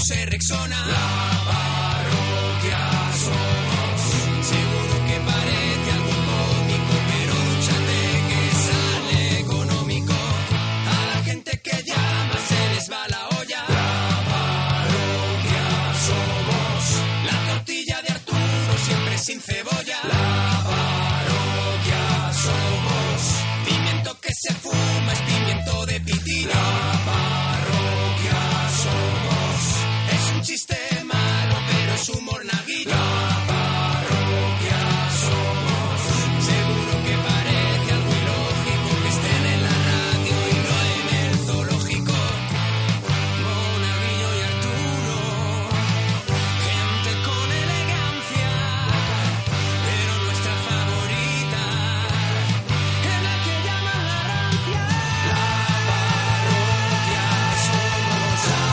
Rexona. La parroquia somos. Seguro que parece algo cómico, pero duchate que sale económico. A la gente que llama se les va la olla. La parroquia somos. La tortilla de Arturo siempre sin cebolla. La parroquia somos. Pimiento que se fuma es pimiento de pitina. La parroquia somos. Es un chiste malo, pero es humor naguillo. La parroquia somos. Seguro que parece algo ilógico que estén en la radio y no en el zoológico. Monaguillo y Arturo, gente con elegancia, pero nuestra favorita es la que llaman la rancia. La parroquia somos, la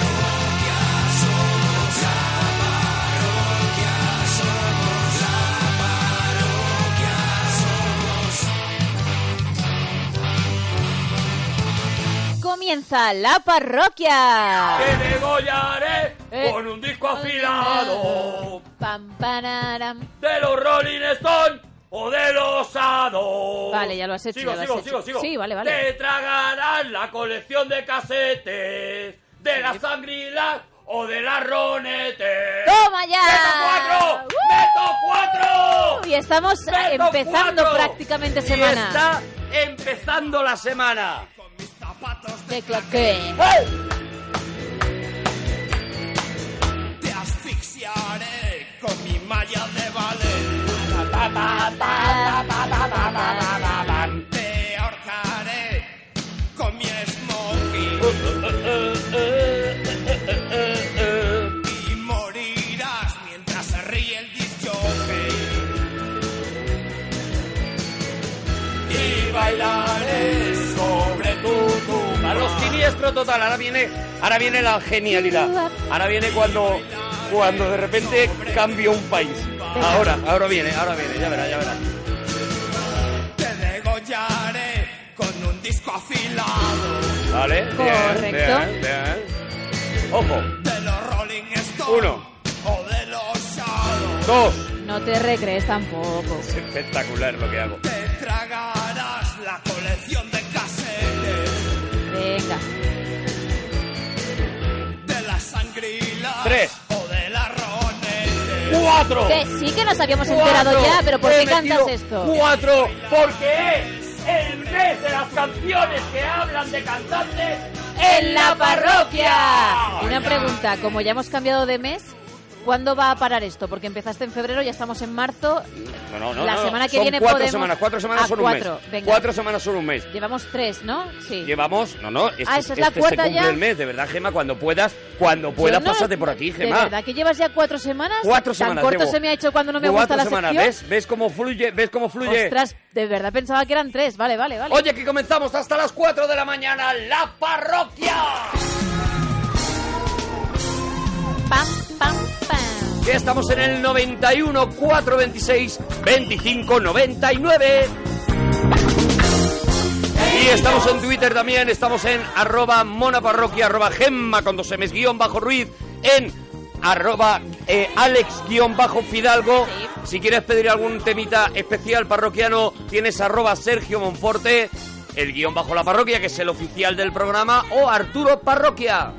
parroquia somos, la parroquia somos, la parroquia somos. Comienza la parroquia. Que degollaré Eh. con un disco afilado Pam, panaram. de los Rolling Stones o de los Hados. Vale, ya lo has hecho, Sigo, ya lo sigo, has sigo, hecho. sigo. Sí, vale, vale. Te tragarán la colección de casetes de las sangrilas o de las ronetes. ¡Toma ya! ¡Meto Uh, cuatro! ¡Meto cuatro! Y estamos ¡Meto empezando cuatro! prácticamente Y semana. está empezando la semana. De claqué. Te asfixiaré con mi malla de ballet. Pa, pa, pa, pa, pa, pa, pa, pa, pa, pa. Te ahorcaré con mi smoking. y morirás mientras se ríe el disjockey. Y bailaré sobre tu tumba. A los siniestro total, ahora viene, ahora viene la genialidad. Ahora viene cuando, cuando de repente cambia un país. Ahora, ahora viene, ahora viene, ya verás, ya verás. Te degollaré con un disco afilado Vale, bien, bien, Correcto. bien. Ojo, de los Rolling Stones. Uno. O de los Shadows. dos. No te recrees tampoco. Es espectacular lo que hago. Te tragarás la colección de casetes Venga. de las sangrilas. Tres. O de las ronetes. ¡Cuatro! Que sí que nos habíamos enterado Cuatro. ya, pero ¿por He qué cantas metido esto? Cuatro, porque es el mes de las canciones que hablan de cantantes en la parroquia. Una pregunta, como ya hemos cambiado de mes, ¿cuándo va a parar esto? Porque empezaste en febrero, ya estamos en marzo, No, no, no, La no. semana que Son viene cuatro podemos- semanas, cuatro Ah, semanas son un cuatro, mes. venga. Cuatro semanas son un mes. llevamos tres, ¿no? Sí. Llevamos, no, no, este, Ah, esa es la este cuarta se cumple ya. el mes, de verdad, Gema, cuando puedas, cuando Yo puedas, no- pásate por aquí, De Gema. verdad, que llevas ya cuatro semanas. Cuatro Tan semanas. corto llevo. se me ha hecho cuando no me cuatro gusta la semanas. sección. ¿Ves? ¿Ves cómo fluye? ¿Ves cómo fluye? Ostras, de verdad pensaba que eran tres. Vale, vale, vale. Oye, que comenzamos hasta las 4 de la mañana, la parroquia. Pam, pam, pam. Que estamos en el 91 426 25 99. Y estamos en Twitter también, estamos en arroba monaparroquia, arroba gemma con dos M's, guión bajo ruiz, en arroba eh, alex guión bajo fidalgo. Si quieres pedir algún temita especial parroquiano, tienes arroba sergio monforte, el guión bajo la parroquia, que es el oficial del programa, o arturo parroquia.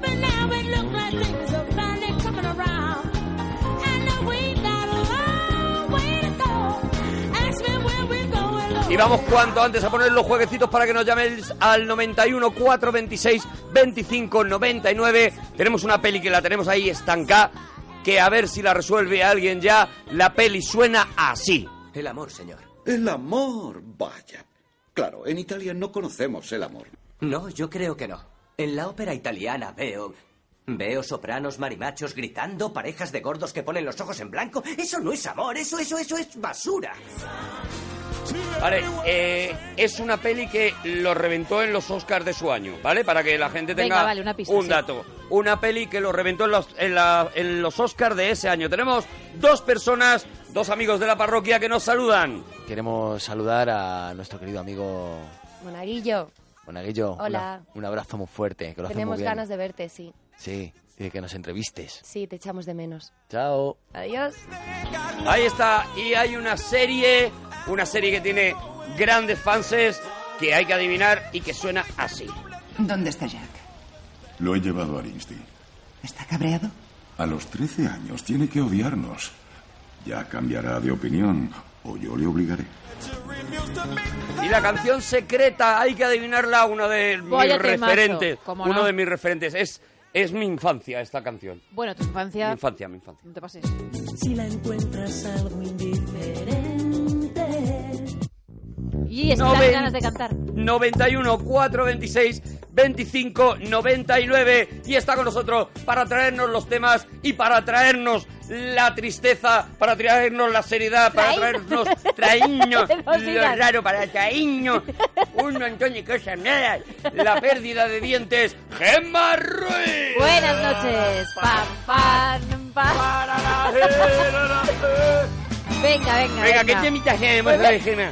Y vamos cuanto antes a poner los jueguecitos para que nos llaméis al 91 426 25 99. Tenemos una peli que la tenemos ahí estancada, que a ver si la resuelve alguien ya. La peli suena así. El amor, señor. El amor, vaya. Claro, en Italia no conocemos el amor. No, yo creo que no. En la ópera italiana veo. Veo sopranos marimachos gritando, parejas de gordos que ponen los ojos en blanco. Eso no es amor, eso, eso, eso es basura. Vale, eh, es una peli que lo reventó en los Oscars de su año, ¿vale? Para que la gente tenga Venga, vale, una pista, un sí. dato. Una peli que lo reventó en los, en, la- en los Oscars de ese año. Tenemos dos personas, dos amigos de la parroquia que nos saludan. Queremos saludar a nuestro querido amigo Monaguillo, Monaguillo. Hola. Una- un abrazo muy fuerte. Que lo hace tenemos muy bien. ganas de verte, sí. Sí. y de que nos entrevistes. Sí, te echamos de menos. Chao. Adiós. Ahí está, y hay una serie, una serie que tiene grandes fanses que hay que adivinar y que suena así. ¿Dónde está Jack? Lo he llevado a Arinsty. ¿Está cabreado? A los 13 años tiene que odiarnos. Ya cambiará de opinión o yo le obligaré. Y la canción secreta, hay que adivinarla, uno de mis Vaya temazo, referentes. cómo Uno no. de mis referentes. Es, es mi infancia esta canción. Bueno, tu infancia... Mi infancia, mi infancia. No te pases. Si la encuentras algo indiferente. Y es que No dan ven- ganas de cantar. 91 426 25 99 y está con nosotros para traernos los temas y para traernos la tristeza, para traernos la seriedad, para Traer- traernos traíños, No lo digas. raro para traíños, un montón de cosas nuevas, la pérdida de dientes, Gemma Ruiz. Buenas noches. Pam, pam, pam. Venga, Venga, venga, venga. ¿qué temitas tenemos hoy, Gemma?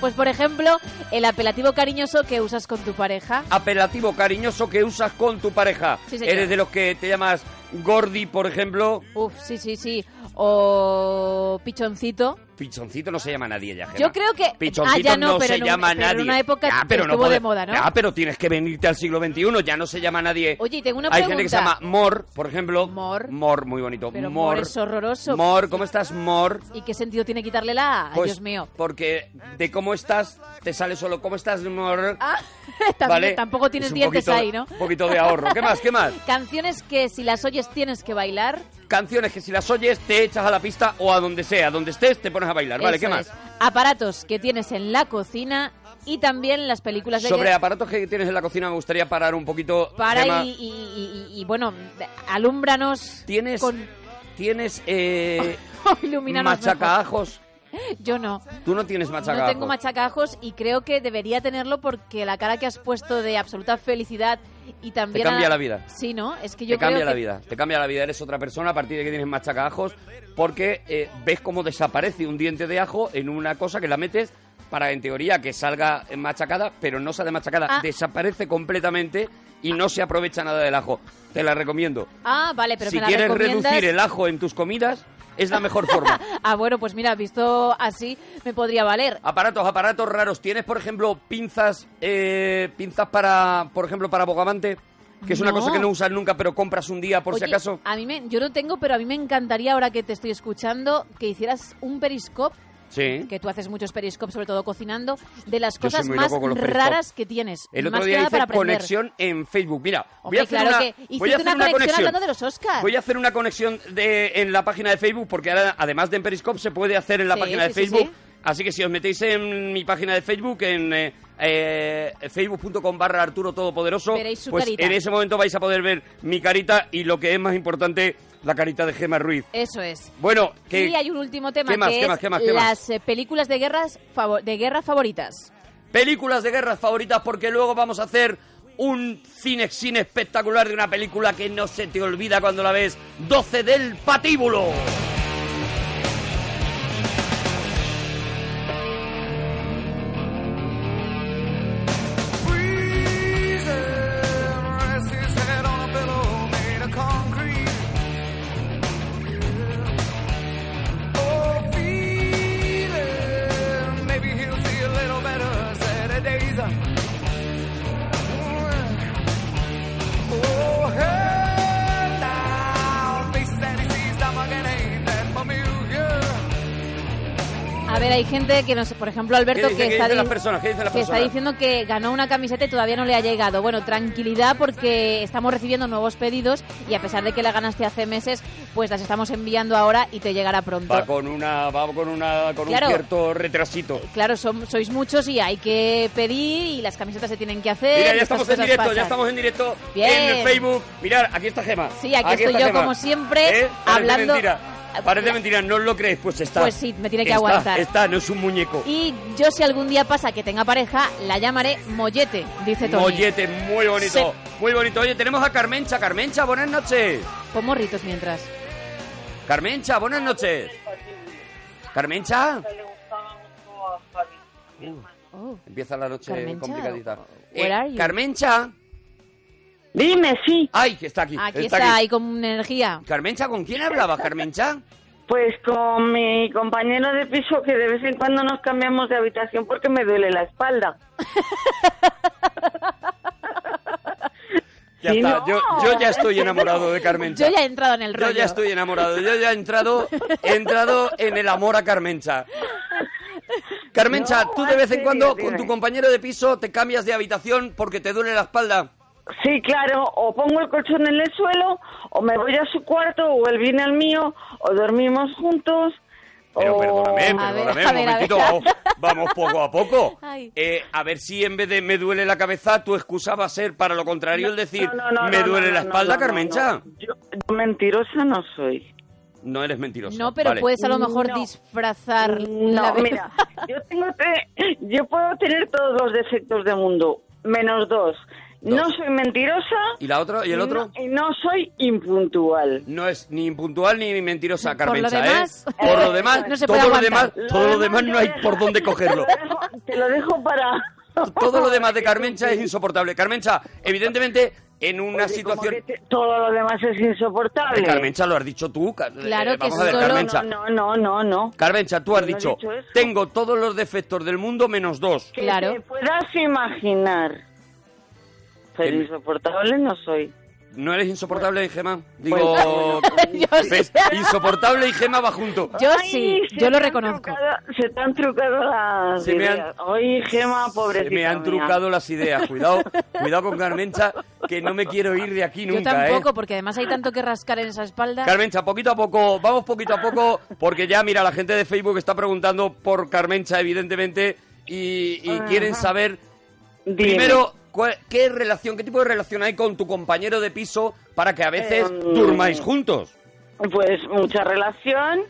Pues por ejemplo, el apelativo cariñoso que usas con tu pareja. Apelativo cariñoso que usas con tu pareja. Sí, señor. Eres de los que te llamas Gordi, por ejemplo. Uf, sí, sí, sí. O pichoncito. Pichoncito no se llama nadie ya, Gemma. Yo creo que- Pichoncito ah, ya no, pero se en un- llama pero en nadie. una época Ya, pero no estuvo de pode- moda, ¿no? Ya, pero tienes que venirte al siglo XXI, ya no se llama nadie. Oye, y tengo una Hay gente que se pregunta. llama Mor, por ejemplo. Mor. Mor, muy bonito. Pero Mor. Mor es horroroso. Mor, ¿cómo estás, Mor? ¿Y qué sentido tiene quitarle la? A? Ay, Pues, Dios mío. Porque de cómo estás, te sale solo cómo estás, Mor. Ah, también- ¿Vale? Tampoco tienes Es un dientes poquito- ahí, ¿no? Un poquito de ahorro. ¿Qué más? ¿Qué más? Canciones que si las oyes tienes que bailar. Canciones que si las oyes te echas a la pista o a donde sea, donde estés te pones a bailar. ¿Vale? Eso ¿Qué más? es. Aparatos que tienes en la cocina y también las películas de Sobre que- aparatos que tienes en la cocina me gustaría parar un poquito. Gemma. para y, y- y- y, bueno, alúmbranos Tienes, con tienes eh, o ilumínanos mejor. machacajos. Yo no. Tú no tienes No machacajos. tengo machacajos y creo que debería tenerlo porque la cara que has puesto de absoluta felicidad y también... Te cambia a- la vida. Sí, ¿no? Es que yo Te cambia creo la que- vida. Te cambia la vida. Eres otra persona a partir de que tienes machacajos porque eh, ves cómo desaparece un diente de ajo en una cosa que la metes para, en teoría, que salga machacada, pero no sale machacada. Ah. Desaparece completamente y no se aprovecha nada del ajo. Te la recomiendo. Ah, vale, pero si me la quieres recomiendas- reducir el ajo en tus comidas, es la mejor forma. Ah, bueno, pues mira, visto así me podría valer. Aparatos, aparatos raros. ¿Tienes, por ejemplo, pinzas, eh, pinzas para, por ejemplo, para bogavante? Que es una No. cosa que no usas nunca, pero compras un día por si Oye, ah, acaso. A mí me, yo no tengo, pero a mí me encantaría ahora que te estoy escuchando que hicieras un periscope, Sí. que tú haces muchos periscopes, sobre todo cocinando, de las Yo cosas soy muy más loco con los periscopes. raras que tienes. El Y otro más día que nada hice para aprender. conexión en Facebook. Mira, voy Hombre, a hacer claro una, que voy a hiciste hacer una conexión hablando de los Oscars. Voy a hacer una conexión de, en la página de Facebook, porque ahora, además de en Periscope, se puede hacer en la Sí, página de sí, sí, Facebook. sí. Así que si os metéis en mi página de Facebook, en eh, eh, facebook.com barra Arturo Todopoderoso, Veréis su pues carita. en ese momento vais a poder ver mi carita y lo que es más importante, la carita de Gemma Ruiz. Eso es. Bueno, que y hay un último tema ¿Qué más, que qué es más, qué más, qué más? las eh, películas de guerras favo- de guerra favoritas. películas de guerra favoritas porque luego vamos a hacer un cine cine espectacular de una película que no se te olvida cuando la ves 12 del patíbulo A ver, hay gente que no sé, por ejemplo, ¿Qué Alberto dice- que qué está dicen di- las personas? ¿Qué dicen las que está personas? diciendo que ganó una camiseta y todavía no le ha llegado. Bueno, tranquilidad porque estamos recibiendo nuevos pedidos y a pesar de que la ganaste hace meses, pues las estamos enviando ahora y te llegará pronto. va con una va con una con Claro. un cierto retrasito Claro, son- sois muchos y hay que pedir y las camisetas se tienen que hacer. Mira, y ya estas estamos en cosas directo, ya pasan. estamos en directo en Bien. el Facebook. Mirar, aquí está Gema. Sí, aquí estoy está yo, Gema. como siempre, ¿Eh? Parece hablando- Ah, Mentira. Parece mentira, no os lo creéis, pues está. Pues sí, me tiene que Está, aguantar. Está, no es un muñeco. Y yo si algún día pasa que tenga pareja, la llamaré Mollete, dice Tony. Mollete, muy bonito, Sí. muy bonito. Oye, tenemos a Carmencha, Carmencha, buenas noches. Con morritos mientras. Carmencha, buenas noches. Carmencha. Empieza la noche Oh. Carmencha, complicadita. Eh, where are you? Carmencha. Dime, sí. Ay, que está aquí. Aquí está, ahí con energía. Carmencha, ¿con quién hablabas, Carmencha? Pues con mi compañero de piso que de vez en cuando nos cambiamos de habitación porque me duele la espalda. Ya Sí, está, no. yo, yo ya estoy enamorado de Carmencha. Yo ya he entrado en el Yo rollo. ya estoy enamorado, yo ya he entrado, he entrado en el amor a Carmencha. Carmencha, No, tú de vez en en cuando serio, con tu dime. compañero de piso te cambias de habitación porque te duele la espalda. Sí, claro, o pongo el colchón en el suelo, o me voy a su cuarto, o él viene al mío, o dormimos juntos. Pero o- perdóname, A ver, perdóname, a un ver, a ver. momentito, vamos, vamos poco a poco. Ay. Eh, a ver si en vez de me duele la cabeza, tu excusa va a ser para lo contrario el decir No, no, no, me no, duele no, la no, espalda, no, no, Carmencha. No, no. Yo, yo mentirosa no soy. eres mentiroso. No, pero vale. pues puedes a lo mejor No. disfrazar la No, verdad. mira, yo, tengo te- yo puedo tener todos los defectos del mundo, menos dos. No Dos. soy mentirosa. ¿Y la otra? ¿Y el otro? No- y no soy impuntual. No es ni impuntual ni mentirosa, Por lo Carmencha, demás- ¿eh? Por lo demás, No se puede todo lo demás, aguantar. todo lo demás yo no hay dejo- por dónde cogerlo. Te lo dejo, te lo dejo para... Todo lo demás de Carmencha es insoportable. Carmencha, evidentemente, en una Oye, como situación... que te- todo lo demás es insoportable. Eh, Carmencha, lo has dicho tú. Car- Claro eh, que Vamos a ver, solo- Carmencha. No, no, no, no. no. Carmencha, tú has No he dicho, dicho eso. tengo todos los defectos del mundo menos dos. Que Claro. te puedas imaginar. Que- Pero insoportable no soy. ¿No eres insoportable, Gema? Digo, Yo sí. ¿ves? insoportable y Gema va junto. Yo Ay, sí, se yo te lo han reconozco. trucado- se te han trucado las Se me han- ideas. Oye, Gema, pobrecita Se me han mía. trucado las ideas. Cuidado, cuidado con Carmencha, que no me quiero ir de aquí Yo nunca, ¿eh? tampoco, porque además hay tanto que rascar en esa espalda. Carmencha, poquito a poco, vamos poquito a poco, porque ya, mira, la gente de Facebook está preguntando por Carmencha, evidentemente, y, y quieren saber, Dime. primero, eh. cuál- qué relación, qué tipo de relación hay con tu compañero de piso para que a veces Eh, turmáis juntos. Pues mucha relación,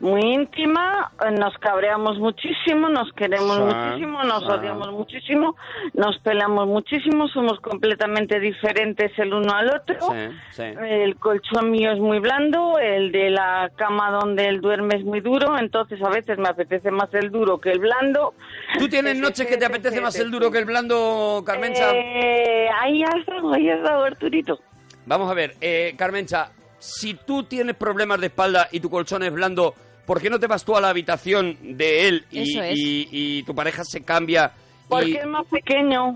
muy íntima, eh, nos cabreamos muchísimo, nos queremos Sí, muchísimo, nos sí. odiamos muchísimo, nos pelamos muchísimo, somos completamente diferentes el uno al otro. Sí, sí. El colchón mío es muy blando, el de la cama donde él duerme es muy duro, entonces a veces me apetece más el duro que el blando. ¿Tú tienes noches que te apetece más el duro que el blando, Carmencha? Eh, ahí has dado, ahí has dado, Arturito. Vamos a ver, eh, Carmencha, si tú tienes problemas de espalda y tu colchón es blando, ¿por qué no te vas tú a la habitación de él y, Eso es. y- y tu pareja se cambia? Porque y- es más pequeño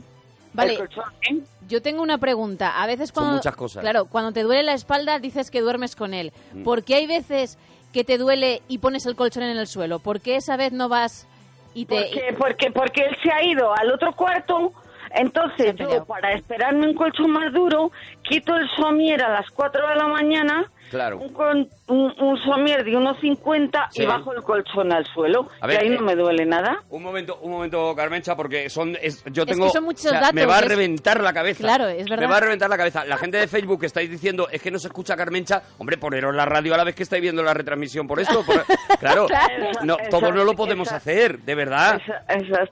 Vale. el colchón, ¿eh? Yo tengo una pregunta. A veces cuando. muchas cosas. Mm. Claro, cuando te duele la espalda dices que duermes con él. ¿Por qué hay veces que te duele y pones el colchón en el suelo? ¿Por qué esa vez no vas y te. Porque, porque, porque él se ha ido al otro cuarto. Entonces, peleado. yo, para esperarme un colchón más duro, quito el somier a las 4 de la mañana. Claro. Un, con- un, un somier de 1,50 Sí. y bajo el colchón al suelo. A ver, y ahí eh, no me duele nada. Un momento, un momento, Carmencha, porque son es- yo Es tengo que son muchos me datos, va a es- reventar la cabeza. Claro, es verdad. Me va a reventar la cabeza. La gente de Facebook que estáis diciendo es que no se escucha Carmencha, hombre, poneros la radio a la vez que estáis viendo la retransmisión por esto. por- Claro, Claro. no, Esa- todos no lo podemos esa- hacer, de verdad. Esa-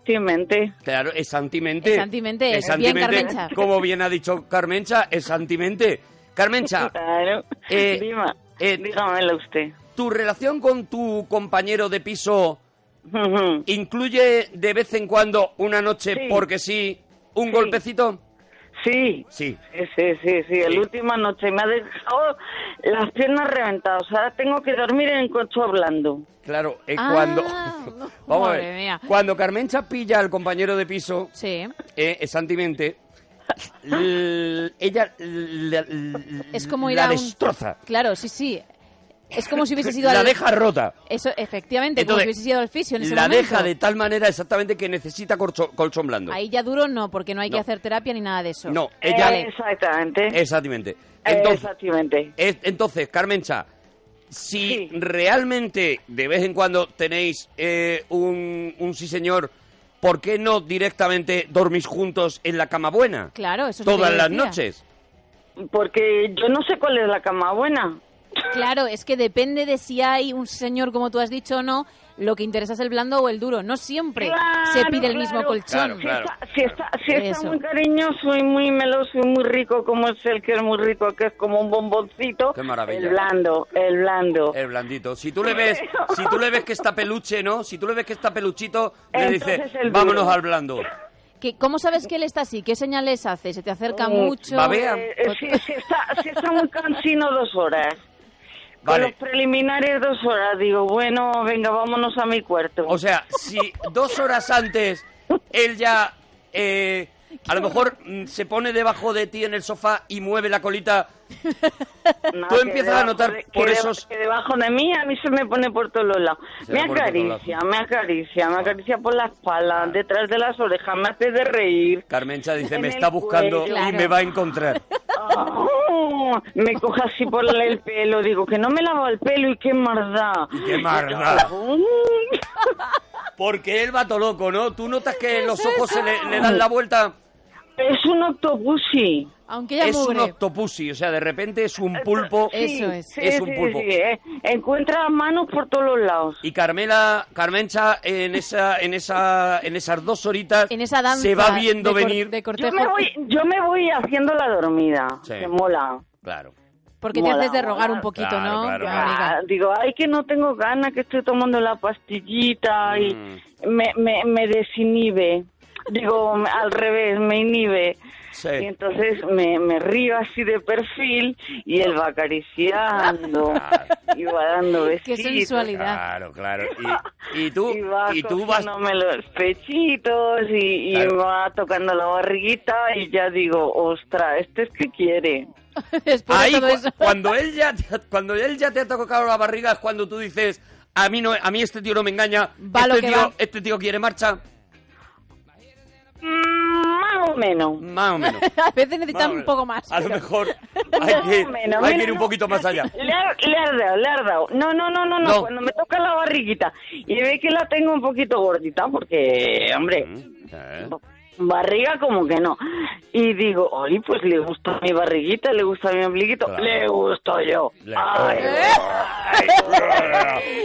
Exactamente. Claro, es santimente. Es santimente, Es bien, santimente, Carmencha. Como bien ha dicho Carmencha, es santimente. Carmencha, Claro. Ah. Eh, Dima- eh, dígamelo usted. ¿tu relación con tu compañero de piso incluye de vez en cuando una noche, Sí. porque sí, un Sí. golpecito? sí. Sí. Sí, sí, sí, sí. Sí. La última noche me ha dejado las piernas reventadas. Ahora tengo que dormir en el colchón blando. Claro, eh, Ah, cuando... no, Vamos a madre ver. mía. Cuando Carmencha pilla al compañero de piso, Sí. eh, es santimente, l- ella l- Es como ir la a un- destroza. Claro, sí, sí. Es como si hubiese sido La al- deja rota. Eso, efectivamente, como Entonces, si hubiese sido al fisio en ese la momento. deja de tal manera exactamente que necesita corcho- colchón blando. Ahí ya duro no, porque no hay No. que hacer terapia ni nada de eso. No, ella... Vale. Exactamente. Eh, Exactamente. Entonces, Exactamente. es- entonces, Carmencha, si Sí. realmente de vez en cuando tenéis eh, un, un sí señor, ¿por qué no directamente dormís juntos en la cama buena? Claro, eso es lo que Todas yo las decía. noches. Porque yo no sé cuál es la cama buena. Claro, es que depende de si hay un señor, como tú has dicho o no, lo que interesa es el blando o el duro. No siempre Claro, se pide el claro. mismo Claro, colchón. claro. si está, si está Eso. muy cariñoso y muy meloso y muy rico, como es el que es muy rico, que es como un bomboncito. Qué maravilla. Eh, El blando, el blando. El blandito. Si tú le ves, si tú le ves que está peluche, ¿no? Si tú le ves que está peluchito, le Entonces dices, el duro. vámonos al blando. que ¿Cómo sabes que él está así? ¿Qué señales hace? ¿Se te Oh, acerca Mm, mucho? Eh, eh, sí, sí está, sí está muy cansino dos horas. Con Vale. los preliminares dos horas. Digo, bueno, venga, vámonos a mi cuarto. O sea, si dos horas antes él ya eh, a lo mejor mm, se pone debajo de ti en el sofá y mueve la colita, tú empiezas a notar por esos... Que debajo de mí a mí se me pone por todos los lados. Se Me le pone por todos Ah. acaricia, me acaricia, me acaricia por la espalda, detrás de las orejas, me hace de reír. Carmencha dice, en me el está buscando cuello". y me va a encontrar. Oh, me coge así por el pelo, digo que no me lavo el pelo y qué maldad. ¡Qué marda! Porque él va todo loco, ¿no? ¿Tú notas que los ojos se le, le dan la vuelta? Es un octopussy. Aunque Es un octopussy, o sea, de repente es un pulpo. Sí, sí, Es un sí, pulpo. sí, eh. Encuentra manos por todos los lados. Y Carmela, Carmencha, en esa, en esa, en esas dos horitas, En esa danza se va viendo de cor- venir. de cortejo. Yo me voy, yo me voy haciendo la dormida. Sí. Que mola. Claro. Porque Mola, te haces de rogar mola. un poquito, Claro, ¿no? claro, Ya, claro. amiga. Ah, digo, ay, que no tengo ganas, que estoy tomando la pastillita y Mm. me, me, me desinhibe. Digo, me- al revés, me inhibe. Sí. Y entonces me, me río así de perfil y él va acariciando y va dando Qué besitos. sensualidad. Claro, claro. Y, y tú, Y va y tú vas. cogiéndome los pechitos y, y Claro. va tocando la barriguita y ya digo, ostra, este es que quiere. Después Ahí, de todo cu- eso. cuando él ya, te, cuando él ya te ha tocado la barriga es cuando tú dices, a mí no, a mí este tío no me engaña. Va lo este que tío, va. este tío quiere marcha, Mm, más o menos. más o menos. A veces necesitas Vamos, un poco más. A lo mejor hay que, Menos, hay que menos, ir un no, poquito más allá. Le ha, le ha dado, le ha dado. No, no, no, no, no, No. Cuando me toca la barriguita y ve que la tengo un poquito gordita, porque, hombre, Mm, eh. barriga como que no. Y digo, Oli, pues le gusta mi barriguita, le gusta mi ombliguito, Claro. le gusto yo. Le- Ay,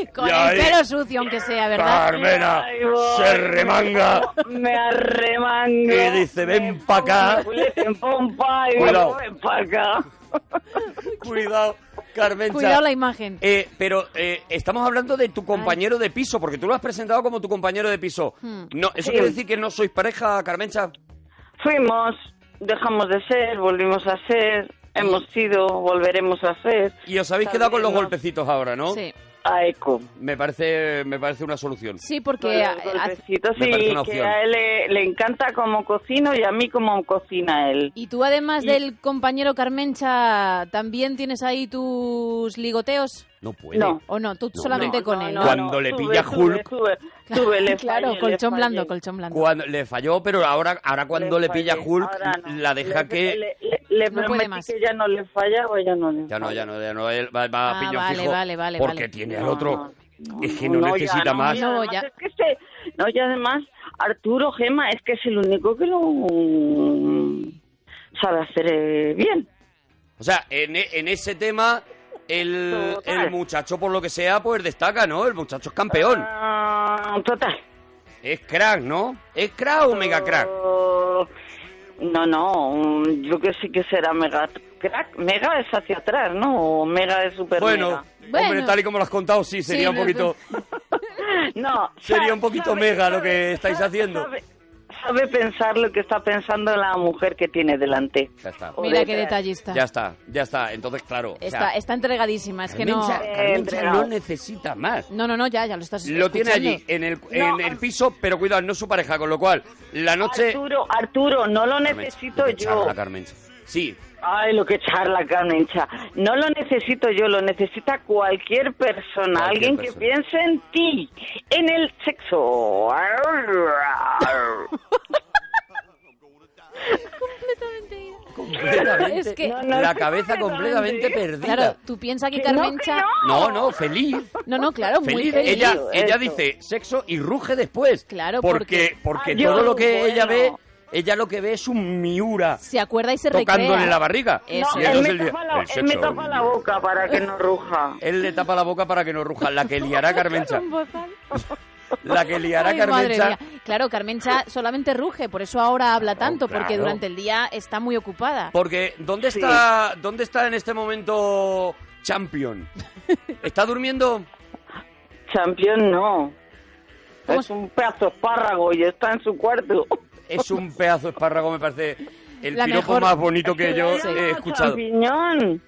Con Y el ahí, pelo sucio, aunque sea, ¿verdad? Carmela Ay, voy. se remanga. Me arremango. Y dice, "Ven me pa' acá". pongo el culete en pompa y Cuidado. digo, ven pa' acá. Cuidado, Carmencha. Cuidado la imagen. Eh, pero eh, estamos hablando de tu compañero de piso, porque tú lo has presentado como tu compañero de piso. No, ¿Eso Hmm. Sí. quiere decir que no sois pareja, Carmencha? Fuimos, dejamos de ser, volvimos a ser, hemos sido, volveremos a ser. Y os habéis quedado con los También, ¿no? golpecitos ahora, ¿no? Sí. A Eco. Me parece, me parece una solución. Sí, Con porque los a- a- golpecitos me parece y una que opción. a él le, le encanta como cocino y a mí como cocina él. y tú además Y- del compañero Carmencha también tienes ahí tus ligoteos No puede. No. o no, tú No, solamente no, con No, él. no, ¿no? Cuando no, le sube, pilla sube, Hulk. Sube, sube, le claro, fallé, colchón le blando, fallé. colchón blando. Cuando, le falló, pero ahora, ahora cuando le, fallé. pilla Hulk, Ahora no. la deja Le- que... Le, le- le No puede prometí más. que ya no le fallaba, ya no le Ya no, falla. ya no, ya no, él va, va a Ah, pillo vale, fijo. vale, vale, Porque vale. tiene al No, otro. no, es que no, ya necesita no, más. y No, además ya. Es que este, no, y además, Arturo Gema es que es el único que lo mm, sabe hacer eh, bien. O sea, en, e- en ese tema, el, Total. el muchacho, por lo que sea, pues destaca, ¿no? El muchacho es campeón. Ah, total. Es crack, ¿no? ¿Es crack o mega crack? Uh, No, no, mm, yo que sí que será mega crack. Mega es hacia atrás, ¿no? O mega es super Bueno, mega. hombre, Bueno. tal y como lo has contado, sí, sería Sí, un poquito... No, Sería sabe- un poquito sabe- mega lo sabe- que estáis sabe- haciendo. Sabe, sabe pensar lo que está pensando la mujer que tiene delante. Ya está, O Mira qué detrás. detallista. ya está, ya está. Entonces, claro, o sea, Está, está entregadísima, es que no. Carmencha- Carmencha no Eh, Entregado. necesita más. No, no, no, ya, ya lo estás. Lo tiene escuchando. allí, en el, en el piso, pero cuidado, no es su pareja, con lo cual, la noche... Arturo, Arturo, no lo Carmencha, Ah, necesito lo que yo. charla, Carmencha. Sí, Ay, lo que charla Carmencha. No lo necesito yo, lo necesita cualquier persona, Cualquier alguien persona. que piense en ti, en el sexo. Es que- No, no, ¿eh? la estoy cabeza completamente completamente- perdida. Claro, tú piensas que Que no, Carmencha. que No, no, feliz. No, no, claro, muy Feliz. feliz. Ella, ella Eso. dice sexo y ruge después. Claro, porque porque- porque Ah, yo, todo lo que bueno. ella ve, ella lo que ve es un miura Se acuerda y se tocándole recrea. la barriga. Eso. Y No, él entonces me dice, tapa la- "El él me sexo". tapa la boca para que no ruja. Él le tapa la boca para que no ruja. La que liará Carmencha. La que liará Ay, madre Carmencha. mía. Claro, Carmencha solamente ruge, por eso ahora habla tanto, porque claro. Pues, durante el día está muy ocupada. Porque ¿dónde está dónde está en este momento Champion? ¿Está durmiendo? Champion no. ¿Cómo Es un pedazo de espárrago y está en su cuarto. es un pedazo de espárrago, me parece el La piropo mejor- más bonito que yo Sí. he escuchado. Champiñón.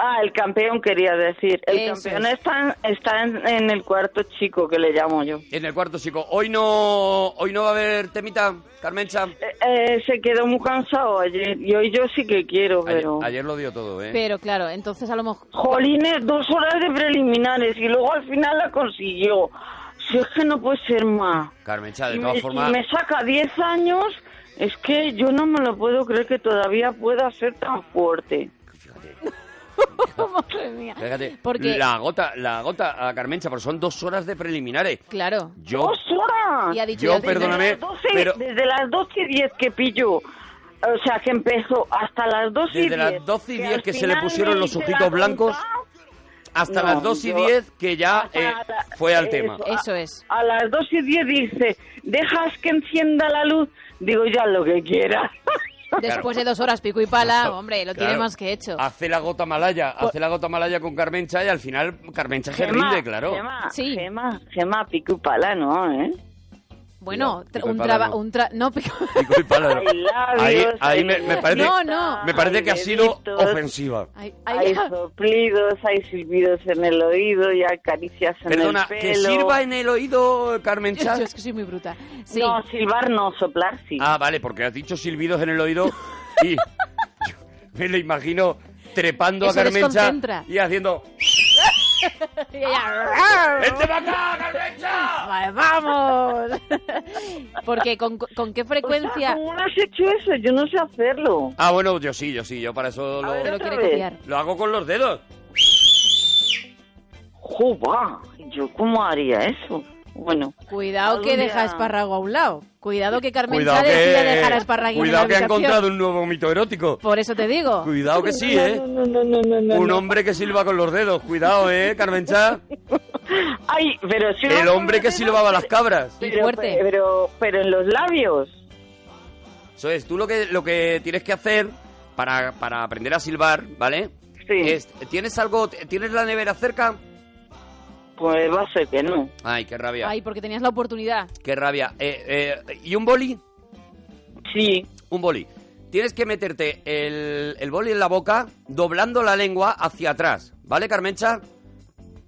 Ah, el campeón quería decir. El Eso campeón es. está, está en, en el cuarto chico que le llamo yo. En el cuarto, chico. Hoy no, hoy no va a haber temita, Carmencha. Eh, se quedó muy cansado ayer y hoy yo sí que quiero, Ayer, pero... ayer lo dio todo, ¿eh? Pero claro, entonces a lo mejor... Jolines, dos horas de preliminares y luego al final la consiguió. Si es que no puede ser más. Carmencha, de Y todas me, formas, y me saca 10 años, es que yo no me lo puedo creer que todavía pueda ser tan fuerte. Madre mía. fíjate, Porque- la gota, la gota a Carmencha, pero son dos horas de preliminares. Claro. Yo, ¡Dos horas! Y ha dicho Yo, ya- perdóname, Desde las 12, pero- desde las 12 y 10 que pillo, o sea, que empezó hasta las 12 y desde 10. las 12 y que 10 al que se le final pusieron me los hice la ojitos blancos, tonta, hasta No, las 2 y yo- 10 que ya eh, a la- fue al eso, tema. a- A, las 2 y 10 dice, dejas que encienda la luz, digo ya lo que quieras. Después de dos horas pico y pala, hombre, lo tiene Claro. Ah, más que hecho. Hace la gota malaya, hace la gota malaya con Carmencha y al final Carmencha se rinde, claro. Gema, Gema, Gema, pico y pala, ¿no? ¿eh? Bueno, tra- y un pala trabajo... no. Un tra- no, pico- Pico y pala, ¿no? Ay, labios, Ahí, ahí ay, me, me parece, No, no. Me parece Ay, que ha sido deditos. ofensiva. Hay, soplidos, hay silbidos en el oído y hay caricias en Perdona, el pelo. que sirva en el oído, Carmen Yo Chas. es que soy muy bruta. Sí. No, silbar no, soplar sí. Ah, vale, porque has dicho silbidos en el oído y yo me lo imagino trepando Eso a Carmencha desconcentra. y haciendo... Y ella, ¡Vente para acá, Carmencha! Vale, ¡Vamos! Porque con, con qué Pues, frecuencia... ¿Cómo has hecho eso? Yo no sé hacerlo. Ah, bueno, yo sí, yo sí, yo para eso lo, Te lo quiere copiar. lo hago con los dedos. ¡Juba! ¿Yo cómo haría eso? Bueno. Cuidado que Algún deja día- Esparrago a un lado. Cuidado que Carmen Cuidado Chávez decide dejar a que, Esparraguín cuidado en la que ha habitación. encontrado un nuevo mito erótico. Por eso te digo. Cuidado que sí, ¿eh? No, no, no, no, no. Un hombre que silba con los dedos. Cuidado, ¿eh, Carmencha? Ay, pero si El hombre que silbaba a las cabras. pero, Pero, pero en los labios. Eso es, tú lo que, lo que tienes que hacer para, para aprender a silbar, ¿vale? Es, ¿Tienes algo, tienes la nevera cerca? Pues va a ser que no. Ay, qué rabia. Ay, porque tenías la oportunidad. Qué rabia. Eh, eh, ¿Y un boli? Sí. Un boli. Tienes que meterte el, el boli en la boca doblando la lengua hacia atrás. ¿Vale, Carmencha?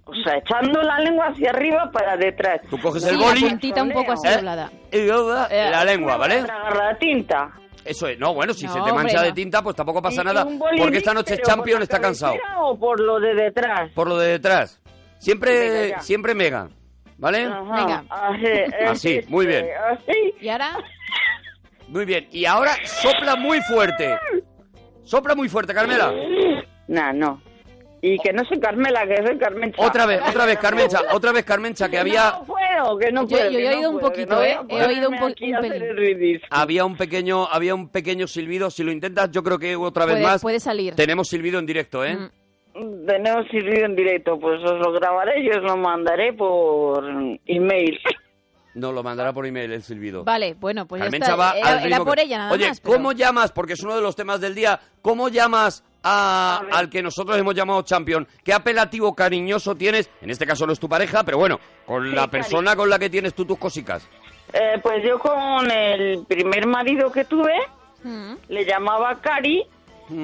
O sea, echando la lengua hacia arriba para detrás. Tú coges Sí, el la boli... puntita un poco así ¿Eh? doblada. Eh, y dobla la lengua, ¿vale? Tragar la tinta. Eso es. No, bueno, si No, se te mancha hombre, de no. tinta, pues tampoco Y- pasa y nada. un boli Porque esta noche pero Champion por está la cansado. cabecera O por lo de detrás. Por lo de detrás. Venga, Siempre, ya. siempre mega. ¿Vale? Ajá. Venga. Así, Así, eh, muy bien. eh, Así. ¿Y ahora? Muy bien. Y ahora sopla muy fuerte. Sopla muy fuerte, Carmela. Nah, no. Y que no soy Carmela, que soy Carmencha. Otra vez, otra vez, Carmencha. Otra vez, Carmencha, que había, No puedo, que no Yo- puedo. yo he que no oído un puedo, poquito, que no voy ¿eh? a He ponerme oído un po- aquí un a hacer pelín. el ridículo. había un pequeño, había un pequeño silbido. Si lo intentas, yo creo que otra vez Puede, más puede salir. tenemos silbido en directo, ¿eh? Mm. Tenemos silbido en directo, pues os lo grabaré y os lo mandaré por email. Nos lo mandará por email el silbido. Vale, bueno, pues ya Carmen está. Chava, al Era, era ritmo por que- ella nada Oye, más. pero- ¿cómo llamas? Porque es uno de los temas del día. ¿Cómo llamas a- A ver. al que nosotros hemos llamado champion? ¿Qué apelativo cariñoso tienes? En este caso no es tu pareja, pero bueno, con la cariño. persona con la que tienes tú tus cosicas. Eh, pues yo con el primer marido que tuve, Mm. le llamaba Cari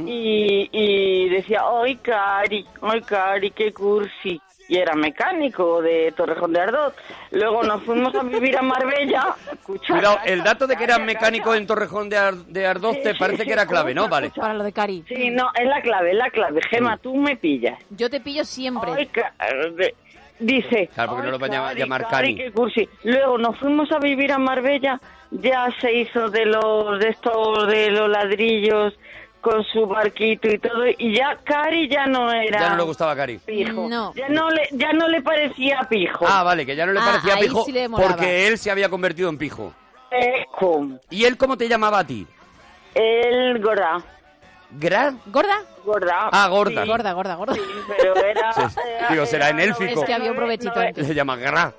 y, y decía, ¡ay, Cari! ¡ay, Cari, qué cursi! Y era mecánico de Torrejón de Ardoz. Luego nos fuimos a vivir a Marbella. Escucha, Cuidado, calla, el dato de que eras calla, mecánico calla. en Torrejón de, Ar- de Ardoz Sí, te sí, parece sí, que era clave, ¿no? escucha, Vale. Para lo de Cari. Sí, no, es la clave, es la clave. Gema, tú me pillas. Yo te pillo siempre. Ay, Cari. Dice. Claro, porque no lo "Ay, van a llamar- llamar Cari". qué cursi. Luego nos fuimos a vivir a Marbella. Ya se hizo de los de estos de los ladrillos con su barquito y todo. Y ya Cari ya no era. Ya no le gustaba Cari. Pijo. No. Ya no le, ya no le parecía pijo. Ah, vale, que ya no le Ah, parecía ahí pijo sí le molaba. porque él se había convertido en pijo. Eco. ¿Y él cómo te llamaba a ti? El gorda. ¿Gran? ¿Gorda? Gorda. Ah, gorda. Sí, Gorda, gorda, gorda. Pero era... Sí, digo, será en élfico. Es que había un provechito antes. Le llaman gra.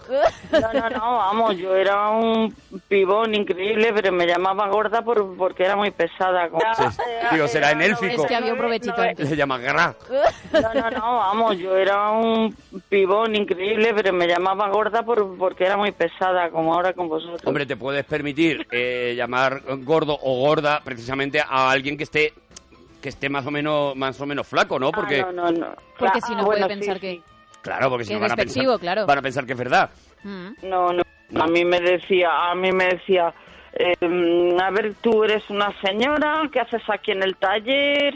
No, no, no, vamos, yo era un pibón increíble, pero me llamaba gorda por, porque era muy pesada. Como- Sí, digo, será en élfico. Es que había un provechito antes. Le llaman gra. No, no, no, vamos, yo era un pibón increíble, pero me llamaba gorda por, porque era muy pesada, como ahora con vosotros. Hombre, te puedes permitir eh, llamar gordo o gorda precisamente a alguien que esté que esté más o menos más o menos flaco, ¿no? Ah, Porque no, no, no. Porque Ah, si no bueno, puede pensar sí, que... claro, porque Que si no es van a pensar despectivo, claro. van a pensar que es verdad. Mm. No, no. A mí me decía, a mí me decía, eh, a ver, tú eres una señora, ¿qué haces aquí en el taller?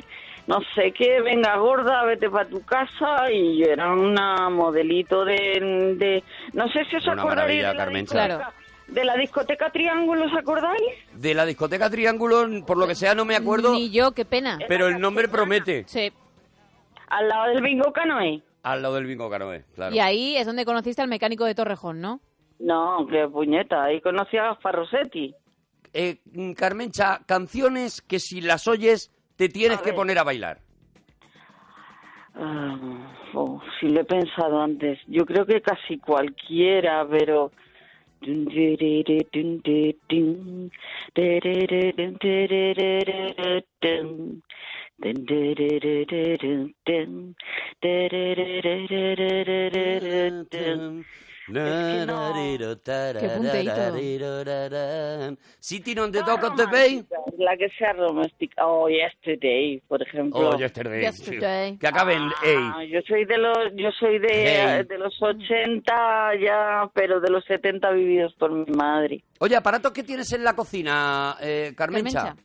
No sé qué, venga gorda, vete para tu casa. Y yo era una modelito de... de- no sé si os Una acordaréis maravilla, de la, Carmencha. discoteca, de la discoteca Triángulo, ¿os acordáis? De la discoteca Triángulo, por lo que sea no me acuerdo, Ni yo, qué pena. Eh, pero el nombre promete. Sí. Al lado del bingo canoe. Al lado del bingo canoe, claro. Y ahí es donde conociste al mecánico de Torrejón, ¿no? No, qué puñeta, ahí conocí a Gaspar Rossetti. Eh, mm, Carmencha, canciones que si las oyes te tienes A que ver. poner a bailar. Ah, oh, si lo he pensado antes, yo creo que casi cualquiera, pero... City on Ah, the dock of the bay. La que sea doméstica. Oh, yesterday, por ejemplo. Oh, yesterday. Yesterday. Sí. Que acabe en Ah, A. yo soy de los yo soy de, Hey. de los 80 ya, pero de los 70 vividos por mi madre. Oye, aparatos que tienes en la cocina, eh, Carmencha. Carmencha.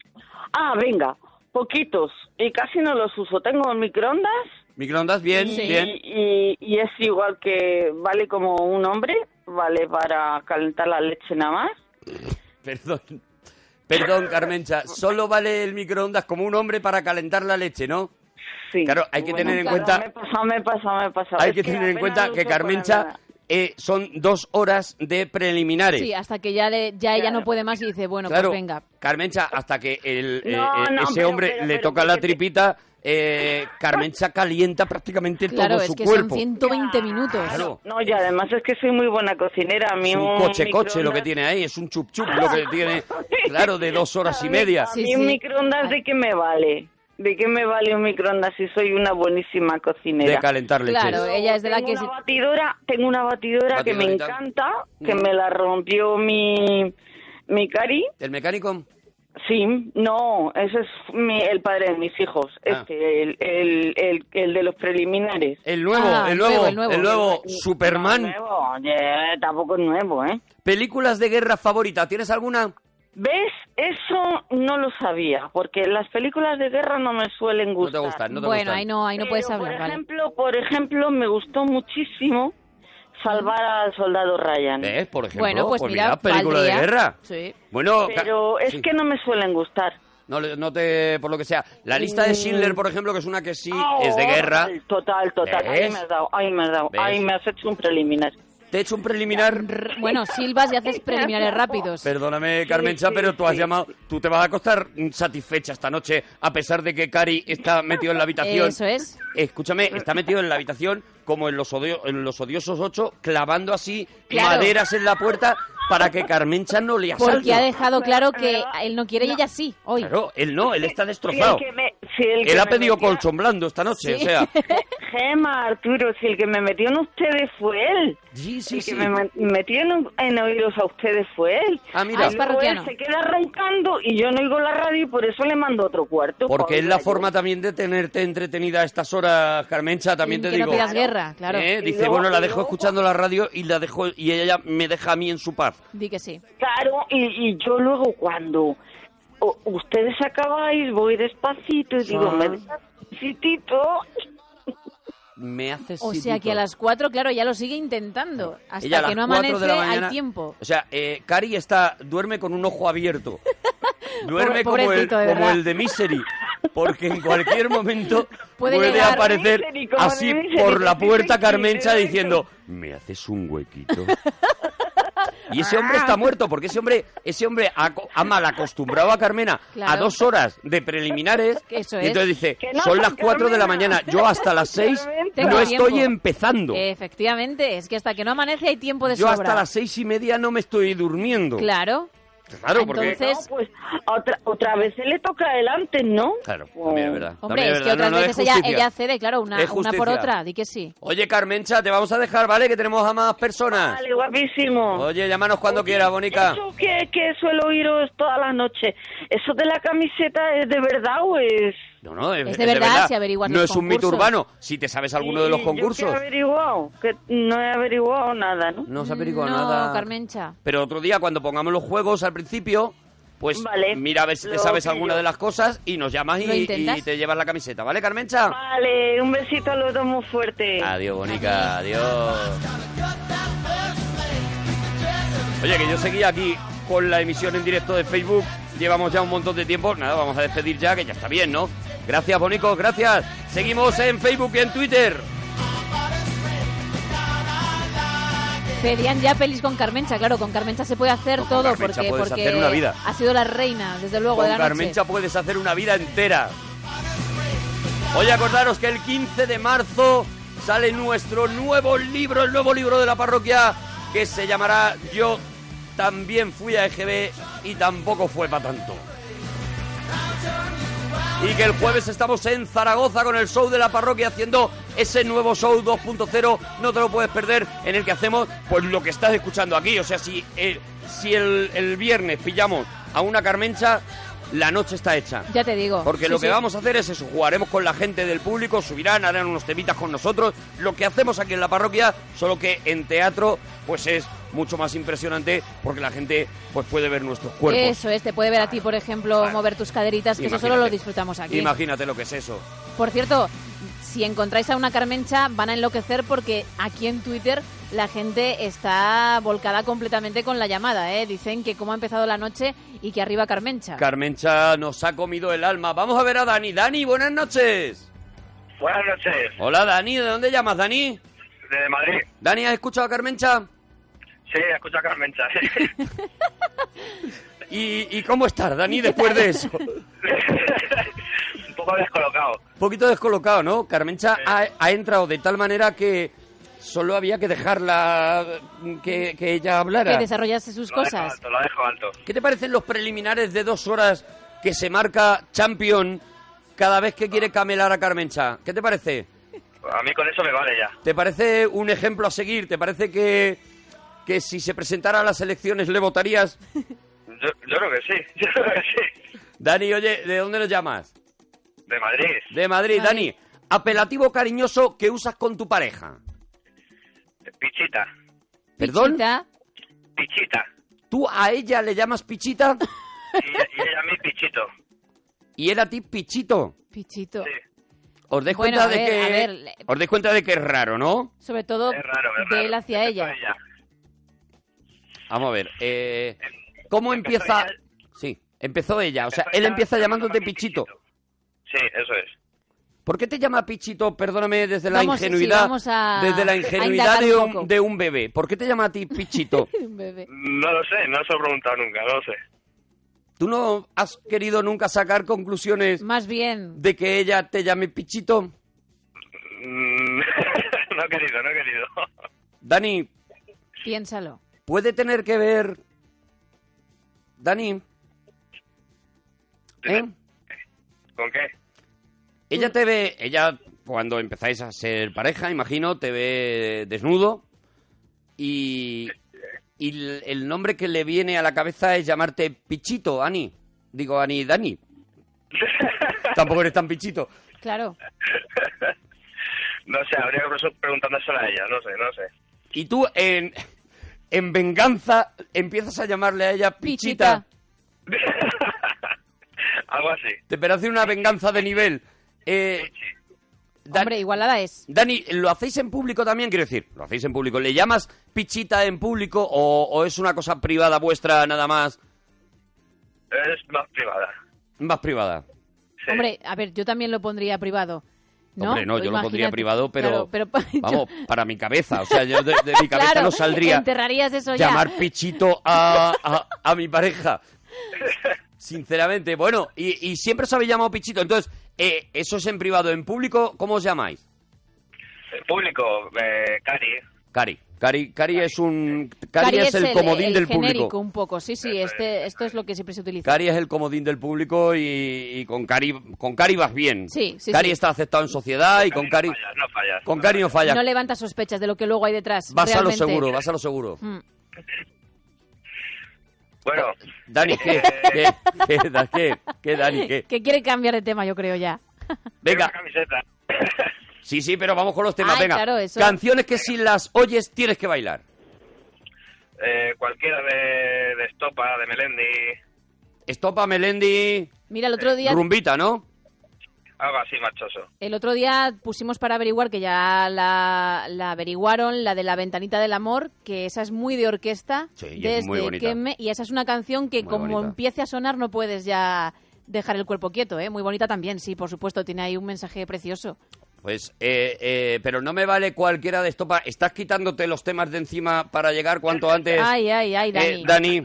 Ah, venga, poquitos y casi no los uso. Tengo el microondas Microondas, bien, y, bien. y- y es igual que vale como un hombre, vale para calentar la leche nada más. Perdón. Perdón, Carmencha. Solo vale el microondas como un hombre para calentar la leche, ¿no? Sí. Claro, hay que tener en claro, cuenta- Me he pasado, me he pasado, me he pasado. Hay Es que tener en apenas cuenta lo que uso para Carmencha nada. eh, son dos horas de preliminares. Sí, hasta que ya, le, ya ella Claro. no puede más y dice, bueno, claro, pues venga. Carmencha, hasta que el, eh, No, eh, no, ese pero- hombre pero- le pero toca la porque te- tripita, eh, Carmencha calienta prácticamente Claro, todo es su que cuerpo. son 120 minutos. Claro. No, y además es que soy muy buena cocinera. A mí Es un coche-coche lo microondas- que tiene ahí, es un chup-chup lo que tiene, claro, de dos horas y media. A Sí, mí un sí. microondas, ¿de qué me vale? ¿De qué me vale un microondas si soy una buenísima de cocinera? calentar leches. Claro, eh. ella es de la tengo que... una se- batidora, tengo una batidora que me Batidorita. encanta, que Mm. me la rompió mi mi cari. ¿El mecánico? Sí, no, ese es mi- el padre de mis hijos, Ah. este, el, el, el, el de los preliminares. El nuevo, Ah, el nuevo, el nuevo, el el nuevo, Superman. No es nuevo, eh, tampoco es nuevo, ¿eh? Películas de guerra favorita, ¿tienes alguna? ¿Ves? Eso no lo sabía, porque las películas de guerra no me suelen No gustar. te gustan, no te bueno, gustan. ahí no, ahí no puedes Pero, hablar, Por vale. ejemplo, por ejemplo, me gustó muchísimo salvar al soldado Ryan. ¿Ves? ¿Eh? Por ejemplo, Bueno, pues, mira, película de valdría. guerra. Sí. Bueno, ca- Pero es sí. que no me suelen gustar. No, le- no te... por lo que sea. La lista Mm. de Schindler, por ejemplo, que es una que sí Ah, es de guerra. Total, total. Ahí ¿Ves? me has dado, ahí me has dado, ¿Ves? ahí me has hecho un preliminar. Te he hecho un preliminar... R- Bueno, silbas y haces preliminares rápidos. Perdóname, Carmencha, sí, pero tú has sí. llamado... Tú te vas a acostar mm, satisfecha esta noche, a pesar de que Cari está metido en la habitación. Eso es. Escúchame, está metido en la habitación como en los, odio- en los odiosos ocho, clavando así Claro. maderas en la puerta para que Carmencha no le asalte. Porque ha dejado claro que él no quiere y ella sí, hoy. Claro, él no, él está destrozado. Si el que me- si el que Él ha me pedido metió- colchón blando esta noche, o sea... Gema, Arturo, si el que me metió en ustedes fue él. Sí, el sí, que sí. me met- metió en, en oídos a ustedes fue él. Ah, mira. Ah, es Y luego parroquiano. él se queda roncando y yo no oigo la radio y por eso le mando otro cuarto. Porque es Oiga, la yo- forma también de tenerte entretenida a estas horas, Carmencha, también te que digo. no pidas guerra, claro. ¿eh? Y Dice, luego- bueno, la y dejo luego- escuchando la radio y la dejo y ella me deja a mí en su paz. Di que sí. Claro, y, y yo luego cuando o- ustedes acabáis, voy despacito y digo, me despacitito. Me haces O sea que a las 4, claro, ya lo sigue intentando. Hasta Ella a las que no cuatro amanece de la mañana- hay tiempo. O sea, eh, Cari está duerme con un ojo abierto. Duerme Pobre- como, el, pobrecito, de como verdad. el de Misery. Porque en cualquier momento puede, Puede llegar. aparecer Misery, como así de Misery, por la sí, sí, puerta sí, Carmencha exacto. diciendo, me haces un huequito. Y ese Ah. hombre está muerto, porque ese hombre, ese hombre ha, co- ha mal acostumbrado a Carmena a Claro. dos horas de preliminares. Que eso y es. entonces dice, Que no, son las Carmena. 4 de la mañana, yo hasta las 6 Tengo no tiempo. estoy empezando. Efectivamente, es que hasta que no amanece hay tiempo de Yo sobra. hasta las seis y media no me estoy durmiendo. Claro. Claro, porque... Entonces- No, pues otra, otra vez se le toca adelante, ¿no? Pues, Claro, también es verdad. Hombre, también es que otras no, no, veces ella, justicia. ella cede, claro, una, Es una por justicia. otra, di que sí. Oye, Carmencha, te vamos a dejar, ¿vale? Que tenemos a más personas. Vale, guapísimo. Oye, llámanos cuando quieras, Bonica. Eso que, que suelo oíros todas las noches. ¿Eso de la camiseta es de verdad o es...? No, no, es, Es de es verdad, si averiguas No los es un mito concursos. urbano. Si te sabes alguno de los Sí, concursos. Yo que he averiguado, que no he averiguado nada, ¿no? No se averigua No, nada. Carmencha. Pero otro día, cuando pongamos los juegos al principio, pues Vale, mira a ver si te lo sabes pillo. alguna de las cosas y nos llamas Lo y, intentas. y te llevas la camiseta, ¿vale, Carmencha? Vale, un besito a los dos muy fuerte. Adiós, Bonica, adiós. Oye, que yo seguía aquí con la emisión en directo de Facebook. Llevamos ya un montón de tiempo. Nada, vamos a despedir ya, que ya está bien, ¿no? Gracias, Bonicos, gracias. Seguimos en Facebook y en Twitter. Pedían ya pelis con Carmencha, claro, con Carmencha se puede hacer todo Carmencha porque, puedes porque hacer una vida. ha sido la reina, desde luego, de Con la Carmencha puedes hacer una vida entera. Oye, acordaros que el 15 de marzo sale nuestro nuevo libro, el nuevo libro de la parroquia, que se llamará Yo también fui a EGB y tampoco fue para tanto. Y que el jueves estamos en Zaragoza con el show de la parroquia haciendo ese nuevo show 2.0, no te lo puedes perder, en el que hacemos pues lo que estás escuchando aquí. O sea, si, eh, si el, el viernes pillamos a una carmencha, la noche está hecha. noche. Ya te digo. Porque Sí, lo que sí. vamos a hacer es eso, jugaremos con la gente del público, subirán, harán unos temitas con nosotros, lo que hacemos aquí en la parroquia, solo que en teatro pues es mucho más impresionante porque la gente pues puede ver nuestros cuerpos. Eso es, te puede ver a ti, por ejemplo, mover tus caderitas, que eso solo Imagínate. lo disfrutamos aquí. Imagínate lo que es eso. Por cierto, si encontráis a una Carmencha, van a enloquecer porque aquí en Twitter la gente está volcada completamente con la llamada. ¿eh? Dicen que cómo ha empezado la noche y que arriba Carmencha. Carmencha nos ha comido el alma. Vamos a ver a Dani. Dani, buenas noches. Buenas noches. Hola Dani, ¿de dónde llamas Dani? De Madrid. Dani, ¿has escuchado a Carmencha? Sí, escucha a Carmencha. ¿Y, y cómo estás Dani después de eso? Un poco descolocado. Un poquito descolocado, ¿no? Carmencha ha, ha entrado de tal manera que solo había que dejarla mm, que, que ella hablara. Que desarrollase sus cosas. Alto, lo dejo alto. ¿Qué te parecen los preliminares de dos horas que se marca Champion cada vez que quiere camelar a Carmencha? ¿Qué te parece? A mí con eso me vale ya. ¿Te parece un ejemplo a seguir? ¿Te parece que, que si se presentara a las elecciones le votarías? Yo, yo creo que sí. Yo creo que sí. Dani, oye, ¿de dónde nos llamas? De Madrid. De Madrid, Dani. Apelativo cariñoso que usas con tu pareja. Pichita. ¿Perdón? Pichita. ¿Tú a ella le llamas pichita Y, y ella a mí pichito. y él a ti pichito? Pichito. ¿Os dais Bueno, cuenta a de ver, que a ver, le- os dais cuenta de que es raro, no? Sobre todo de él hacia ella. Vamos a ver. eh, ¿Cómo empieza? Sí, empezó ella. O sea, él empieza llamándote pichito. Sí, eso es. ¿Por qué te llama Pichito? Perdóname desde la Vamos, sí, ingenuidad, vamos a- desde la a ingenuidad indagar de un un, poco. de un bebé. ¿Por qué te llama a ti Pichito? No lo sé, no se lo he preguntado nunca, no lo sé. ¿Tú no has querido nunca sacar conclusiones Más bien de que ella te llame Pichito? Mm, no he querido, no he querido. Dani, piénsalo. puede tener que ver. Dani. ¿Eh? ¿Con qué? Ella te ve, ella cuando empezáis a ser pareja, imagino, te ve desnudo y, y l- el nombre que le viene a la cabeza es llamarte Pichito, Ani. Digo, Ani, Dani. Tampoco eres tan pichito. Claro. No sé, habría que presu- preguntándoselo a ella, no sé, no sé. Y tú en, en venganza empiezas a llamarle a ella Pichita. Algo así. Te parece una venganza de nivel. Eh, Hombre, igualada es. Dani, ¿lo hacéis en público también? Quiero decir, ¿lo hacéis en público? ¿Le llamas pichita en público o, o es una cosa privada vuestra nada más? Es más privada. Más privada. Hombre, a ver, yo también lo pondría privado. ¿no? Hombre, no, Tú yo lo pondría imagínate. privado, pero, Claro, pero pa- yo- vamos, para mi cabeza. O sea, yo de, de mi cabeza Claro, no saldría enterrarías eso ya. llamar pichito a, a- a mi pareja. Sinceramente, bueno, y, y siempre os habéis llamado pichito. Entonces, eh, eso es en privado. En público, ¿cómo os llamáis? El público, eh, Cari. Cari. Cari, Cari es un... Cari, Cari es el, comodín el del genérico público. un poco, sí, sí, este, esto es lo que siempre se utiliza. Cari es el comodín del público y, y con Cari con Cari vas bien. Sí, sí, Cari sí. está aceptado en sociedad y con Cari con Cari no falla. No levanta sospechas de lo que luego hay detrás. Vas a lo realmente. seguro, vas a lo seguro. Mm. Bueno. Dani, ¿qué? ¿Qué? ¿Qué? Da- ¿Qué? ¿Qué, Dani? ¿Qué? Que quiere cambiar de tema, yo creo ya. Venga. Sí, sí, pero vamos con los temas. Ay, Venga. claro, eso. Canciones que si las oyes tienes que bailar. Eh, cualquiera de, de Estopa, de Melendi, Estopa, Melendi, Mira, el otro día rumbita, ¿no? algo así machoso. El otro día pusimos para averiguar, que ya la, la averiguaron, la de la ventanita del amor, que esa es muy de orquesta. Sí, y es muy bonita. que me- y esa es una canción que Muy como bonita. empiece a sonar no puedes ya dejar el cuerpo quieto, ¿eh? Muy bonita también, sí, por supuesto, tiene ahí un mensaje precioso. Pues, eh, eh, pero no me vale cualquiera de Estopa. Estás quitándote los temas de encima para llegar cuanto antes. Ay, ay, ay, Dani. Eh, Dani.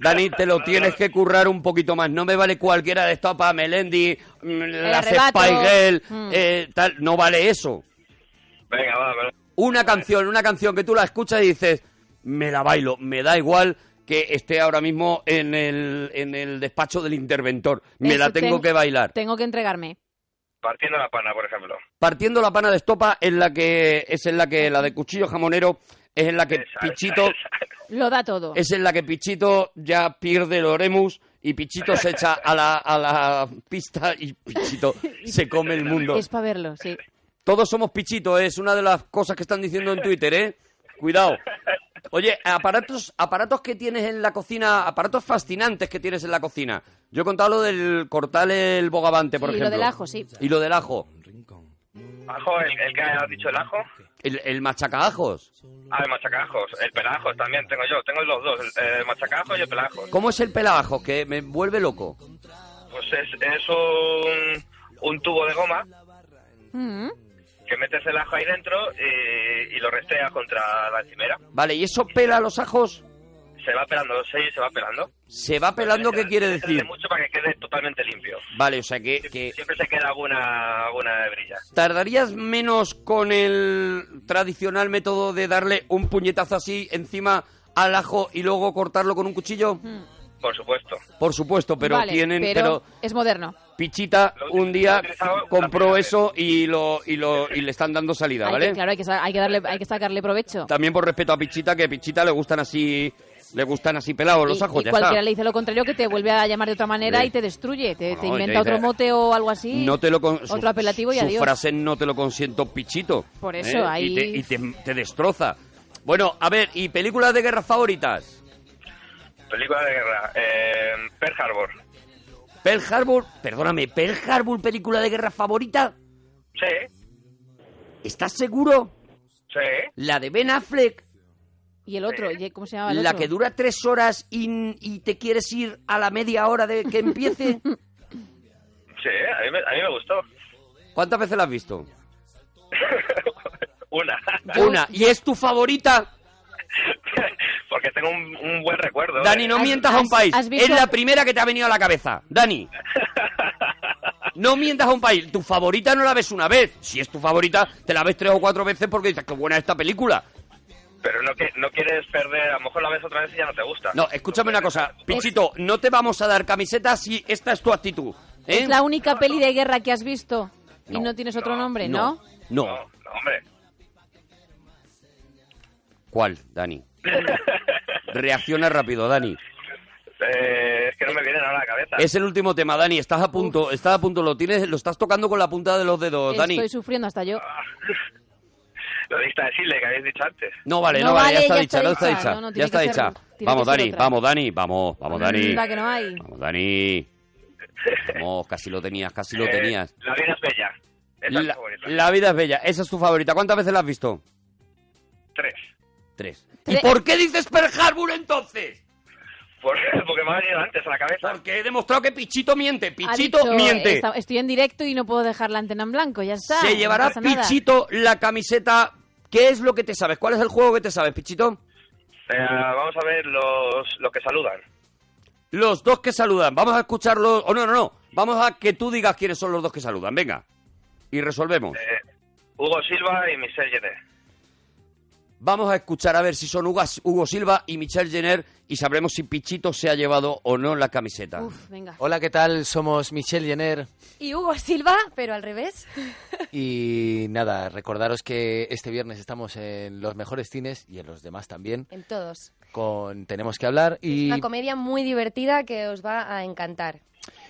Dani, te lo tienes que currar un poquito más. No me vale cualquiera de Estopa, Melendi, mm, las arrebato. Spiegel, Mm. eh, tal. No vale eso. Venga, va, va. Una canción, una canción que tú la escuchas y dices, me la bailo, me da igual que esté ahora mismo en el, en el despacho del interventor. Me Eso, la tengo ten- que bailar. Tengo que entregarme. Partiendo la pana, por ejemplo. Partiendo la pana de estopa es la que es en la que la de cuchillo jamonero es en la que Pichito Lo da todo. es en la que Pichito ya pierde el oremus y Pichito se echa a la, a la pista y Pichito se come el mundo. Es para verlo, sí. Todos somos Pichito, ¿eh? es una de las cosas que están diciendo en Twitter, ¿eh? Cuidado. Oye, aparatos, aparatos que tienes en la cocina, aparatos fascinantes que tienes en la cocina. Yo he contado lo del cortar el bogavante, por y ejemplo. lo del ajo, sí. Y lo del ajo. Ajo, el, el que ha dicho el ajo. El, el machacaajos. Ah, el machacajos, el pelajos también tengo yo. Tengo los dos, el, el machacajos y el pelajos. ¿Cómo es el pelajos? Que me vuelve loco. Pues es, es un, un tubo de goma que metes el ajo ahí dentro y, y lo resteas contra la encimera. Vale, ¿y eso pela los ajos? Se va pelando, sí, se va pelando. ¿Se va pelando qué quiere decir? Mucho para que quede totalmente limpio. Vale, o sea que, que Siempre se queda alguna, alguna hebrilla. ¿Tardarías menos con el tradicional método de darle un puñetazo así encima al ajo y luego cortarlo con un cuchillo? Por supuesto. Por supuesto, pero Mm. Vale, tienen, pero, es moderno. Pichita un día utilizado compró eso y lo y lo y le están dando salida, Hay ¿vale? que- claro, hay que, sa- hay que darle, hay que sacarle provecho. También por respeto a Pichita que a Pichita le gustan así le gustan así pelados los Y- ajos, y ya está. cualquiera le dice lo contrario que te vuelve a llamar de otra manera Sí. y te destruye, te, te Bueno, inventa ya otro dice- mote o algo así, No te lo con- su- otro apelativo y su adiós. frase no te lo consiento, pichito. ¿eh? Por eso, ahí- Y, te, y te- te destroza. Bueno, a ver, ¿y películas de guerra favoritas? Película de guerra. Eh, Pearl Harbor. Pearl Harbor, perdóname, Pearl Harbor, película de guerra favorita. Sí, ¿Estás seguro? sí. La de Ben Affleck, Y el otro, ¿y ¿cómo se llama el la Ah, otro? que dura tres horas y, y te quieres ir a la media hora de que empiece. Sí, a mí me, a mí me gustó. ¿Cuántas veces la has visto? Una. Una. ¿Y es tu favorita? Porque tengo un, un buen recuerdo. Dani, no Eh, mientas a un has- país. has visto- Es la primera que te ha venido a la cabeza. Dani. No mientas a un país. Tu favorita no la ves una vez. Si es tu favorita, te la ves tres o cuatro veces porque dices, qué buena es esta película. Pero no, que, no quieres perder, a lo mejor la ves otra vez y ya no te gusta. No, escúchame una cosa. Pichito, no te vamos a dar camiseta si esta es tu actitud. ¿eh? Es la única peli de guerra que has visto y No, Ah, no tienes otro nombre, ¿no? No, no. No, no, hombre. ¿Cuál, Dani? Reacciona rápido, Dani. Eh, es que no me vienen ahora a la cabeza. Es el último tema, Dani. Estás a punto, estás a punto. Lo tienes, lo estás tocando con la punta de los dedos, Dani. Estoy sufriendo hasta yo. La lista de Chile que habéis dicho antes. No vale, no, No vale, vale, ya está ya dicha, está no está dicha. dicha. No, no, ya tiene está que dicha. ser- tiene que Vamos, ser Dani, otra. vamos, Dani, vamos, vamos, Dani. Anda, que no hay. Vamos, Dani. Vamos, casi lo tenías, casi lo Eh, tenías. la vida es bella. Esa es mi La, favorita. la vida es bella, esa es tu favorita. ¿Cuántas veces la has visto? Tres. Tres. ¿Y Tres. por qué dices Pearl Harbor entonces? Por- porque me ha venido antes a la cabeza. Porque he demostrado que Pichito miente. Ha Pichito dicho, miente. "Esta- estoy en directo y no puedo dejar la antena en blanco, ya está. Se no llevará pasa nada". Pichito la camiseta. ¿Qué es lo que te sabes? ¿Cuál es el juego que te sabes, Pichito? Eh, vamos a ver los, los que saludan. Los dos que saludan. Vamos a escucharlos. O no, no, no. Vamos a que tú digas quiénes son los dos que saludan. Venga. Y resolvemos. Eh, Hugo Silva y Michel Jenner. Vamos a escuchar a ver si son Hugo, Hugo Silva y Michelle Jenner y sabremos si Pichito se ha llevado o no la camiseta. Venga. Hola, ¿qué tal? Somos Michelle Jenner Y Hugo Silva, pero al revés. y nada, recordaros que este viernes estamos en los mejores cines y en los demás también En todos. con Tenemos que hablar y, Una comedia muy divertida que os va a encantar.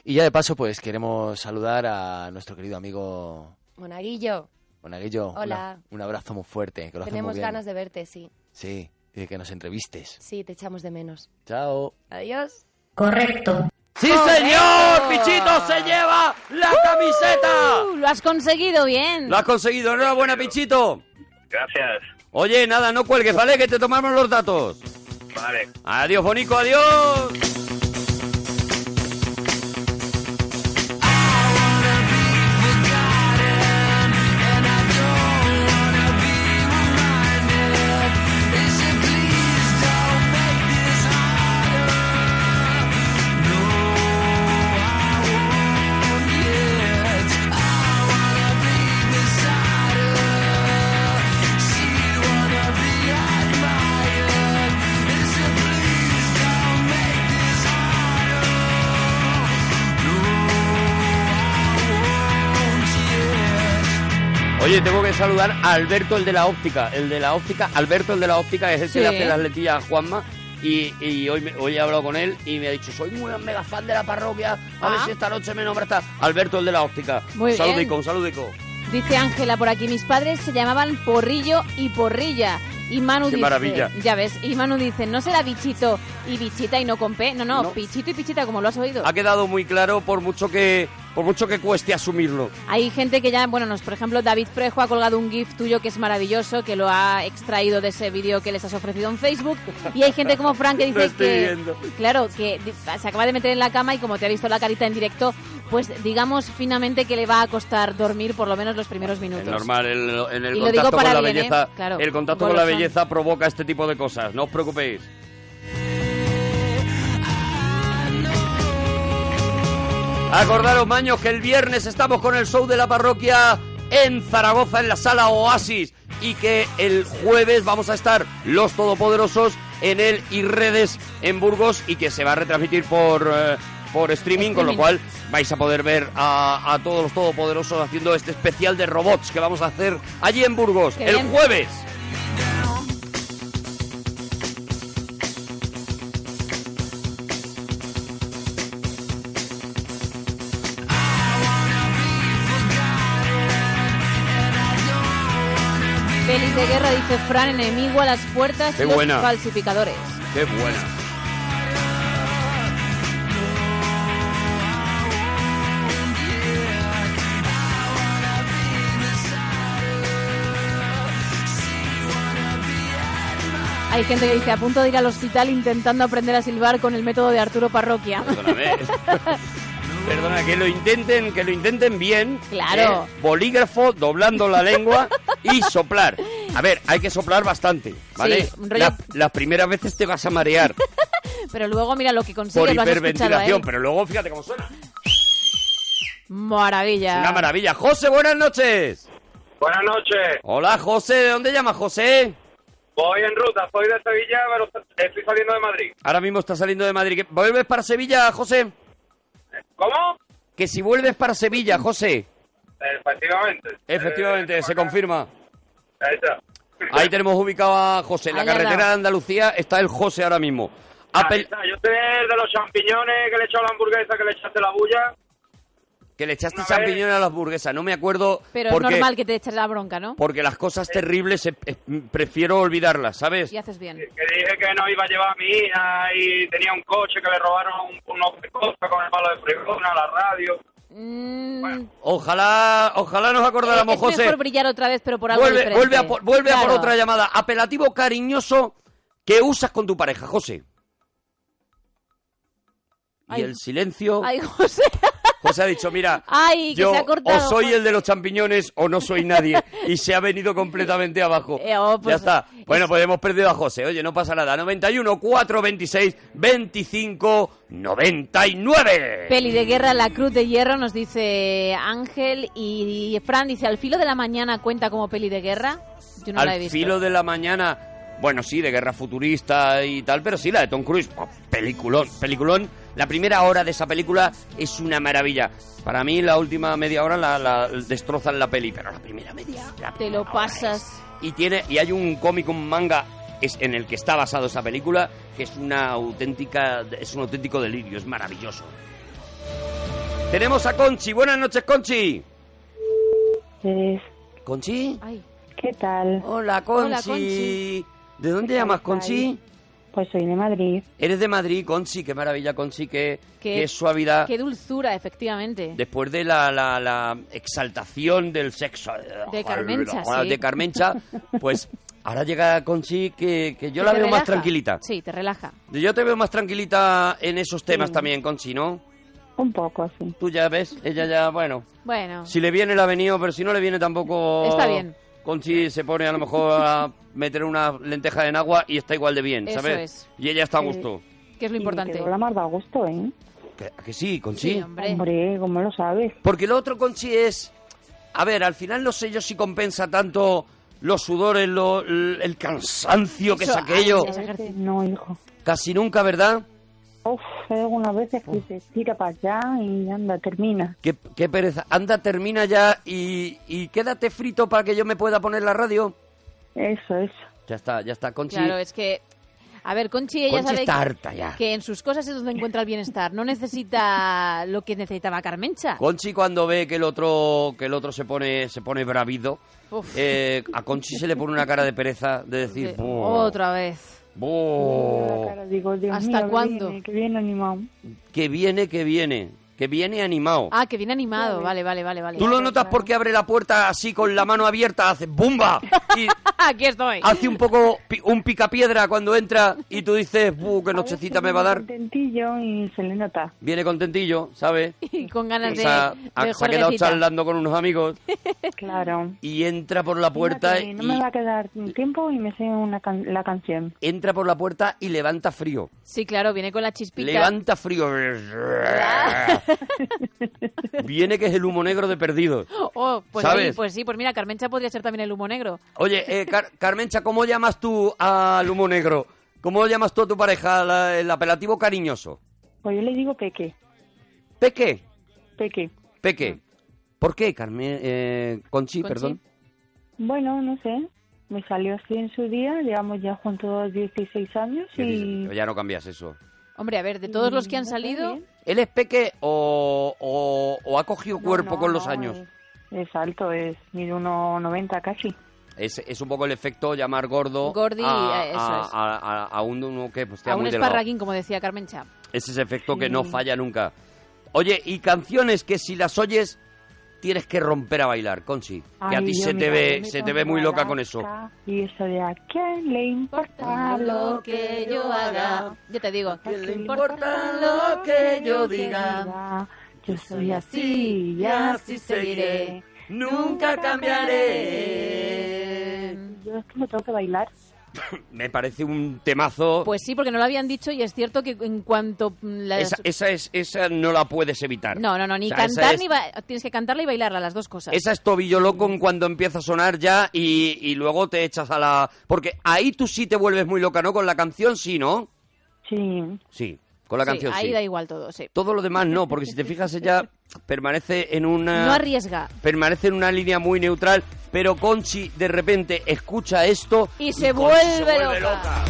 y ya de paso pues queremos saludar a nuestro querido amigo Monaguillo, Monaguillo. Una- Hola. un abrazo muy fuerte, que lo hace muy tenemos bien. ganas de verte, sí. Sí, y de que nos entrevistes. Sí, te echamos de menos. Chao. Adiós. Correcto. ¡Sí, señor! ¡Pichito se lleva la camiseta! Uh, Lo has conseguido bien. Lo has conseguido. Enhorabuena, Pichito. Gracias. Oye, nada, no cuelgues, ¿vale? Que te tomamos los datos. Vale. Adiós, Bonico, adiós. Oye, tengo que saludar a Alberto, el de la óptica. El de la óptica, Alberto, el de la óptica, es el Sí. que le hace las letillas a Juanma. Y, y hoy, me- hoy he hablado con él y me ha dicho, soy muy mega fan de la parroquia. A ver si esta noche me nombra esta. Alberto, el de la óptica. Ah. Muy un saludico, bien. un saludico. Dice Ángela por aquí, mis padres se llamaban Porrillo y Porrilla. Y Manu Qué dice, maravilla. ya ves, y Manu dice, no será bichito y bichita y no con P, no, no, pichito y pichita como lo has oído. Ha quedado muy claro por mucho que, por mucho que cueste asumirlo. Hay gente que ya, bueno, nos, por ejemplo, David Frejo ha colgado un GIF tuyo que es maravilloso, que lo ha extraído de ese vídeo que les has ofrecido en Facebook. Y hay gente como Frank que dice Lo estoy que, viendo. claro, que di- se acaba de meter en la cama y como te ha visto la carita en directo, pues digamos finamente que le va a costar dormir por lo menos los primeros Es minutos. normal, el, en el Y lo digo contacto con para la bien, ¿eh? belleza, Claro, el contacto con la golosón. belleza provoca este tipo de cosas. No os preocupéis. Acordaros, maños, que el viernes estamos con el show de la parroquia en Zaragoza, en la sala Oasis. Y que el jueves vamos a estar los todopoderosos en el y redes en Burgos y que se va a retransmitir por, eh, por streaming, con lo Streaming. cual vais a poder ver a, a todos los todopoderosos haciendo este especial de robots que vamos a hacer allí en Burgos Qué el bien. jueves. Feliz de guerra, dice Fran, enemigo a las puertas, Qué los buena. falsificadores. Qué buena. Hay gente que dice, a punto de ir al hospital intentando aprender a silbar con el método de Arturo Parroquia. Perdóname. Perdona, que lo intenten, que lo intenten bien. Claro. ¿eh? Bolígrafo, doblando la lengua y soplar. A ver, hay que soplar bastante, ¿vale? Sí, un rollo- La- las primeras veces te vas a marear Pero luego, mira, lo que consigues por lo has escuchado, ¿eh? hiperventilación, pero luego fíjate cómo suena. Maravilla. Una maravilla. José, buenas noches. Buenas noches. Hola, José. ¿De dónde llama José? Voy en ruta, soy de Sevilla, pero estoy saliendo de Madrid. Ahora mismo está saliendo de Madrid. ¿Qué- ¿Vuelves para Sevilla, José? ¿Cómo? Que si vuelves para Sevilla, José. Efectivamente. Efectivamente, se confirma. Ahí está. Ahí tenemos ubicado a José. En la Ahí al carretera lado. de Andalucía está el José ahora mismo. Ha Ahí Ah, pel- está. Yo soy el de los champiñones que le he echado a la hamburguesa, que le echaste la bulla. que le echaste champiñones a las burguesas. No me acuerdo Pero es porque, normal que te eches la bronca, ¿no? porque las cosas terribles eh, eh, prefiero olvidarlas, ¿sabes? Y haces bien. Que dije que no iba a llevar a mi hija y tenía un coche que le robaron un- unos cosas con el palo de fregona, la radio. Ojalá, ojalá nos acordáramos, Mm, Eh, es José. mejor brillar otra vez, pero por algo Vuelve, diferente. vuelve, a, por, vuelve a por Claro. otra llamada. Apelativo cariñoso que usas con tu pareja, José. y el silencio. Ay, José. José ha dicho, mira, Ay, que yo se ha cortado. o soy el de los champiñones o no soy nadie. y se ha venido completamente abajo. Eh, oh, pues, ya está. Bueno, pues hemos perdido a José. Oye, no pasa nada. 91, 4, 26, 25, 99. Peli de guerra, La Cruz de Hierro, nos dice Ángel. Y Fran dice, ¿Al filo de la mañana cuenta como peli de guerra? Yo no Al la he visto. filo de la mañana. Bueno, sí, de guerra futurista y tal, pero sí, la de Tom Cruise. oh, peliculón, peliculón. La primera hora de esa película es una maravilla. Para mí, la última media hora la, la destrozan la peli, pero la primera media. Te lo pasas. y tiene y hay un cómic un manga es en el que está basado esa película que es una auténtica es un auténtico delirio es maravilloso tenemos a Conchi buenas noches Conchi Conchi ¿Qué tal? Hola, Conchi. de dónde llamas Conchi Pues soy de Madrid. eres de Madrid Conchi qué maravilla Conchi qué, Qué- qué suavidad Qué dulzura, efectivamente. Después de la, la- la exaltación del sexo eh, De Carmencha, sí. de Carmencha, pues ahora llega Conchi que, que yo Que la te veo más relaja. tranquilita. Sí, te relaja. Yo te veo más tranquilita en esos temas también, Conchi, ¿no? Un poco, sí. Tú ya ves, ella ya, bueno. Bueno, Si le viene, le ha venido, pero si no le viene tampoco. Está bien. Conchi se pone a lo mejor a meter una lenteja en agua y está igual de bien, Eso ¿sabes? es. Y ella está a Sí. gusto. que es lo Y importante. me quedó la más da gusto, ¿eh? ¿Que, que sí, Conchi? Hombre, ¿cómo lo sabes? Porque lo otro, Conchi, es. A ver, al final no sé yo si compensa tanto los sudores, lo- l- el cansancio que es Eso, aquello. a veces No, hijo. Casi nunca, ¿verdad? Uf, hay algunas veces que te tira para allá y anda, termina. Qué, qué pereza. Anda, termina ya y, y quédate frito para que yo me pueda poner la radio. Eso, eso. Ya está, ya está, Conchi. Claro, es que... A ver, Conchi, ella Conchi sabe está que- harta ya. que en sus cosas es donde encuentra el bienestar. No necesita lo que necesitaba Carmencha. Conchi cuando ve que el otro que el otro se pone se pone bravido, Uf. eh, a Conchi se le pone una cara de pereza de decir, De- "Buah, Eh, Otra vez. buah, Ahora digo, Dios ¿Hasta mío, que cuándo? viene, Que viene animado. que viene, que viene, que viene animado. Ah, que viene animado. Vale, vale, vale. vale. Tú lo notas porque abre la puerta así con la mano abierta, hace ¡bumba! Y Aquí estoy. hace un poco pi- un picapiedra cuando entra y tú dices, "Buh, qué nochecita me va a dar! Contentillo y se le nota. Viene contentillo, ¿sabes? Y con ganas O de, sea, ha- de se ha quedado juerguecita. charlando con unos amigos Claro. y entra por la puerta Fíjate, y No me va a quedar tiempo y me sé una can- la canción. entra por la puerta y levanta frío. Sí, claro, viene con la chispita. Levanta frío. Viene que es el humo negro de perdidos. Oh, pues ¿Sabes? sí, pues sí, pues mira, Carmencha podría ser también el humo negro. Oye, eh, Car- Carmencha, ¿cómo llamas tú al humo negro? ¿Cómo llamas tú a tu pareja la- el apelativo cariñoso? Pues yo le digo Peque, Peque. Peque. Peque. ¿Por qué, Carmen? eh, Conchi, Conchi. perdón. Bueno, no sé, me salió así en su día, llevamos ya juntos 16 años y... Pero ya no cambias eso. Hombre, a ver, de todos los que Mm, han salido, ¿Él es Peque o, o- o ha cogido cuerpo no, con los no, años? Es alto, es 1,90 casi. Es, es un poco el efecto llamar gordo Gordi, a, eh, eso a- es. a- a- a un, uno que pues, a sea un muy delgado. esparraguín, como decía Carmencha. Es ese efecto que Sí. no falla nunca. Oye, y canciones que si las oyes tienes que romper a bailar, Conchi. que a Ay, ti yo, se mira, te yo ve, me se te pongo ve muy a loca la con eso. Y eso de a quién le importa lo que yo haga. Yo te digo, le importa lo que yo diga. Yo soy así y así seguiré. Nunca cambiaré. Yo es que me tengo que bailar. Me parece un temazo. Pues sí, porque no lo habían dicho y es cierto que en cuanto mm, la- esa, esa es, esa no la puedes evitar. No, no, no, ni O sea, esa cantar es- ni ba- tienes que cantarla y bailarla, las dos cosas. Esa es tobillo loco en cuando empieza a sonar ya y, y luego te echas a la... Porque ahí tú sí te vuelves muy loca, ¿no? Con la canción sí, ¿no? Sí. Sí, con la Sí, canción ahí sí. da igual todo, sí. Todo lo demás no, porque si te fijas ella permanece en una... No arriesga. permanece en una línea muy neutral, pero Conchi de repente escucha esto Y se Conchi vuelve, vuelve loca.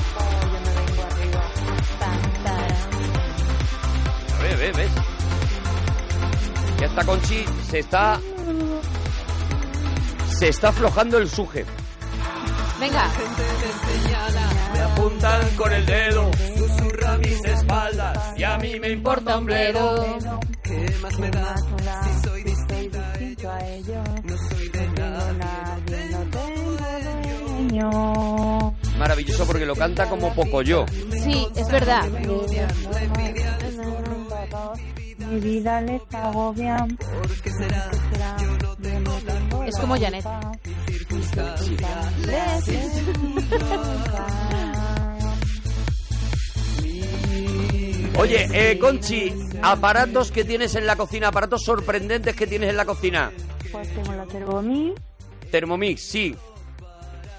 A ver, ve, ves. Ya está Conchi, se está se está aflojando el suje. Venga. Me apuntan con el dedo, susurra mis espaldas y a mí me importa un bledo. ¿Qué más me da si soy distinta a ellos? No soy de nadie, no tengo Maravilloso porque lo canta como poco yo. Sí, es verdad. Mi vida les agobia. ¿Por será? Yo no tengo Es la como Janet. culpa. Oye, eh, Conchi, aparatos que tienes en la cocina, aparatos sorprendentes que tienes en la cocina. Pues tengo la Thermomix, Thermomix, sí.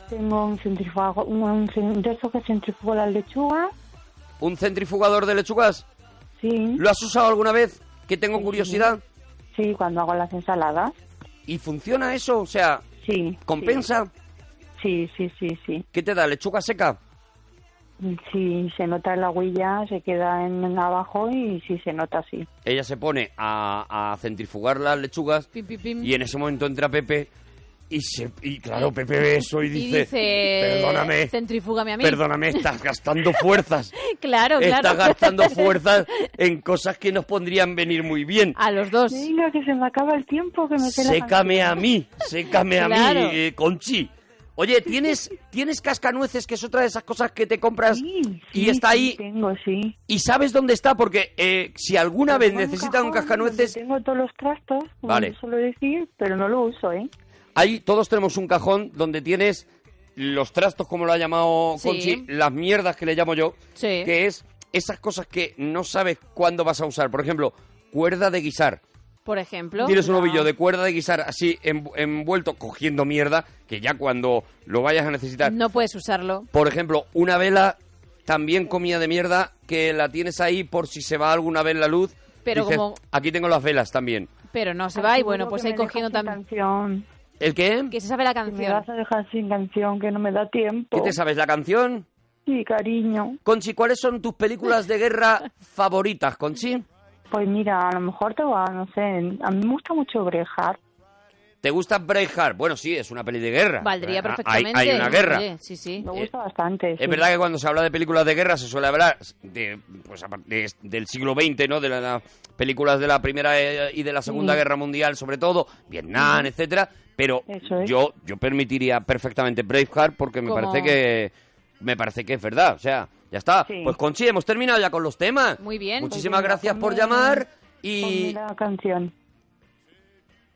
tengo un centrifugador, un, un cen- de esos que centrifuga la lechuga. ¿Un centrifugador de lechugas? Sí. ¿Lo has usado alguna vez? Que tengo curiosidad. Sí, cuando hago las ensaladas. ¿Y funciona eso? O sea, Sí. ¿compensa? Sí, sí, sí, sí. ¿Qué te da? ¿Lechuga seca? Si se nota la huella, se queda en, en abajo y si se nota así. Ella se pone a, a centrifugar las lechugas y en ese momento entra Pepe y, se, y claro, Pepe ve eso y dice, perdóname, Centrifúgame a mí. perdóname, estás gastando fuerzas. Claro, claro. Estás gastando fuerzas en cosas que nos pondrían venir muy bien. A los dos. Venga, que se me acaba el tiempo, que me queda... Sécame a mí, sécame a Claro. mí, eh, Conchi. Oye, ¿tienes, ¿tienes cascanueces, que es otra de esas cosas que te compras y sí, está ahí? sí, tengo, sí. ¿Y sabes dónde está? Porque eh, si Pues alguna vez necesitan un cascanueces... Tengo todos los trastos, como Vale. suelo decir, pero no lo uso, ¿eh? Ahí todos tenemos un cajón donde tienes los trastos, como lo ha llamado Sí. Conchi, las mierdas que le llamo yo, Sí. que es esas cosas que no sabes cuándo vas a usar. Por ejemplo, cuerda de guisar. Por ejemplo. Tienes un ovillo de cuerda de guisar así en- envuelto cogiendo mierda que ya cuando lo vayas a necesitar. No puedes usarlo. Por ejemplo, una vela también comida de mierda que la tienes ahí por si se va alguna vez la luz. Pero Dices, como- Aquí tengo las velas también. Pero no se va y bueno, pues que ahí me dejas cogiendo sin también. Canción. ¿El qué? Que se sabe la Me canción. vas a dejar sin canción, que no me da tiempo. ¿Qué te sabes? ¿La canción? Sí, cariño. Conchi, ¿cuáles son tus películas de guerra favoritas, Conchi? Pues mira, a lo mejor te va, no sé, a mí me gusta mucho brejar. ¿Te gusta Braveheart? Bueno, sí, es una peli de guerra. Valdría Ah, perfectamente. Hay, hay una guerra. Oye, sí, sí. Me gusta bastante. sí. Es verdad que cuando se habla de películas de guerra se suele hablar de, pues, a par- de- del siglo XX, ¿no? De la- las películas de la Primera eh, y de la Segunda Sí. Guerra Mundial, sobre todo, Vietnam, etcétera. Pero Eso es. yo, yo permitiría perfectamente Braveheart porque me Como- parece que me parece que es verdad. O sea, ya está. Sí. Pues Conchi, hemos terminado ya con los temas. Muy bien. Muchísimas Pues venga, gracias por ponme- llamar y... Ponme la canción.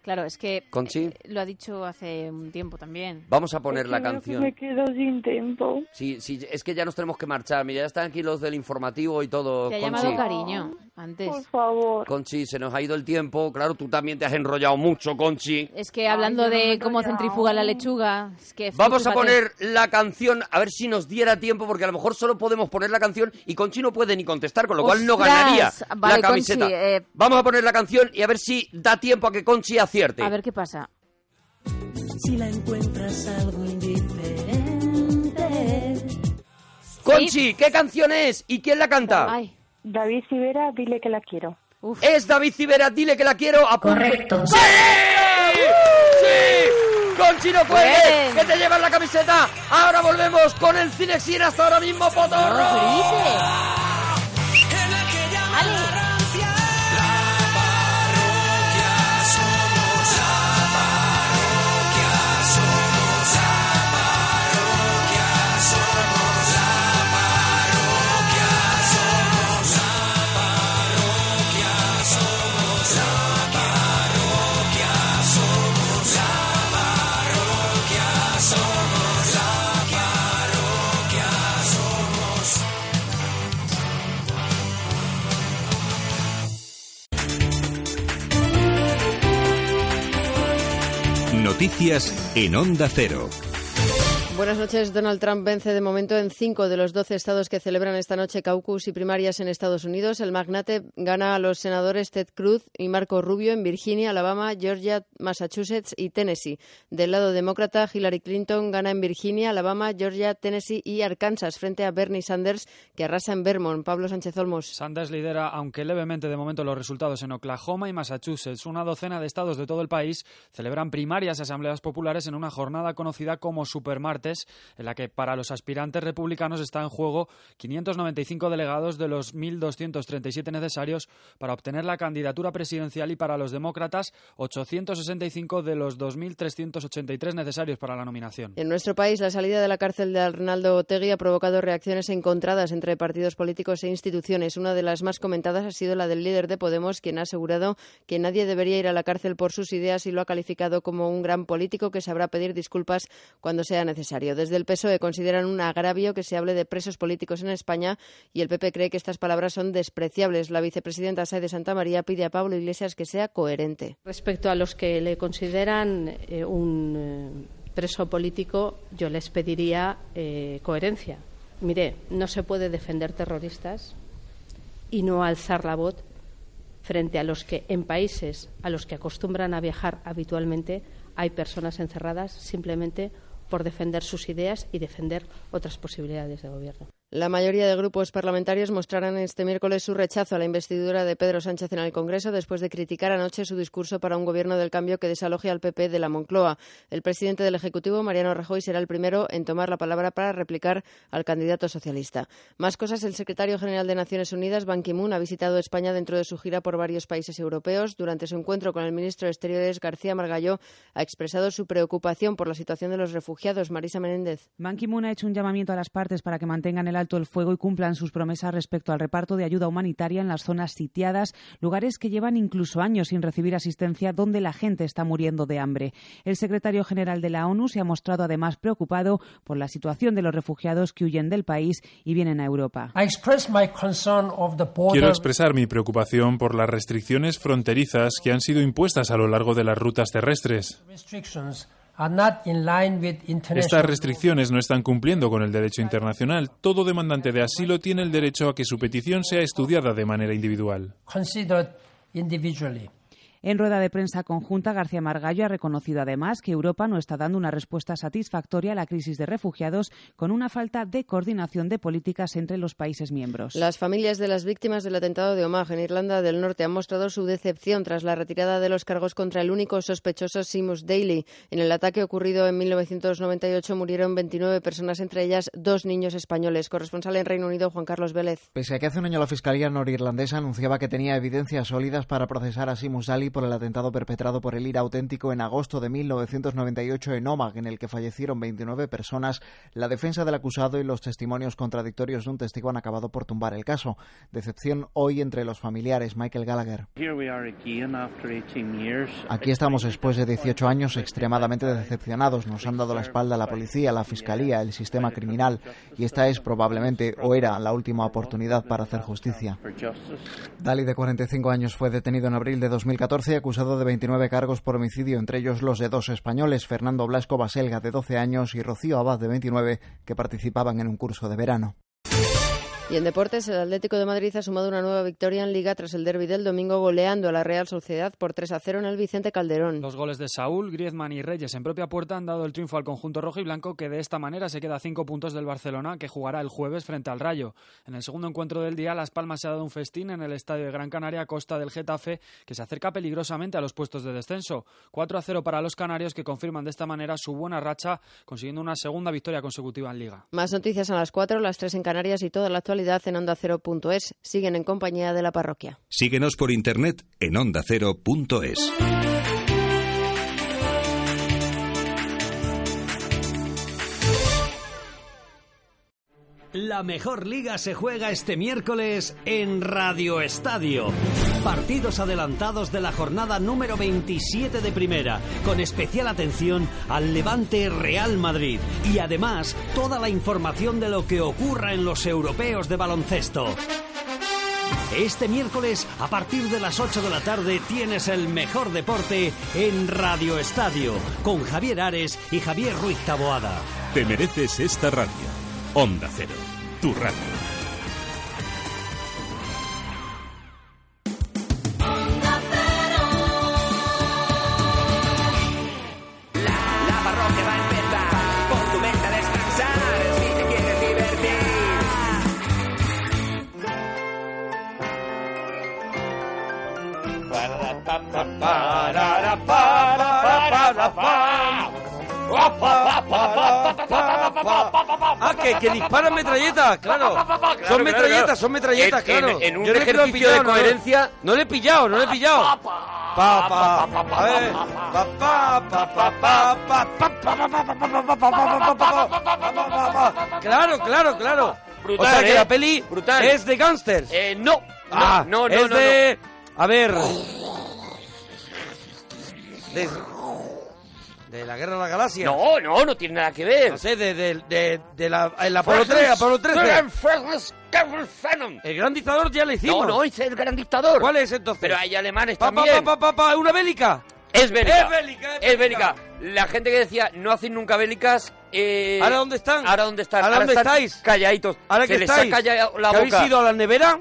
Claro, es que eh, Conchi, lo ha dicho hace un tiempo también. vamos a poner Es la que veo canción. que Me quedo sin tiempo. Sí, sí, es que ya nos tenemos que marchar. Mira, ya están aquí los del informativo y todo. Te ha Conchi. llamado cariño antes. Por favor. Conchi, se nos ha ido el tiempo. Claro, tú también te has enrollado mucho, Conchi. Es que hablando yo no me de he cómo enrollado. centrifuga la lechuga, es que... Vamos a fíjate. poner la canción, a ver si nos diera tiempo, porque a lo mejor solo podemos poner la canción y Conchi no puede ni contestar, con lo cual no Ostras, ganaría vale, la camiseta. Conchi, eh. Vamos a poner la canción y a ver si da tiempo a que Conchi acierte. A ver qué pasa. Si la encuentras algo indiferente. Conchi, ¿qué canción es y quién la canta? David Sivera, dile que la quiero. Es David Civera, dile que la quiero. A... Correcto. ¡Sí! ¡Sí! ¡Conchi no cuelgues! Bien. ¡Que te llevan la camiseta! Ahora volvemos con el Cinexin hasta ahora mismo, Potorro. Somos la parroquia, somos la parroquia, somos la parroquia, somos la parroquia, somos la parroquia, somos la parroquia, somos la parroquia, somos. Noticias en Onda Cero. Buenas noches. Donald Trump vence de momento en cinco de los 12 estados que celebran esta noche caucus y primarias en Estados Unidos. El magnate gana a los senadores Ted Cruz y Marco Rubio en Virginia, Alabama, Georgia, Massachusetts y Tennessee. Del lado demócrata, Hillary Clinton gana en Virginia, Alabama, Georgia, Tennessee y Arkansas frente a Bernie Sanders, que arrasa en Vermont. Pablo Sánchez Olmos. Sanders lidera, aunque levemente de momento, los resultados en Oklahoma y Massachusetts. Una docena de estados de todo el país celebran primarias y asambleas populares en una jornada conocida como Supermartes debates en la que para los aspirantes republicanos está en juego 595 delegados de los 1.237 necesarios para obtener la candidatura presidencial y para los demócratas 865 de los 2.383 necesarios para la nominación. En nuestro país, la salida de la cárcel de Arnaldo Otegui ha provocado reacciones encontradas entre partidos políticos e instituciones. Una de las más comentadas ha sido la del líder de Podemos, quien ha asegurado que nadie debería ir a la cárcel por sus ideas y lo ha calificado como un gran político que sabrá pedir disculpas cuando sea necesario. Desde el PSOE consideran un agravio que se hable de presos políticos en España y el PP cree que estas palabras son despreciables. La vicepresidenta Sáez de Santa María pide a Pablo Iglesias que sea coherente. Respecto a los que le consideran eh, un eh, preso político, yo les pediría eh, coherencia. Mire, no se puede defender terroristas y no alzar la voz frente a los que en países a los que acostumbran a viajar habitualmente hay personas encerradas simplemente por defender sus ideas y defender otras posibilidades de gobierno. La mayoría de grupos parlamentarios mostrarán este miércoles su rechazo a la investidura de Pedro Sánchez en el Congreso después de criticar anoche su discurso para un gobierno del cambio que desaloje al PP de la Moncloa. El presidente del Ejecutivo, Mariano Rajoy, será el primero en tomar la palabra para replicar al candidato socialista. Más cosas, el secretario general de Naciones Unidas, Ban Ki-moon, ha visitado España dentro de su gira por varios países europeos. Durante su encuentro con el ministro de Exteriores, García Margallo, ha expresado su preocupación por la situación de los refugiados. Marisa Menéndez. Ban Ki-moon ha hecho un llamamiento a las partes para que mantengan el alto el fuego y cumplan sus promesas respecto al reparto de ayuda humanitaria en las zonas sitiadas, lugares que llevan incluso años sin recibir asistencia donde la gente está muriendo de hambre. El secretario general de la ONU se ha mostrado además preocupado por la situación de los refugiados que huyen del país y vienen a Europa. Quiero expresar mi preocupación por las restricciones fronterizas que han sido impuestas a lo largo de las rutas terrestres. Estas restricciones no están cumpliendo con el derecho internacional. Todo demandante de asilo tiene el derecho a que su petición sea estudiada de manera individual. En rueda de prensa conjunta, García Margallo ha reconocido además que Europa no está dando una respuesta satisfactoria a la crisis de refugiados con una falta de coordinación de políticas entre los países miembros. Las familias de las víctimas del atentado de Omagh en Irlanda del Norte han mostrado su decepción tras la retirada de los cargos contra el único sospechoso Seamus Daly. En el ataque ocurrido en 1998 murieron 29 personas, entre ellas dos niños españoles. Corresponsal en Reino Unido, Juan Carlos Vélez. Pese a que hace un año la Fiscalía norirlandesa anunciaba que tenía evidencias sólidas para procesar a Seamus Daly por el atentado perpetrado por el IRA auténtico en agosto de 1998 en Omagh, en el que fallecieron 29 personas, la defensa del acusado y los testimonios contradictorios de un testigo han acabado por tumbar el caso. Decepción hoy entre los familiares. Michael Gallagher. Aquí estamos después de 18 años extremadamente decepcionados. Nos han dado la espalda la policía, la fiscalía, el sistema criminal y esta es probablemente o era la última oportunidad para hacer justicia. Dali, de 45 años, fue detenido en abril de 2014 acusado de 29 cargos por homicidio, entre ellos los de dos españoles, Fernando Blasco Baselga, de 12 años, y Rocío Abad, de 29, que participaban en un curso de verano. Y en deportes, el Atlético de Madrid ha sumado una nueva victoria en Liga tras el derby del domingo, goleando a la Real Sociedad por 3 a 0 en el Vicente Calderón. Los goles de Saúl, Griezmann y Reyes en propia puerta han dado el triunfo al conjunto rojo y blanco, que de esta manera se queda a cinco puntos del Barcelona, que jugará el jueves frente al Rayo. En el segundo encuentro del día, Las Palmas se ha dado un festín en el estadio de Gran Canaria a costa del Getafe, que se acerca peligrosamente a los puestos de descenso. 4 a 0 para los canarios, que confirman de esta manera su buena racha, consiguiendo una segunda victoria consecutiva en Liga. Más noticias a las 4, las 3 en Canarias y toda la actualidad en onda ondacero.es. Siguen en compañía de la parroquia. Síguenos por internet en ondacero.es. La mejor liga se juega este miércoles en Radio Estadio. Partidos adelantados de la jornada número 27 de primera, con especial atención al Levante Real Madrid y además toda la información de lo que ocurra en los europeos de baloncesto. Este miércoles, a partir de las 8 de la tarde, tienes el mejor deporte en Radio Estadio, con Javier Ares y Javier Ruiz Taboada. Te mereces esta radio. Onda Cero, tu radio. La parroquia va a empezar. Pon tu mente a descansar si te quieres divertir. Para, para, para, para, para, para. pa, pa, pa, pa, pa, pa, pa, pa, pa, pa, pa, Ah, que, que disparan metralletas, claro. son metralletas, claro. son metralletas, En- en- claro. en un Yo no he pillado, ejercicio de no, no. coherencia- No, le he pillado, no le he pillado. Pa, pa, a ver. Pa, pa, pa, pa, pa, pa, pa, pa, pa, pa, pa, pa, pa, pa, pa, pa, pa, pa, pa, pa, pa, pa, pa. Claro, claro, claro. Brutal, o sea que ¿eh? la peli Brutal. es de gangsters. Eh, no. Ah, no, no, es no, de... A ver... De... de la Guerra de las Galaxias. No, no, no tiene nada que ver. No sé, de, de, de, de la, el Apolo 3, Apolo 13. El gran dictador ya le hicimos. No, no, es el gran dictador. ¿Cuál es entonces? Pero hay alemanes Pa, pa, también. pa, pa, pa, pa, ¿Una bélica? Es bélica. Es bélica, es Es bélica. La gente que decía no hacen nunca bélicas. eh, ¿Ahora dónde están? Ahora dónde están. ¿Ahora dónde están estáis? Calladitos. ¿Ahora Se que les estáis? ha callado la ¿Que boca. habéis ido a la nevera?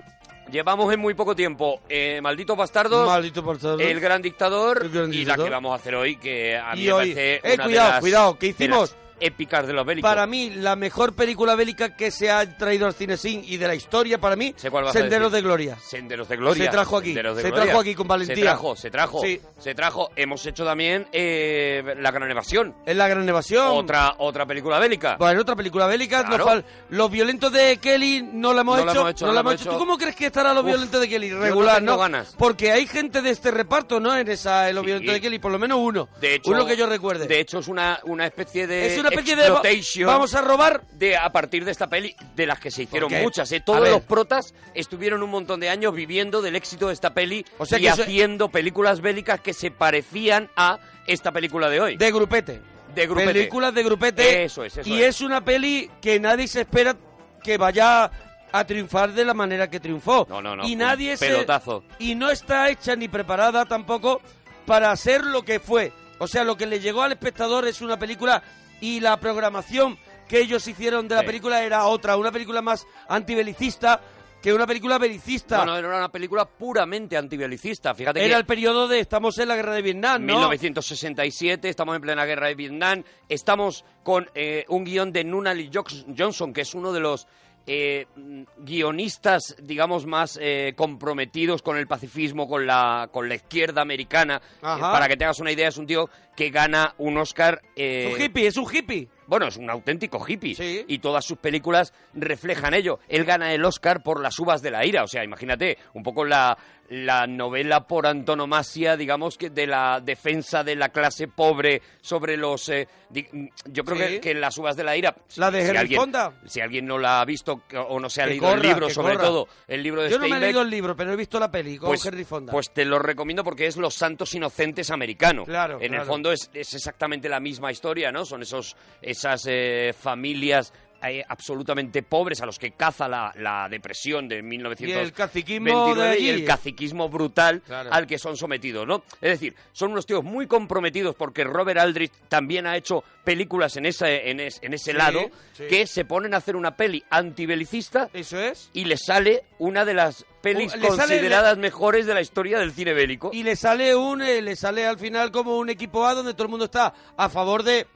Llevamos en muy poco tiempo. Eh, malditos bastardos. Malditos bastardos. El gran dictador. y la dictador. que vamos a hacer hoy, que a mí Y me hoy- parece. Eh, una de cuidado, las- cuidado, ¿qué de hicimos? las épicas de los bélicos. Para mí, la mejor película bélica que se ha traído al cine sin y de la historia, para mí, Sé cuál vas a Senderos de decir. Gloria. Senderos de Gloria. Se trajo aquí, Senderos de se Gloria. trajo aquí con valentía. Se trajo, se trajo. Sí. Se trajo. Hemos hecho también eh, La Gran Evasión. Es la gran evasión. Otra, otra película bélica. Bueno, otra película bélica. Claro. nos fal- los violentos de Kelly no la hemos, No hecho, la hemos hecho, no la hemos hecho. ¿Tú cómo crees que estará los Uf, violentos de Kelly? yo no Regular, tengo ¿no? ganas. Porque hay gente de este reparto, ¿no? En esa, en los violentos de Kelly, por lo menos uno. De hecho, uno que yo recuerde. De hecho, es una, una especie de. Es una especie de- exploitation vamos a robar. De, a partir de esta peli, de las que se hicieron Porque, muchas. ¿eh? a Todos ver. los protas estuvieron un montón de años viviendo del éxito de esta peli O sea y que eso- haciendo películas bélicas que se parecían a esta película de hoy. De grupete. De E grupete. Películas de grupete. Eso es, eso Y es. es una peli que nadie se espera que vaya a triunfar de la manera que triunfó. No, no, no, Y un nadie se- pelotazo. Y no está hecha ni preparada tampoco para hacer lo que fue. O sea, lo que le llegó al espectador es una película y la programación que ellos hicieron de la Sí. película era otra, una película más antibelicista que una película belicista. No, no, era una película puramente antibelicista. Fíjate que era el periodo de estamos en la guerra de Vietnam, ¿no? 1967, estamos en plena guerra de Vietnam, estamos con eh, un guión de Nunnally Johnson, que es uno de los eh, mm, guionistas, digamos, más eh, comprometidos con el pacifismo, con la, con la izquierda americana. Ajá. Eh, para que te hagas una idea, es un tío que gana un Oscar... eh, Es un hippie, es un hippie. bueno, es un auténtico hippie. Y todas sus películas reflejan ello. Él gana el Oscar por Las uvas de la ira. O sea, imagínate, un poco la, la novela por antonomasia, digamos, que de la defensa de la clase pobre sobre los... eh, di- yo creo Sí. que, que Las uvas de la ira... La de Henry alguien, Fonda. Si alguien no la ha visto que- o no se ha Que leído el corra, libro, que sobre corra. todo, el libro de Yo no me he Steinbeck, leído el libro, pero he visto la peli con Henry Fonda. pues te lo recomiendo porque es Los Santos Inocentes americano. Claro, En claro. el fondo es, es exactamente la misma historia, ¿no? Son esos, esas eh, familias eh, absolutamente pobres a los que caza la, la depresión de 1929 Y el caciquismo de allí. ¿eh? y el caciquismo brutal Claro. al que son sometidos, ¿no? Es decir, son unos tíos muy comprometidos porque Robert Aldrich también ha hecho películas en, esa, en, es- en ese Sí, lado sí. que se ponen a hacer una peli antibelicista Eso es. y le sale una de las pelis Uh, Le sale- consideradas mejores de la historia del cine bélico. y le sale un eh, le sale al final como un equipo A donde todo el mundo está a favor de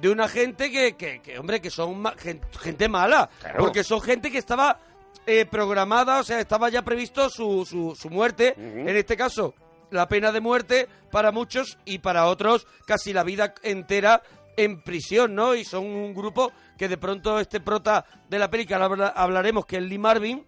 de una gente que, que, que, hombre que son ma- gen- gente mala Claro. porque son gente que estaba eh, programada o sea estaba ya previsto su, su, su muerte en este caso la pena de muerte para muchos y para otros casi la vida entera en prisión no y son un grupo que de pronto este prota de la película hablaremos que es Lee Marvin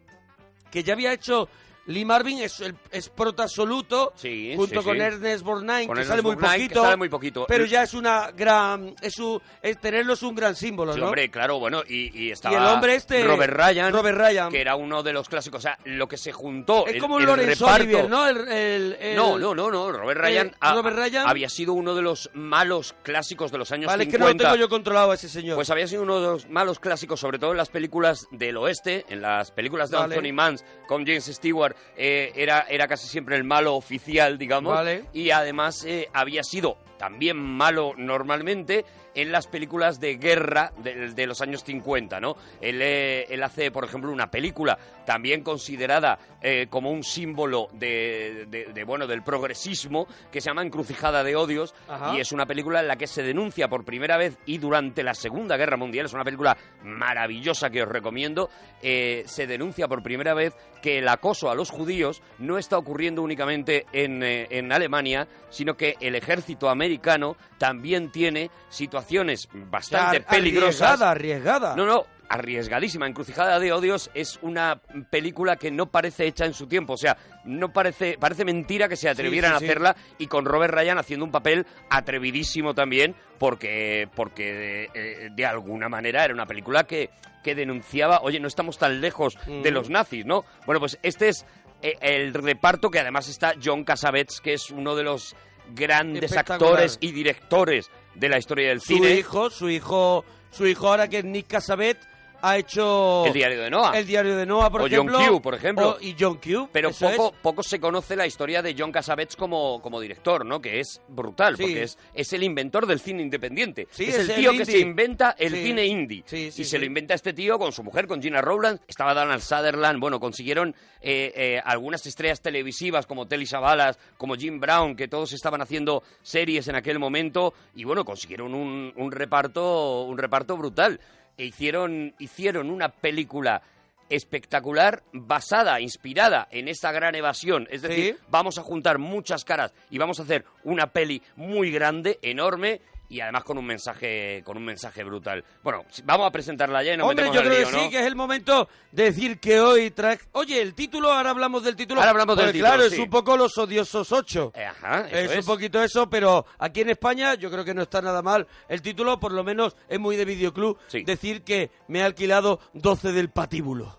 que ya había hecho Lee Marvin es, el, es prota absoluto Sí, junto sí, con sí. Ernest Borgnine Con que Ernest sale muy Borgnine, que poquito sale muy poquito. pero El- ya es una gran es un es tenerlo es un gran símbolo Sí, ¿no? hombre, claro, bueno, y, y estaba el hombre este, Robert Ryan, Robert Ryan. que era uno de los clásicos, o sea, lo que se juntó, es el- como el Lawrence reparto. Olivier no El- el- el- no, no, no, no, Robert eh, Ryan, ha- Robert Ryan. había sido uno de los malos clásicos de los años vale es que no 50. lo tengo yo controlado a ese señor Pues había sido uno de los malos clásicos, sobre todo en las películas del oeste, en las películas de Vale. Anthony Manns con James Stewart, eh, era, era casi siempre el malo oficial, digamos. Vale. Y además eh, había sido también malo normalmente en las películas de guerra de, de los años 50, ¿no? Él, eh, él hace, por ejemplo, una película también considerada eh, como un símbolo de, de- de, bueno, del progresismo, que se llama Encrucijada de Odios, Ajá. y es una película en la que se denuncia por primera vez y durante la Segunda Guerra Mundial, es una película maravillosa que os recomiendo, eh, se denuncia por primera vez que el acoso a los judíos no está ocurriendo únicamente en, eh, en Alemania, sino que el ejército americano también tiene situaciones situaciones bastante Ar- peligrosas. arriesgada, arriesgada. No, no, arriesgadísima. Encrucijada de Odios es una película que no parece hecha en su tiempo. O sea, no parece, parece mentira que se atrevieran sí, sí. a hacerla y con Robert Ryan haciendo un papel atrevidísimo también, porque, porque de, eh, de alguna manera era una película que, que denunciaba, oye, no estamos tan lejos de Mm. los nazis, ¿no? Bueno, pues este es eh, el reparto que además está John Cassavetes, que es uno de los grandes Espectacular. actores y directores de la historia del Su cine. hijo, su hijo, su hijo ahora que es Nick Cassavet ha hecho El diario de Noah. El diario de Noah, por Ah. o ejemplo. John Q, por ejemplo. O- y John Q. Pero eso poco, es. poco se conoce la historia de John Cassavetes como, como director, ¿no? Que es brutal, Sí. porque es, es el inventor del cine independiente. Sí, es, el es el tío que indie. se inventa el Sí. cine indie. sí, y se sí. lo inventa este tío con su mujer, con Gina Rowland. Estaba Donald Sutherland. Bueno, consiguieron eh, eh, algunas estrellas televisivas como Telly Savalas, como Jim Brown, que todos estaban haciendo series en aquel momento. Y bueno, consiguieron un, un reparto, un reparto brutal. E hicieron, hicieron una película espectacular basada, inspirada en esta gran evasión. Es decir, vamos a juntar muchas caras y vamos a hacer una peli muy grande, enorme y además con un mensaje con un mensaje brutal. Bueno, si- vamos a presentarla ya y nos Hombre, yo metemos en creo el que lío, sí, ¿no? que es el momento de decir que hoy trae... Oye, el título, ahora hablamos del título. Ahora hablamos del Porque, título, claro, sí. es un poco Los Odiosos 8. Eh, Ajá, eso es, es. un poquito eso, pero aquí en España yo creo que no está nada mal. El título, por lo menos, es muy de videoclub. Decir que me he alquilado 12 del patíbulo.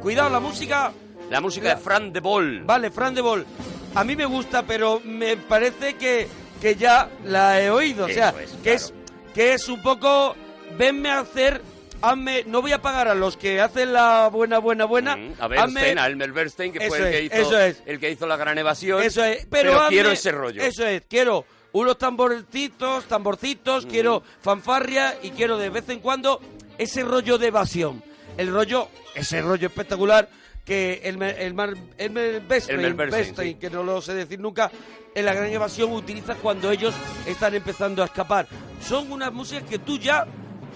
Cuidado, la música. La música de Fran de Bol. Vale, Fran de Bol. A mí me gusta, pero me parece que, que ya la he oído. O sea, Eso es, que, es, que es un poco. Venme a hacer. hazme- no voy a pagar a los que hacen la buena, buena, buena. Mm, A Bernstein, a Elmer Bernstein, que fue Eso el que, es, hizo, eso es. el que hizo la gran evasión. Eso es, pero, hazme- quiero ese rollo. Eso es, quiero unos tamborcitos, Mm. tamborcitos, quiero fanfarria y quiero de vez en cuando ese rollo de evasión. El rollo, ese rollo espectacular que el el Elmer Bernstein, sí. que no lo sé decir nunca, en la gran evasión utiliza cuando ellos están empezando a escapar. Son unas músicas que tú ya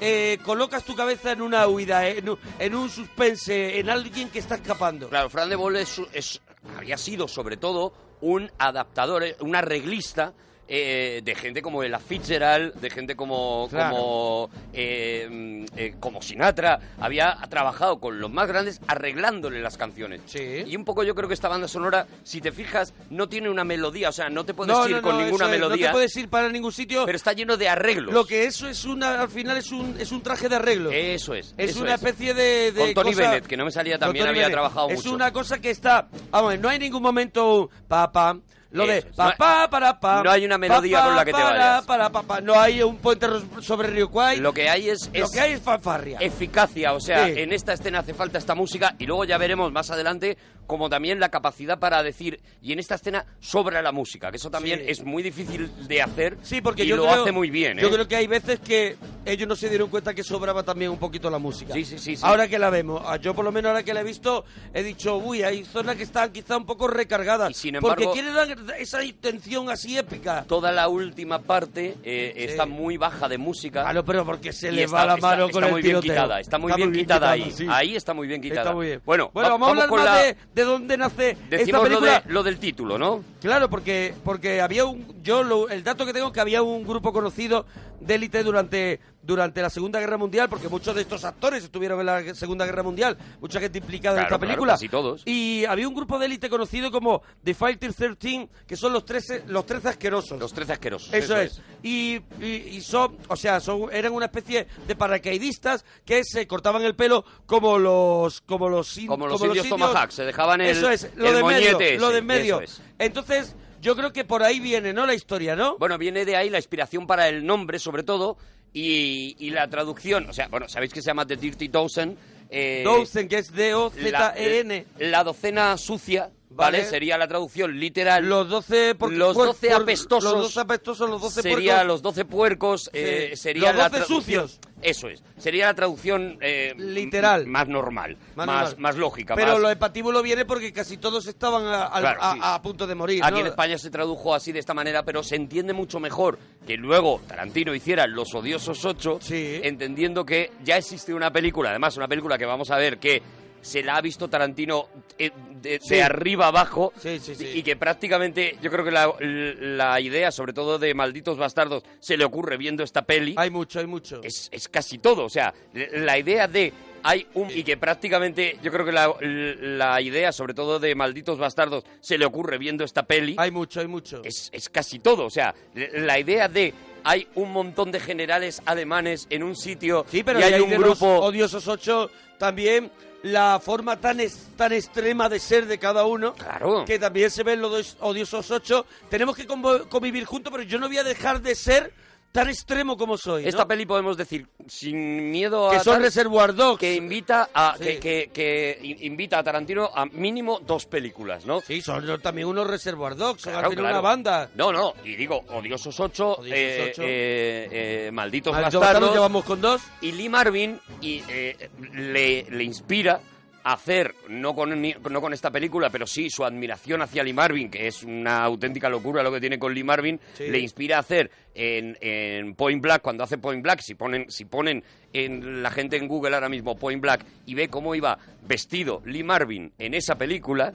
eh, colocas tu cabeza en una huida, eh, en un- en un suspense, en alguien que está escapando. Claro, Fran de Bol es, es- había sido sobre todo un adaptador, eh, un arreglista eh, de gente como la Fitzgerald, de gente como Claro. como, eh, mm, eh, como Sinatra. Había trabajado con los más grandes arreglándole las canciones. Y un poco yo creo que esta banda sonora, si te fijas, no tiene una melodía, o sea, no te puedes ir con ninguna eso es, melodía. No te puedes ir para ningún sitio. Pero está lleno de arreglos. Lo que eso es una, al final es un, es un traje de arreglo. Eso es. Es eso una especie de, de Con Tony cosa- Bennett, que no me salía Con también, Tony había Bennett. trabajado es mucho. una cosa que está. Vamos, a ver, no hay ningún momento un pa pam. Lo de Eso es. pa No hay- pa para pa. no hay una melodía pa, con la que te para, vayas. para, pa, pa. No hay un puente ro- sobre el río Kwai. Lo que hay es, Lo es que hay es fanfarria. eficacia, o sea, Sí. en esta escena hace falta esta música y luego ya veremos más adelante como también la capacidad para decir y en esta escena sobra la música, que eso también Sí. es muy difícil de hacer Sí, porque y yo lo creo- hace muy bien, ¿eh? Yo creo que hay veces que ellos no se dieron cuenta que sobraba también un poquito la música. Sí, sí, sí, sí. Ahora que la vemos, ah, yo por lo menos ahora que la he visto, he dicho, uy, hay zonas que están quizá un poco recargadas. embargo- porque quiere dar esa intención así épica. Toda la última parte eh, está muy baja de música. Claro, pero porque se y le está- va la está- mano está con el muy bien tiroteo. quitada, está muy Está bien muy bien quitada, quitada, ahí. sí. Ahí está muy bien quitada. Está muy bien. Bueno, Bueno, va- vamos a hablar con más la- de, de dónde nace esta Decimos lo, película. de- lo del título, ¿no? Claro, porque porque había un yo lo- el dato que tengo es que había un grupo conocido de élite durante durante la Segunda Guerra Mundial, porque muchos de estos actores estuvieron en la Segunda Guerra Mundial, mucha gente implicada en Claro, esta claro, película. casi todos. Y había un grupo de élite conocido como The Fighter 13, que son los 13 los 13 asquerosos. Los tres asquerosos. Eso, es. Y, y- y son, o sea, son, eran una especie de paracaidistas que se cortaban el pelo como los, como los, in- Como los indios Tomahawk, se dejaban el- Eso es, lo el de medio, moñete lo ese, de en medio. eso es. Entonces, yo creo que por ahí viene, ¿no? La historia, ¿no? Bueno, viene de ahí la inspiración para el nombre, sobre todo, y, y la traducción. O sea, bueno, sabéis que se llama The Dirty Dozen. eh, Dozen, que es la- E eh, D-O-Z-E-N. La, docena sucia ¿vale? Vale. Sería la traducción literal. Los 12 Los por- 12 por- apestosos. los 12 apestosos, los 12 Sería puercos. los 12 puercos. eh, Sí. sería Los la 12 traducción- sucios. Eso es. Sería la traducción... eh, Literal. Más normal. Más, Más más, normal. lógica. Pero más- lo hepatíbulo viene porque casi todos estaban a, al- Claro, a- sí. a punto de morir. Aquí ¿no? en España se tradujo así de esta manera, pero se entiende mucho mejor que luego Tarantino hiciera Los Odiosos 8, entendiendo que ya existe una película, además una película que vamos a ver que se la ha visto Tarantino eh, de, de Sí. arriba abajo Sí, sí, sí. y que prácticamente yo creo que la, la idea, sobre todo de Malditos Bastardos, se le ocurre viendo esta peli. Hay mucho, hay mucho. Es, es casi todo, o sea, la idea de... Hay un, y que prácticamente yo creo que la, la idea, sobre todo de Malditos Bastardos, se le ocurre viendo esta peli. Hay mucho, hay mucho. Es, es casi todo, o sea, la idea de... Hay un montón de generales alemanes en un sitio Sí, pero y hay de ahí un de los grupo... odiosos ocho también la forma tan es- tan extrema de ser de cada uno que también se ven los dos odiosos ocho tenemos que convo- convivir juntos pero yo no voy a dejar de ser tan extremo como soy ¿no? Esta peli podemos decir sin miedo a Que son Reservoir Dogs que invita a Sí. que, que- que in- invita a Tarantino a mínimo dos películas, ¿no? Sí, son también unos Reservoir Dogs son al Claro, final claro. una banda No, no, y digo, Odiosos 8, eh, Ocho. eh, eh, Malditos Malditos Bastardos. Bastardos, ya vamos con dos. Y Lee Marvin y, eh, le, le inspira a hacer, no con, ni- no con esta película, pero sí su admiración hacia Lee Marvin, que es una auténtica locura lo que tiene con Lee Marvin, Sí. le inspira a hacer en, en Point Black, cuando hace Point Black, si ponen, si ponen en la gente en Google ahora mismo Point Black y ve cómo iba vestido Lee Marvin en esa película,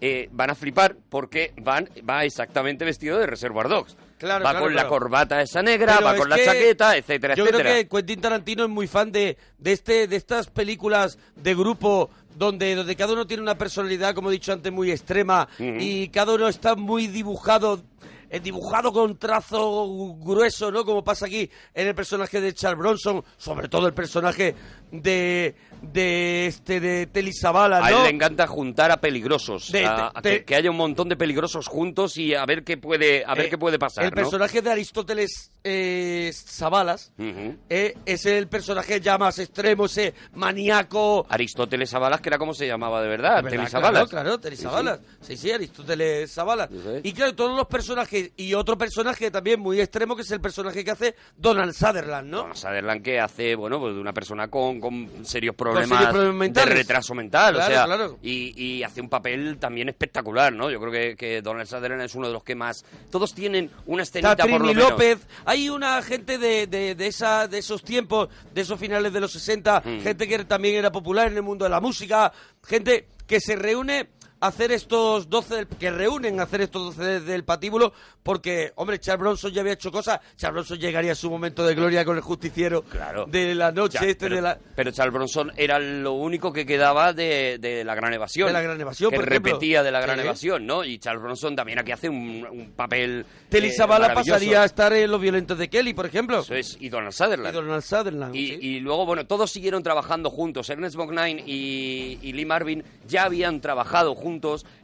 eh, van a flipar porque van, va exactamente vestido de Reservoir Dogs. Claro, va claro, con la claro. corbata esa negra, Pero va con es la que chaqueta, etcétera, Yo etcétera. creo que Quentin Tarantino es muy fan de, de este de estas películas de grupo donde, donde cada uno tiene una personalidad, como he dicho antes, muy extrema y cada uno está muy dibujado eh, dibujado con trazo grueso, ¿no? Como pasa aquí en el personaje de Charles Bronson, sobre todo el personaje de de este de Telly Savalas, ¿no? A él le encanta juntar a peligrosos, De- este, a- a de- que, que haya un montón de peligrosos juntos y a ver qué puede, a ver Eh, qué puede pasar. el ¿no? personaje de Aristóteles eh, Savalas Ujú. eh, es el personaje ya más extremo, ese maníaco, Aristóteles Zabalas, que era como se llamaba de verdad, ¿Verdad? Telis Claro, Zabalas. Claro, Telis Zabalas. Sí, sí, Aristóteles Zabalas. Y claro, todos los personajes. Y otro personaje también muy extremo, que es el personaje que hace Donald Sutherland, ¿no? Sutherland que hace, bueno, pues de una persona con, con serios problemas, serios problemas de mentales. retraso mental, o Claro, sea, claro. y, y hace un papel también espectacular, ¿no? Yo creo que, que Donald Sutherland es uno de los que más... Todos tienen una escenita Está por lo Trini menos. López. Hay una gente de, de, de esa, de esos tiempos, de esos finales de los 60, Mm. gente que también era popular en el mundo de la música, gente que se reúne a hacer estos 12, del- que reúnen a hacer estos 12 del patíbulo, porque, hombre, Charles Bronson ya había hecho cosas, Charles Bronson llegaría a su momento de gloria con el justiciero de la noche, Ya, este pero, de la... pero Charles Bronson era lo único que quedaba de, de la gran evasión. De La Gran Evasión, Que por ejemplo. repetía de la gran Sí. evasión, ¿no? Y Charles Bronson también aquí hace un, un papel. Telly eh, Savalas maravilloso. pasaría a estar en Los Violentos de Kelly, por ejemplo. Eso es, y Donald Sutherland. Y Donald Sutherland. Y, y luego, bueno, todos siguieron trabajando juntos. Ernest Borgnine y, y Lee Marvin ya habían trabajado juntos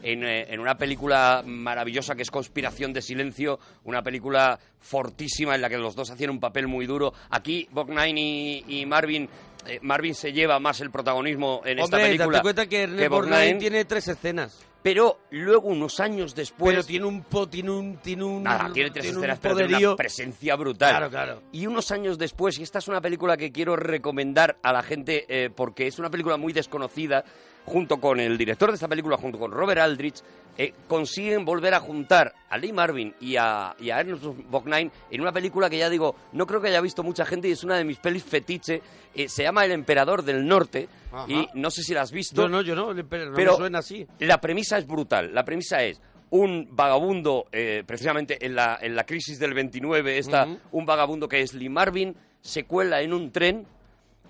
en, eh, en una película maravillosa que es Conspiración de Silencio, una película fortísima en la que los dos hacían un papel muy duro. Aquí Borgnine y, y Marvin... eh, Marvin se lleva más el protagonismo en esta Hombre, película. date cuenta que Ernest Borgnine, Borgnine tiene tres escenas. Pero luego, unos años después... Pero tiene un... po- tiene un, tiene un Nada, tiene tres un escenas, pero tiene poderío. una presencia brutal. Claro, claro. Y unos años después, y esta es una película que quiero recomendar a la gente eh, porque es una película muy desconocida, junto con el director de esta película, junto con Robert Aldrich, eh, consiguen volver a juntar a Lee Marvin y a, y a Ernest Borgnine en una película que ya digo, no creo que haya visto mucha gente y es una de mis pelis fetiche. eh, se llama El Emperador del Norte Ajá. y no sé si la has visto. No, no, yo no, pero no me Pero- suena así. La premisa es brutal. La premisa es un vagabundo, eh, precisamente en la, en la crisis del 29, está Ujú. un vagabundo que es Lee Marvin, se cuela en un tren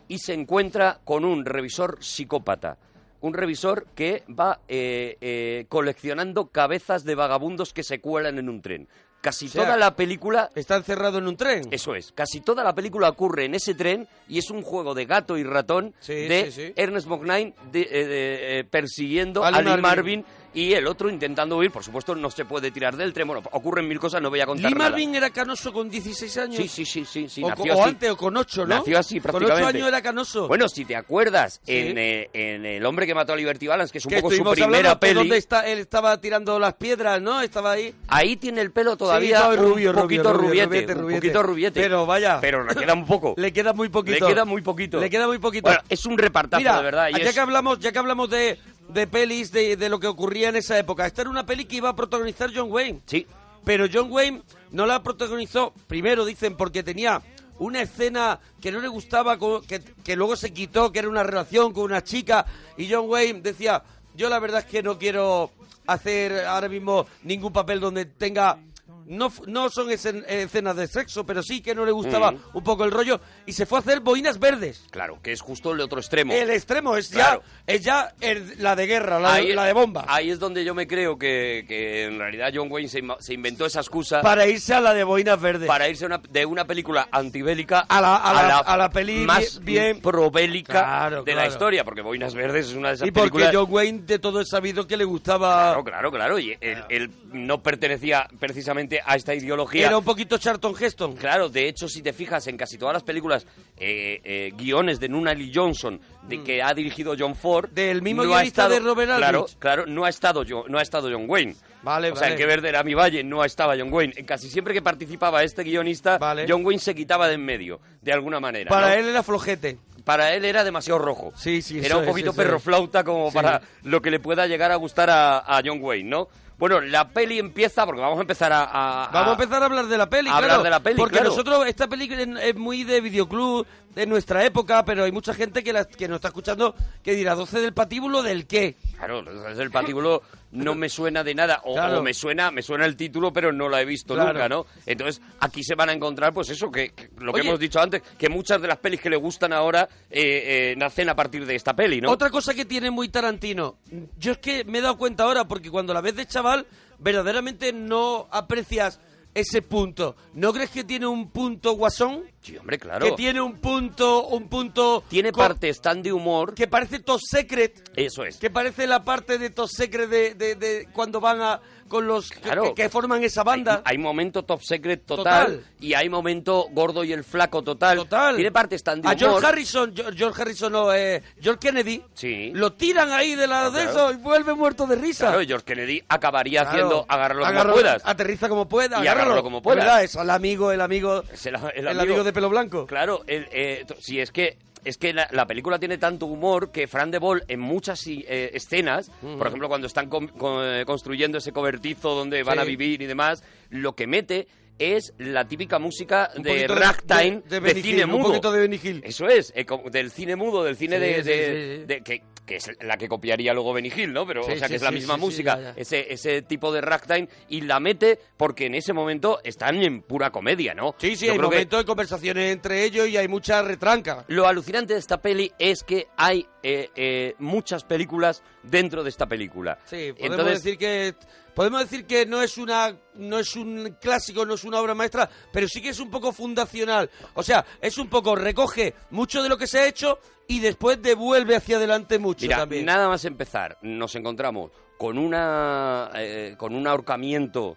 y se encuentra con un revisor psicópata. Un revisor que va eh, eh, coleccionando cabezas de vagabundos que se cuelan en un tren. Casi sea, toda la película... Está encerrado en un tren. Eso es. Casi toda la película ocurre en ese tren y es un juego de gato y ratón Sí, de sí, sí. Ernest Borgnine de- eh, de- eh, persiguiendo A Lee a Lee Marvin. Marvin y y el otro intentando huir. Por supuesto, no se puede tirar del tren. Bueno, ocurren mil cosas, no voy a contar Lee nada. Marvin era canoso con 16 años. Sí, sí, sí, sí, sí, O, nació o así. antes, o con 8, ¿no? Nació así Con prácticamente. 8 años era canoso. Bueno, si te acuerdas, Sí. en, eh, en El hombre que mató a Liberty Balance, que es un que poco su estuvimos primera hablando que peli, donde está, él estaba tirando las piedras, ¿no? Estaba ahí. ahí tiene el pelo todavía Sí, estaba un rubio, rubio, poquito rubio, rubiete, rubiete, un rubiete. poquito rubiete. Pero vaya. Pero le queda un poco. Le queda muy poquito. Le queda muy poquito. Le queda muy poquito. Bueno, es un repartazo, Mira, de verdad. y Ah, ya es- que hablamos, ya que hablamos de, de pelis, de, de lo que ocurría en esa época, esta era una peli que iba a protagonizar John Wayne. Sí. Pero John Wayne no la protagonizó, primero dicen, porque tenía una escena que no le gustaba, co- que, que luego se quitó, que era una relación con una chica, y John Wayne decía, yo la verdad es que no quiero hacer ahora mismo ningún papel donde tenga... No, f- no son escen- eh, escenas de sexo, pero sí que no le gustaba Mm. un poco el rollo, y se fue a hacer boinas verdes. Claro, que es justo el otro extremo. El extremo es Claro. ya, es ya el- la de guerra, la, Ahí- la de bomba. Ahí es donde yo me creo que, que en realidad John Wayne se, inma- se inventó esa excusa Para irse a la de boinas verdes. para irse a una- de una película antibélica A la- a la- a la peli más bi- bien- probélica Claro, de la claro. historia, porque Boinas Verdes es una de esas Y porque películas... John Wayne de todo es sabido que le gustaba... Claro, claro, claro, y él, él no pertenecía precisamente a esta ideología. Era un poquito Charlton Heston. Claro, de hecho, si te fijas en casi todas las películas, eh, eh, guiones de Nuna Lee Johnson, de que ha dirigido John Ford... Del Mm. mismo guionista de Robert Claro, Aldrich. claro, no ha estado, yo, no ha estado John Wayne. Vale, o sea, vale. en Que Verde era mi valle, no estaba John Wayne. Eh, Casi siempre que participaba este guionista, John Wayne se quitaba de en medio, de alguna manera. Para ¿no? él era flojete. para él era demasiado rojo. Sí, sí, Era eso un es, poquito eso es. perro flauta como Sí. para lo que le pueda llegar a gustar a, a John Wayne, ¿no? Bueno, la peli empieza, porque vamos a empezar a... a- Vamos a a- empezar a hablar de la peli, a hablar claro, de la peli, Porque claro. nosotros, esta peli es, es muy de videoclub, de nuestra época, pero hay mucha gente que, la- que nos está escuchando que dirá, ¿12 del patíbulo del qué? Claro, entonces el patíbulo no me suena de nada, o, Claro. o me suena me suena el título, pero no la he visto Claro. nunca, ¿no? Entonces aquí se van a encontrar, pues eso, que, que lo que Oye. hemos dicho antes, que muchas de las pelis que le gustan ahora eh, eh, nacen a partir de esta peli, ¿no? Otra cosa que tiene muy Tarantino, yo es que me he dado cuenta ahora, porque cuando la ves de chaval, verdaderamente no aprecias ese punto. ¿No crees que tiene un punto guasón? Sí, hombre, claro. Que tiene un punto, un punto... Tiene partes tan de humor... Que parece Top Secret. Eso es. Que parece la parte de Top Secret de, de- de cuando van a... Con los... que- Claro. Que, que forman esa banda. Hay momento top secret total, Total. y hay momento gordo y el flaco total. Tiene partes tan de A humor. George Harrison, George, George Harrison no, eh, George Kennedy, Sí. lo tiran ahí de la de Claro. eso y vuelve muerto de risa. Claro, George Kennedy acabaría Claro. haciendo agarrarlo Agárralo, como puedas. Aterriza como puedas. Y agárralo como Es puedas. verdad, eso, el amigo, el amigo, Es el, el el amigo de pelo blanco. Claro, el, eh, t- sí, es que es que la, la película tiene tanto humor que Fran de Boll en muchas sí, eh, escenas, Ujú. por ejemplo cuando están con- con- eh, construyendo ese cobertizo donde van Sí. a vivir y demás, lo que mete es la típica música Un de poquito ragtime de, Benny cine Hill, mudo. Un poquito de Benny Hill. Eso es, eh, como del cine mudo, del cine Sí, de, sí, de- sí, sí. de- que, que es la que copiaría luego Benny Hill, ¿no? Pero, Sí, o sea, sí, que es la sí, misma sí, sí, música, ya, ya. Ese, ese tipo de ragtime, y la mete porque en ese momento están en pura comedia, ¿no? Sí, sí, Yo hay creo que momentos de conversaciones entre ellos y hay mucha retranca. Lo alucinante de esta peli es que hay eh, eh, muchas películas dentro de esta película. Sí, podemos Entonces- decir que podemos decir que no es una no es un clásico, no es una obra maestra, pero sí que es un poco fundacional. O sea, es un poco recoge mucho de lo que se ha hecho y después devuelve hacia adelante mucho Mira, también. nada más empezar, nos encontramos con una eh, con un ahorcamiento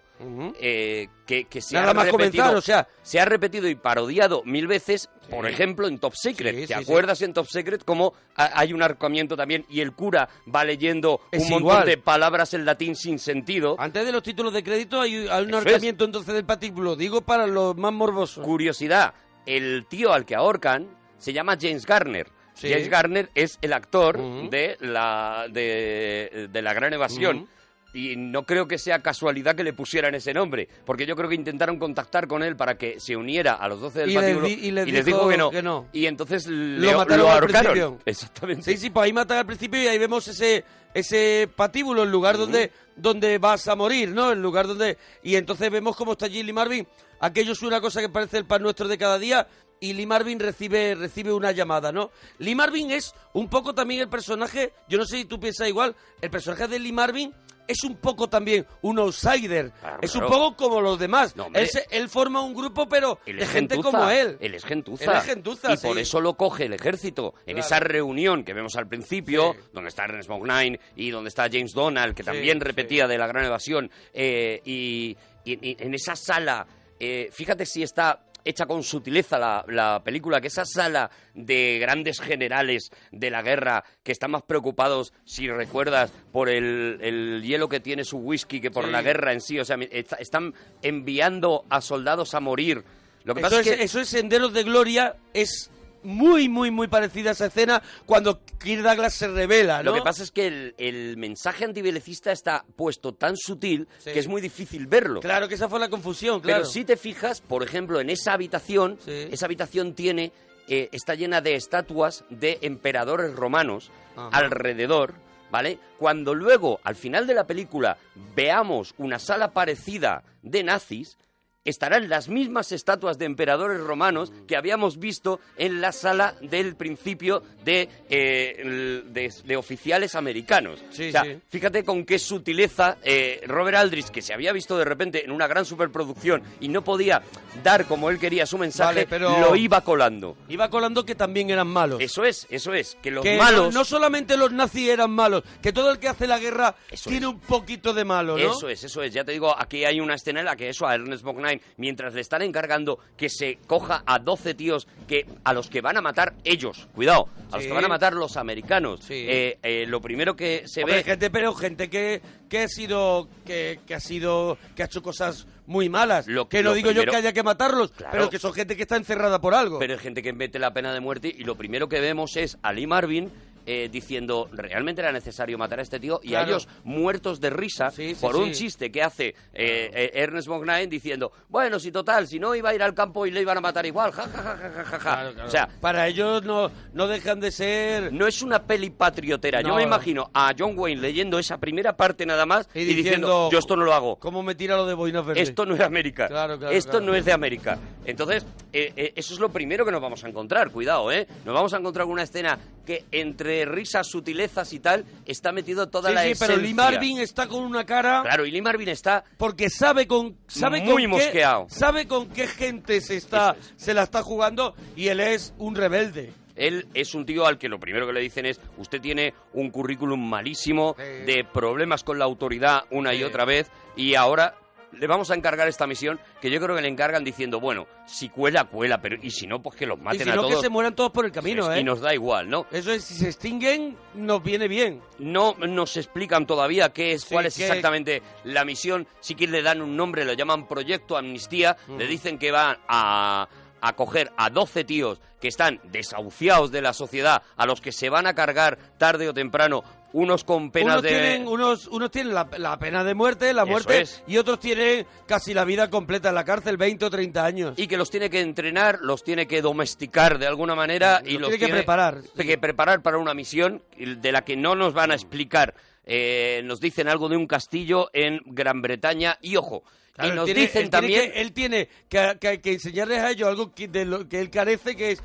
eh, que, que se Nada ha más repetido, comenzar, o sea- se ha repetido y parodiado mil veces, por ejemplo en Top Secret. Sí, ¿Te sí, sí. acuerdas en Top Secret cómo ha- hay un ahorcamiento también y el cura va leyendo Es un montón igual. de palabras en latín sin sentido? Antes de los títulos de crédito hay, hay un Eso es. ahorcamiento entonces del patíbulo, digo para los más morbosos. Curiosidad, el tío al que ahorcan se llama James Garner. Sí. James Garner es el actor de, la, de, de La Gran Evasión. Ujú. Y no creo que sea casualidad que le pusieran ese nombre, porque yo creo que intentaron contactar con él para que se uniera a los 12 del Y les patíbulo di- y les les dijo dijo, que, no. que no. Y entonces le- Lo mataron al ahorcaron. principio. Exactamente. Sí, sí, pues ahí matan al principio y ahí vemos ese ese patíbulo, el lugar donde donde vas a morir, ¿no? El lugar donde y entonces vemos cómo está allí Lee Marvin. Aquello es una cosa que parece el pan nuestro de cada día y Lee Marvin recibe recibe una llamada, ¿no? Lee Marvin es un poco también el personaje, yo no sé si tú piensas igual, el personaje de Lee Marvin es un poco también un outsider. Es un poco como los demás. hombre. él, se- él forma un grupo, pero Él de es gente gentuza, como él. Él es gentuza. Él es gentuza, Y por sí. eso lo coge el ejército. En esa reunión que vemos al principio, donde está Ernest Nine y donde está James Donald, que también repetía de la gran evasión, eh, y, y- y en esa sala, eh, fíjate si está hecha con sutileza la, la película, que esa sala de grandes generales de la guerra que están más preocupados, si recuerdas, por el, el hielo que tiene su whisky que por Sí. la guerra en sí, o sea, mi- está- están enviando a soldados a morir. Lo que eso, pasa es, es que eso es Senderos de Gloria, es muy, muy, muy parecida a esa escena cuando Kirk Douglas se revela, ¿no? Lo que pasa es que el, el mensaje antibelicista está puesto tan sutil Sí. que es muy difícil verlo. Claro que esa fue la confusión, claro. Pero si te fijas, por ejemplo, en esa habitación, esa habitación tiene eh, está llena de estatuas de emperadores romanos Ajá. alrededor, ¿vale? Cuando luego, al final de la película, veamos una sala parecida de nazis, estarán las mismas estatuas de emperadores romanos Mm. que habíamos visto en la sala del principio de, eh, el- de, de oficiales americanos. Sí, o sea, sí. fíjate con qué sutileza eh, Robert Aldrich, que se había visto de repente en una gran superproducción y no podía dar como él quería su mensaje, Vale, pero- lo iba colando. Iba colando que también eran malos. Eso es, eso es, que los que malos... No, no solamente los nazis eran malos, que todo el que hace la guerra tiene un poquito de malo, ¿no? Eso es, eso es. Ya te digo, aquí hay una escena en la que eso a Ernest Borgnine, mientras le están encargando que se coja a 12 tíos que a los que van a matar ellos, cuidado, a los Sí. que van a matar los americanos. Eh, eh, lo primero que se Hombre, ve Eh, gente, pero gente que, que ha sido que, que ha sido que ha hecho cosas muy malas. Lo- que no lo digo yo primero- que haya que matarlos, Claro. pero que son gente que está encerrada por algo. Pero hay gente que mete la pena de muerte y lo primero que vemos es a Lee Marvin eh, diciendo, realmente era necesario matar a este tío, y a Claro. ellos muertos de risa por un sí. chiste que hace eh, eh, Ernest Borgnine diciendo, bueno, si total, si no iba a ir al campo y le iban a matar igual, ja, ja, ja, ja, ja, ja". O sea, para ellos no, no dejan de ser... No es una peli patriotera. Yo No. me imagino a John Wayne leyendo esa primera parte nada más y, diciendo, diciendo, yo esto no lo hago. ¿Cómo me tira lo de boinas verdes? Esto no es América. Claro, claro, Esto claro. no es de América. Entonces, eh, eh, eso es lo primero que nos vamos a encontrar. Cuidado, ¿eh? Nos vamos a encontrar con una escena que entre risas, sutilezas y tal, está metido toda Sí, la sí, esencia. pero Lee Marvin está con una cara... Claro, y Lee Marvin está... Porque sabe con... Sabe Muy con mosqueado. Qué, sabe con qué gente se, está, se la está jugando y él es un rebelde. Él es un tío al que lo primero que le dicen es, usted tiene un currículum malísimo, de problemas con la autoridad una y otra vez, y ahora le vamos a encargar esta misión que yo creo que le encargan diciendo, bueno, si cuela, cuela, pero y si no, pues que los y maten si a no, todos. que se mueran todos por el camino, Pues, ¿eh? Y nos da igual, ¿no? Eso es, si se extinguen, nos viene bien. No nos explican todavía qué es, cuál es qué- exactamente la misión. Sí que le dan un nombre, lo llaman Proyecto Amnistía. Le dicen que van a, a coger a 12 tíos que están desahuciados de la sociedad, a los que se van a cargar tarde o temprano, unos con penas unos de... tienen, unos, unos tienen la, la pena de muerte, la Eso muerte, es. y otros tienen casi la vida completa en la cárcel, 20 o 30 años. Y que los tiene que entrenar, los tiene que domesticar de alguna manera y los Los tiene que preparar. que preparar para una misión de la que no nos van a explicar. Eh, nos dicen algo de un castillo en Gran Bretaña y ojo. Claro, y él nos tiene- dicen él tiene también que- él tiene que, que- que enseñarles a ellos algo que, de lo que él carece, que es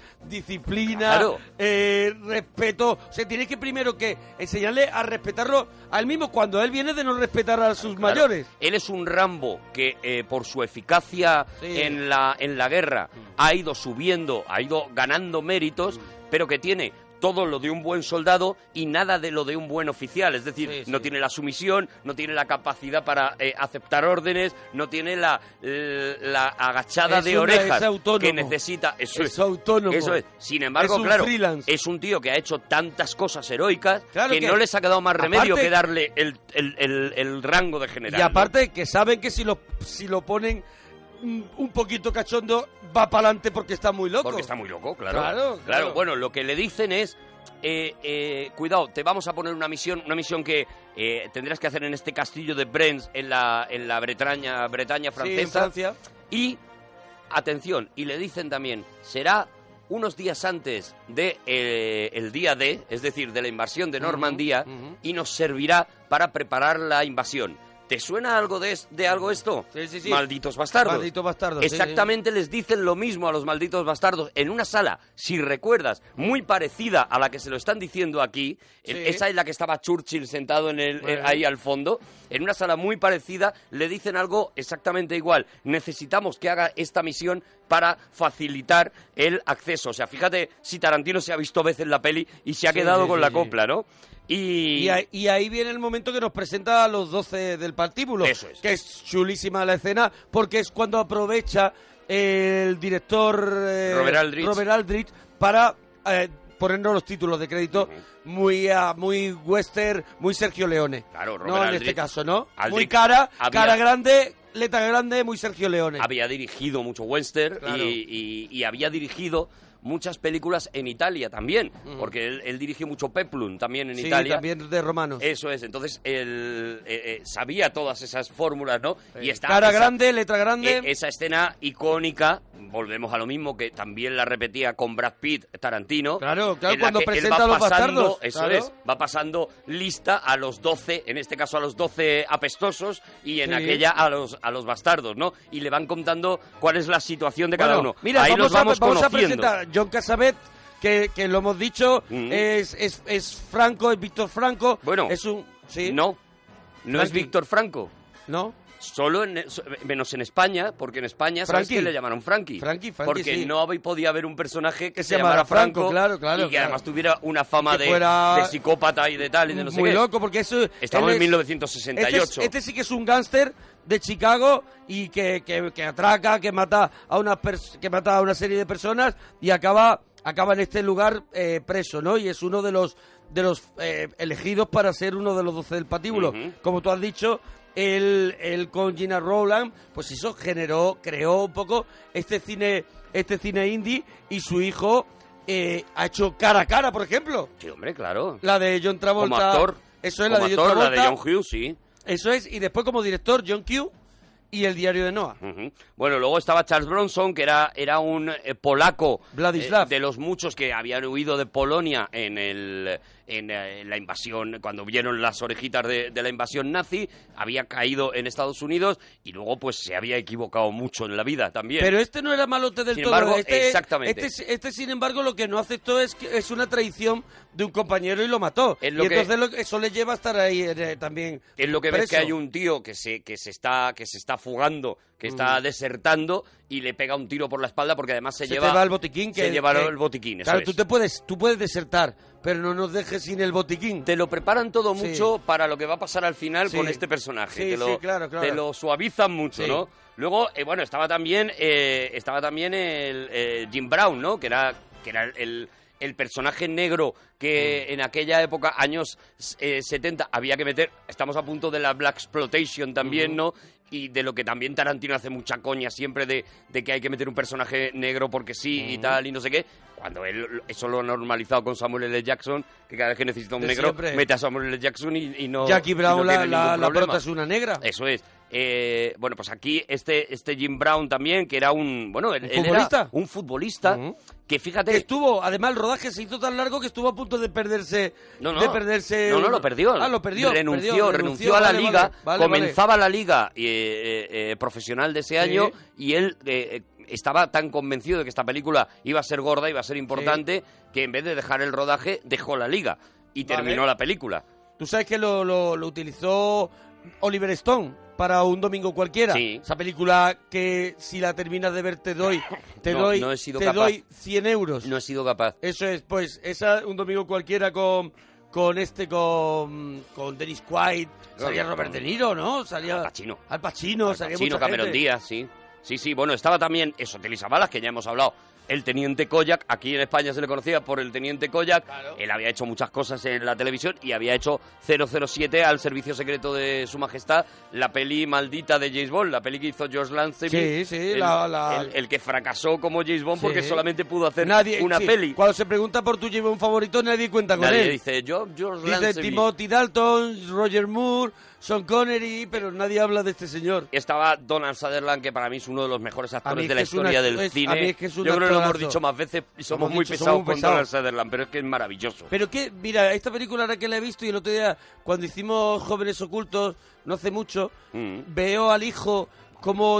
disciplina, Claro. eh, respeto. O sea, tiene que primero que enseñarle a respetarlo al mismo cuando él viene de no respetar a sus Claro, mayores. Él es un Rambo que eh, por su eficacia Sí. Mm. en, la, en la guerra ha ido subiendo, ha ido ganando méritos, pero que tiene todo lo de un buen soldado y nada de lo de un buen oficial. Es decir, no tiene la sumisión, no tiene la capacidad para eh, aceptar órdenes, no tiene la, eh, la agachada Es de una- orejas es autónomo. que necesita. Eso Es autónomo. Eso es. Sin embargo, Es un claro, freelance. es un tío que ha hecho tantas cosas heroicas Claro que, que- no les ha quedado más remedio aparte- que darle el, el- el- el rango de general. y ¿no? aparte que saben que si lo, si lo ponen mm, un poquito cachondo, va para adelante porque está muy loco. Porque está muy loco, claro. Claro, claro. Bueno, lo que le dicen es, eh, eh, cuidado, te vamos a poner una misión, una misión que eh, tendrás que hacer en este castillo de Brens, en la, en la Bretaña, Bretaña Sí, en francesa. Francia. Y, atención, y le dicen también, será unos días antes de eh, el día D, es decir, de la invasión de Normandía, y nos servirá para preparar la invasión. ¿Te suena algo de, es- de algo esto? sí. Malditos bastardos. Malditos bastardos, sí, sí. Exactamente les dicen lo mismo a los malditos bastardos en una sala, si recuerdas, muy parecida a la que se lo están diciendo aquí. El- Sí. Esa es la que estaba Churchill sentado en el, eh, Bueno. ahí al fondo. En una sala muy parecida le dicen algo exactamente igual. Necesitamos que haga esta misión para facilitar el acceso. O sea, fíjate si Tarantino se ha visto veces la peli y se ha Sí, quedado sí, con sí, la sí. copla, ¿no? Y... Y ahí, y ahí viene el momento que nos presenta a los 12 del partíbulo. Que es chulísima la escena porque es cuando aprovecha el director eh, Robert Aldrich. Robert Aldrich para eh, ponernos los títulos de crédito muy, ah, muy western, muy Sergio Leone. Claro, No, Robert en Aldrich. este caso, ¿no? Aldrich muy cara, había- cara grande, letra grande, muy Sergio Leone. había dirigido mucho western Claro. y, y- y había dirigido muchas películas en Italia también, Ujú. porque él, él dirigió mucho Peplum también en sí, Italia. también de romanos. Eso es, entonces él eh, eh, sabía todas esas fórmulas, ¿no? Y está Cara esa- grande, letra grande. eh, esa escena icónica, volvemos a lo mismo que también la repetía con Brad Pitt, Tarantino. Claro, claro, en la cuando que él presenta va a los pasando- bastardos, Eso claro. es, va pasando lista a los 12, en este caso a los 12 apestosos y en Sí. aquella a los, a los bastardos, ¿no? Y le van contando cuál es la situación de cada Bueno, uno. Mira, Ahí vamos, los vamos, a, vamos a conociendo. Mm. presentar John Casabet, que, que lo hemos dicho, es, es, es Franco, es Víctor Franco. Bueno, es un. Sí. No, no es Frankie. Víctor Franco. No. Solo en, so- menos en España, porque en España sabes Frankie. que le llamaron Frankie. Frankie, Frankie, porque sí. no había- podía haber un personaje que Que se, se llamara Franco, Franco, claro, y claro, que claro. además tuviera una fama Que de, fuera- de psicópata y de tal y de no sé Muy qué. loco, porque eso. Estamos en él es- 1968. Este, es- este sí que es un gángster de Chicago y que, que- que atraca, que mata a una pers- que mata a una serie de personas y acaba acaba en este lugar eh, preso, ¿no? Y es uno de los de los eh, elegidos para ser uno de los doce del patíbulo. Ujú. Como tú has dicho, él, él con Gina Rowland, pues eso generó, creó un poco este cine este cine indie y su hijo eh, ha hecho cara a cara, por ejemplo. Sí, hombre, claro. La de John Travolta. Como actor. Eso es Como la de actor, John Travolta. la de John Hughes, sí. Eso es, y después como director, John Q y el diario de Noah. Ujú. Bueno, luego estaba Charles Bronson, que era, era un eh, polaco Vladislav. eh, de los muchos que habían huido de Polonia en, el, en eh, la invasión, cuando vieron las orejitas de, de la invasión nazi, había caído en Estados Unidos y luego pues se había equivocado mucho en la vida también. Pero este no era malote del Sin todo. embargo, este, exactamente. Este, este, sin embargo, lo que no aceptó es que es una traición de un compañero y lo mató. Es lo y que- entonces lo que- eso le lleva a estar ahí eh, también. Es lo que ves preso. que hay un tío que se, que se está que se está fugando, que está Mm. desertando y le pega un tiro por la espalda porque además se, Se lleva te va el botiquín. Que, se lleva que- el botiquín, eso Claro, es. tú, te puedes, tú puedes desertar, pero no nos dejes sin el botiquín. Te lo preparan todo mucho para lo que va a pasar al final Sí. con este personaje. Sí, te lo, sí, claro, claro. te lo suavizan mucho, Sí. ¿no? Luego, eh, bueno, estaba también, eh, estaba también el, eh, Jim Brown, ¿no? Que era, que era el, el personaje negro que Mm. en aquella época, años eh, 70, había que meter. Estamos a punto de la Black Exploitation también, Ujú. ¿no? Y de lo que también Tarantino hace mucha coña siempre de, de que hay que meter un personaje negro porque sí y Ujú. tal y no sé qué. Cuando él eso lo ha normalizado con Samuel L. Jackson, que cada vez que necesita un De negro, siempre. mete a Samuel L. Jackson y, y no. Jackie y no Brown, la, tiene ningún la, la problema. prota es una negra. Eso es. Eh, bueno, pues aquí este, este Jim Brown también, que era un. Bueno, él- él ¿Un era futbolista? Mm. un futbolista que fíjate. Que estuvo, además el rodaje se hizo tan largo que estuvo a punto de perderse. No, no. De perderse No, no, lo perdió. Ah, lo perdió. Renunció, perdió, renunció a la vale, liga. vale, vale, comenzaba la liga eh, eh, eh, profesional de ese año y él eh, eh, estaba tan convencido de que esta película iba a ser gorda, iba a ser importante, que en vez de dejar el rodaje, dejó la liga y Vale. terminó la película. vale. Tú sabes que lo, lo- lo utilizó Oliver Stone para un domingo cualquiera. Esa película que si la terminas de ver te doy, te No, doy, no he sido te capaz. doy 100 euros. No he sido capaz. Eso es, pues, esa un domingo cualquiera con con este con con Dennis Quaid, salía Con- Robert De Niro, ¿no? Salía Al Pacino. Al Pacino, salía Chino mucha gente. Cameron Díaz, sí. Sí, sí, bueno, estaba también eso, Balas, que ya hemos hablado. El teniente Koyak, aquí en España se le conocía por el teniente Koyak. Él había hecho muchas cosas en la televisión y había hecho 007 al servicio secreto de su majestad, la peli maldita de James Bond, la peli que hizo George Lanceby. Sí, sí, la- la- El, el que fracasó como James Bond Sí. porque solamente pudo hacer Nadie- una sí, peli. Cuando se pregunta por tu lleva un favorito, nadie cuenta con Nadie él. dice, yo, George Dice Lanceby. Timothy Dalton, Roger Moore, Sean Connery, pero nadie habla de este señor. Estaba Donald Sutherland, que para mí es uno de los mejores A mí actores es de la que es una- historia del es- a cine. mí es que es un Yo creo que lo pelotazo. hemos dicho más veces y somos Hemos muy dicho, pesados somos muy con Donald pesados. Sutherland, pero es que es maravilloso. Pero que, mira, esta película ahora que la he visto y el otro día, cuando hicimos Jóvenes Ocultos, no hace mucho, veo al hijo cómo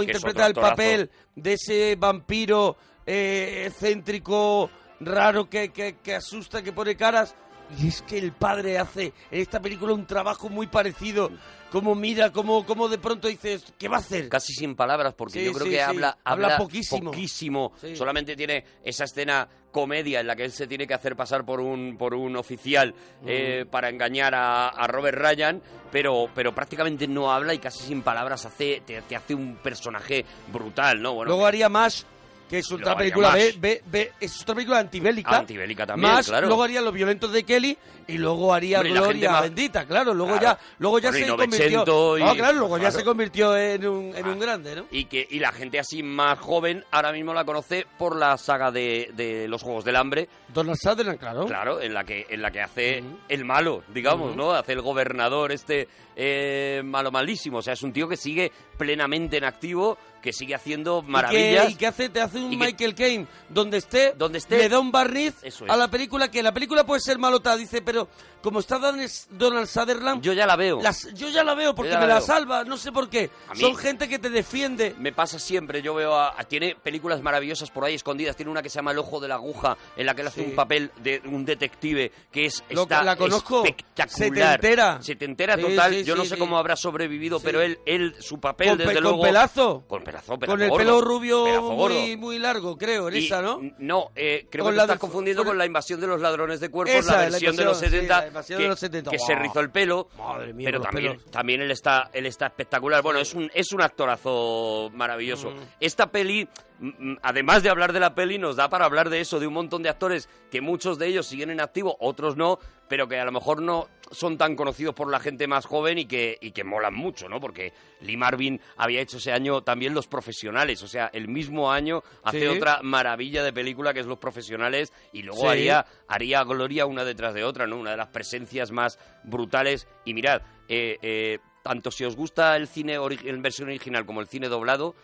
Mm. Que es interpreta el otro actorazo. papel de ese vampiro eh, excéntrico, raro, que, que- que asusta, que pone caras. Y es que el padre hace en esta película un trabajo muy parecido. Cómo mira, cómo, cómo de pronto dices, ¿qué va a hacer? Casi sin palabras, porque Sí, yo creo sí, que sí. habla, Habla poquísimo. poquísimo. Sí. Solamente tiene esa escena comedia en la que él se tiene que hacer pasar por un, por un oficial eh, para engañar a, a Robert Ryan, pero, pero prácticamente no habla y casi sin palabras hace, te, te hace un personaje brutal, ¿no? Bueno, Luego haría más, que es otra Luego haría película, Mash. B, B, B, es otra película antibélica. Antibélica también, Mash, claro. Luego haría Los Violentos de Kelly y luego haría Hombre, y la gente Gloria más- Bendita, claro. Luego Claro. ya, luego ya Bueno, y se convirtió. Novecento y- Ah, claro, luego ya claro. se convirtió en un, en un grande, ¿no? Y que y la gente así más joven ahora mismo la conoce por la saga de, de los Juegos del Hambre. Donald Sutherland, claro. Claro, en la que en la que hace el malo, digamos, ¿no? Hace el gobernador este eh, malo malísimo. O sea, es un tío que sigue plenamente en activo, que sigue haciendo maravillas. Y que, y que hace, te hace un Y que- Michael Caine donde esté, donde esté. le da un barniz Eso es. a la película, que la película puede ser malota, dice, pero como está Dan- Donald Sutherland... Yo ya la veo. las- yo ya la veo porque Yo ya me la la veo. salva, no sé por qué. A mí- Son gente que te defiende. Me pasa siempre, yo veo a, a- Tiene películas maravillosas por ahí escondidas. Tiene una que se llama El ojo de la aguja, en la que él hace Sí. un papel de un detective que es Lo- está la conozco. espectacular. Setentera. Se te entera Sí, total. sí, yo sí, no sé sí. cómo habrá sobrevivido, Sí. pero él, él su papel, Con pe- desde con luego... pelazo. Con pelazo, pelazo Con el gordo, pelo rubio pelazo gordo. muy, muy largo, creo, en Y- esa, ¿no? No, eh, creo Con que la la estás de- confundiendo con la invasión de los ladrones de cuerpos, Esa, la la versión de los invasión, sí, 70, la invasión que, de los 70. que se Buah. rizó el pelo, Madre mía, pero con los también, pelos. también él, está, él está espectacular. Bueno, es un, es un actorazo maravilloso. Mm. Esta peli, mm, mm, además de hablar de la peli, nos da para hablar de eso, de un montón de actores que muchos de ellos siguen en activo, otros no, pero que a lo mejor no son tan conocidos por la gente más joven y que, y que molan mucho, ¿no? Porque Lee Marvin había hecho ese año también Los Profesionales, o sea, el mismo año hace Sí. otra maravilla de película que es Los Profesionales y luego Sí. haría, haría Gloria una detrás de otra, ¿no? Una de las presencias más brutales. Y mirad, eh, eh, tanto si os gusta el cine ori- en versión original como el cine doblado,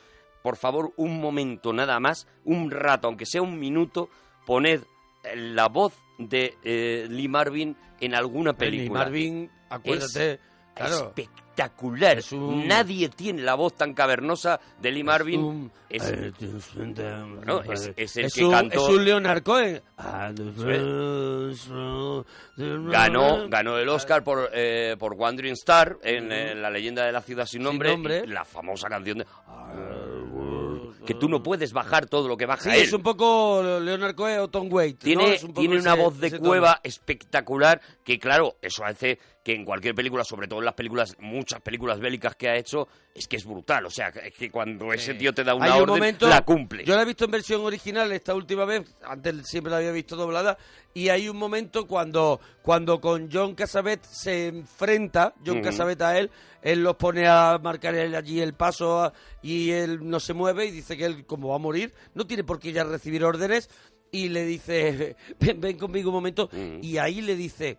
por favor, un momento nada más, un rato, aunque sea un minuto, poned eh, la voz de eh, Lee Marvin en alguna Lee película. Marvin, acuérdate, Es claro. espectacular. Es un- Nadie tiene la voz tan cavernosa de Lee Marvin. Es- Bueno, es- es el que un, cantó- es un Leonard Cohen. ganó, ganó Ah. el Oscar por, eh, por Wandering Star en eh, La leyenda de la ciudad sin nombre, nombre. Ah, y la famosa canción de que tú no puedes bajar todo lo que Sí, baja él. es un poco Leonard Cohen o Tom Waits. ¿no? Tiene, Es un poco tiene una ese- voz de ese cueva espectacular que, claro, eso hace que en cualquier película, sobre todo en las películas, muchas películas bélicas que ha hecho, es que es brutal. O sea, es que cuando ese tío te da una Hay un orden, momento- la cumple. Yo la he visto en versión original esta última vez, antes siempre la había visto doblada, y hay un momento cuando, cuando con John Casabet se enfrenta, John Ujú. Cassavet a él, él los pone a marcar el- allí el paso a- y él no se mueve y dice que él, como va a morir, no tiene por qué ya recibir órdenes, y le dice, ven, ven conmigo un momento, Mm. y ahí le dice...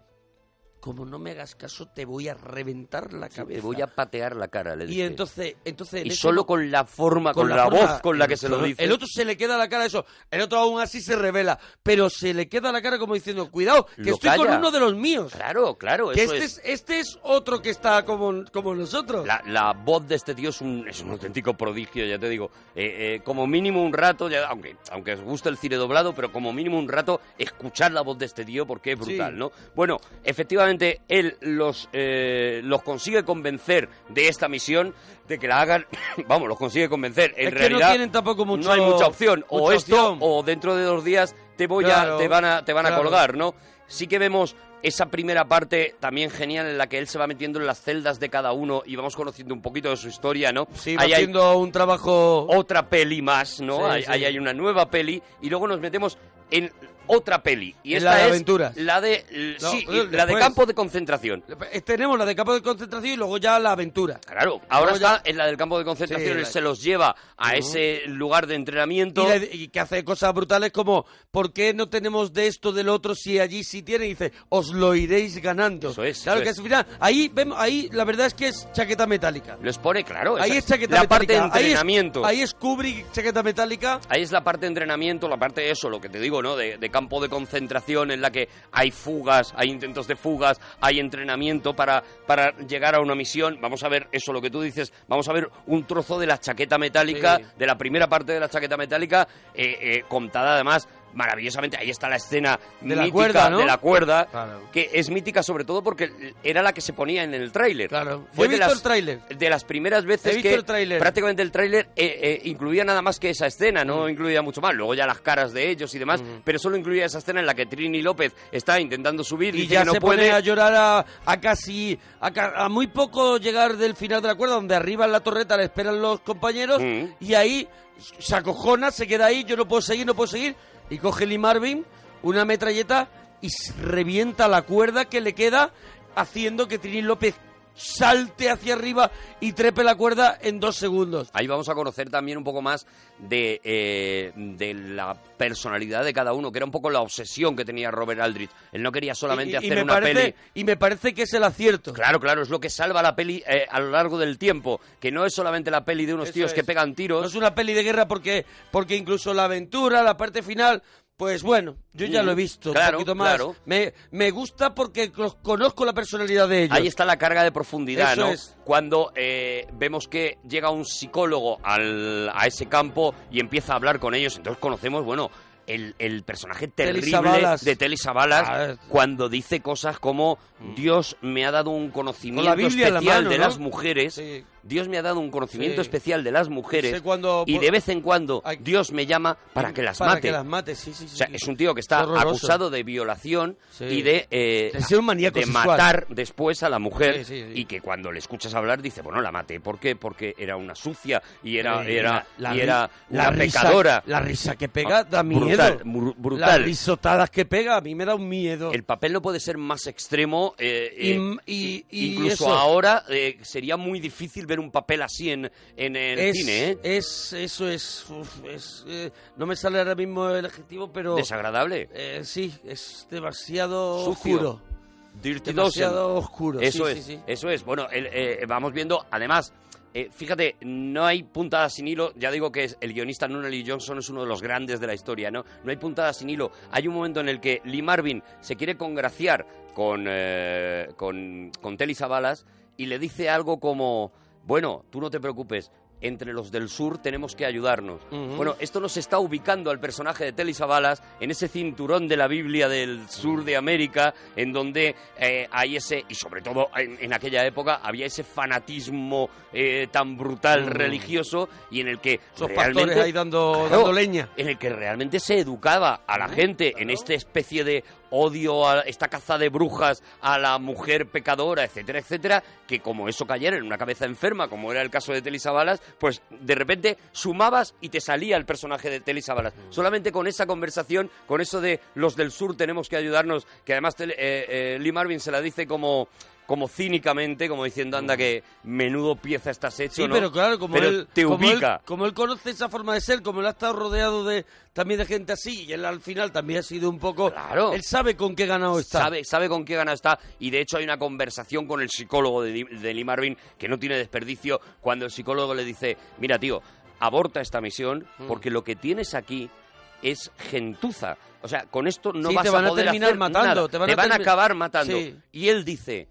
Como no me hagas caso, te voy a reventar la Sí, cabeza. te voy a patear la cara, le Y dice. entonces, entonces en Y ese solo mo- con la forma, con, la, forma- voz con la que se lo el- dice. El otro se le queda la cara eso. El otro aún así se revela, pero se le queda la cara como diciendo, cuidado, que Lo estoy con calla. uno de los míos. Claro, claro. Que eso este es. es, este es otro que está como, como nosotros. La, la voz de este tío es un, es un auténtico prodigio, ya te digo. Eh, eh, como mínimo un rato, ya- aunque, aunque os guste el cine doblado, pero como mínimo un rato escuchar la voz de este tío porque es brutal, Sí. ¿no? Bueno, efectivamente él los, eh, los consigue convencer de esta misión, de que la hagan, vamos, los consigue convencer. En es que realidad no tienen tampoco mucho, no hay mucha opción. O mucha esto, opción. o dentro de dos días te voy Claro, a, te van a, te van a claro. colgar, ¿no? Sí que vemos esa primera parte también genial en la que él se va metiendo en las celdas de cada uno y vamos conociendo un poquito de su historia, ¿no? Sí, va Ahí hay haciendo un trabajo otra peli más, ¿no? Sí, Ahí, sí. ahí hay una nueva peli y luego nos metemos en otra peli. Y La esta de es aventuras. La de, l- No, sí, eh, y la de después. campo de concentración. Eh, Tenemos la de campo de concentración y luego ya la aventura. Claro, ahora Luego ya- está en la del campo de concentración, Sí, él la- se los lleva a ese lugar de entrenamiento. Y, le- y que hace cosas brutales como, ¿por qué no tenemos de esto, del otro, si allí sí tiene? Y dice, os lo iréis ganando. Eso es. Claro eso que es. al final, ahí, vemos, ahí la verdad es que es chaqueta metálica. Les pone, claro, ahí esa- es chaqueta la parte metálica. de Ahí es- entrenamiento. Ahí es, Kubrick, chaqueta metálica. Ahí es la parte de entrenamiento, la parte de eso, lo que te digo, ¿no? De, de campo de concentración en la que hay fugas, hay intentos de fugas, hay entrenamiento para, para llegar a una misión. Vamos a ver eso, lo que tú dices, vamos a ver un trozo de la chaqueta metálica, Sí. de la primera parte de la chaqueta metálica, eh, eh, contada además maravillosamente. Ahí está la escena De la mítica cuerda, ¿no? de la cuerda, Claro. que es mítica sobre todo porque era la que se ponía en el tráiler. Claro, Yo he visto el tráiler. de las primeras veces He visto que el tráiler. prácticamente el tráiler eh, eh, incluía nada más que esa escena, Mm. no incluía mucho más. Luego ya las caras de ellos y demás, pero solo incluía esa escena en la que Trini López está intentando subir Y dice ya que no se puede. pone a llorar a, a casi a, ca- a muy poco llegar del final de la cuerda, donde arriba en la torreta le esperan los compañeros Mm. y ahí se acojona, se queda ahí, yo no puedo seguir, no puedo seguir y coge Lee Marvin una metralleta y s- revienta la cuerda que le queda haciendo que Trini López salte hacia arriba y trepe la cuerda en dos segundos. Ahí vamos a conocer también un poco más de, eh, de la personalidad de cada uno, que era un poco la obsesión que tenía Robert Aldrich. Él no quería solamente Y- y hacer me una parece- peli. Y me parece que es el acierto. Claro, claro, es lo que salva la peli eh, a lo largo del tiempo, que no es solamente la peli de unos tíos que pegan tiros. No es una peli de guerra porque, porque incluso la aventura, la parte final, pues bueno, yo ya Mm, lo he visto claro, un poquito más. claro. Me, me gusta porque los- conozco la personalidad de ellos. Ahí está la carga de profundidad, Eso ¿no? es. Cuando eh, vemos que llega un psicólogo al- a ese campo y empieza a hablar con ellos, entonces conocemos, bueno, el, el personaje Telly terrible Savalas. Ah, de Telly Savalas cuando dice cosas como Dios me ha dado un conocimiento Mm. Biblia en la especial mano, de ¿no? las mujeres. Dios me ha dado un conocimiento Sí. especial de las mujeres Sé cuando- y de vez en cuando Dios me llama para que las Para mate. que las mate, sí, sí, sí. O sea, es un tío que está Horroroso. acusado de violación y de, eh, De ser un maníaco de sexual. matar después a la mujer Sí, sí, y que cuando le escuchas hablar dice, bueno, la maté. ¿Por qué? Porque era una sucia y era, Eh, era, la- la y ri- era la una risa- pecadora. la risa que pega da Brutal, miedo. bru- Las brutal. risotadas que pega, a mí me da un miedo. El papel no puede ser más extremo. eh, Y- eh, y- i- y incluso eso. ahora eh, sería muy difícil ver un papel así en, en el es, cine, ¿eh? es, eso es, uf, es, eh, no me sale ahora mismo el adjetivo, pero... Desagradable. Eh, sí, es demasiado Sucio. oscuro. Dirty demasiado Dozen. oscuro. Eso sí, es, sí, sí. eso es. Bueno, el- eh, vamos viendo, además, eh, fíjate, no hay puntadas sin hilo. Ya digo que es, el guionista Nooney Lee Johnson es uno de los grandes de la historia, ¿no? No hay puntadas sin hilo. Hay un momento en el que Lee Marvin se quiere congraciar con, eh, con, con Telly Savalas y le dice algo como, bueno, tú no te preocupes. Entre los del sur tenemos que ayudarnos. Ujú. Bueno, esto nos está ubicando al personaje de Telly Savalas en ese cinturón de la Biblia del sur de América, en donde eh, hay ese, y sobre todo en, en aquella época, había ese fanatismo eh, tan brutal Mm. religioso y en el que Esos realmente, pastores ahí dando, Claro, dando leña. en el que realmente se educaba a la gente en esta especie de odio, a esta caza de brujas, a la mujer pecadora, etcétera, etcétera, que como eso cayera en una cabeza enferma, como era el caso de Telly Savalas, pues de repente sumabas y te salía el personaje de Telly Savalas. Solamente con esa conversación, con eso de los del sur tenemos que ayudarnos, que además Tel- eh, eh, Lee Marvin se la dice como como cínicamente, como diciendo, anda, que menudo pieza estás hecho, Sí, ¿no? pero claro, como Pero él... te como él- ubica. como él conoce esa forma de ser, como él ha estado rodeado de también de gente así, y él al final también ha sido un poco... Claro. Él sabe con qué ganado está. Sabe, sabe con qué gana está. Y de hecho hay una conversación con el psicólogo de, Lee- de Lee Marvin que no tiene desperdicio cuando el psicólogo le dice, mira tío, aborta esta misión Mm. porque lo que tienes aquí es gentuza. O sea, con esto no Sí, vas te van a poder terminar hacer matando, nada. te van a termi- acabar matando. Sí. Y él dice,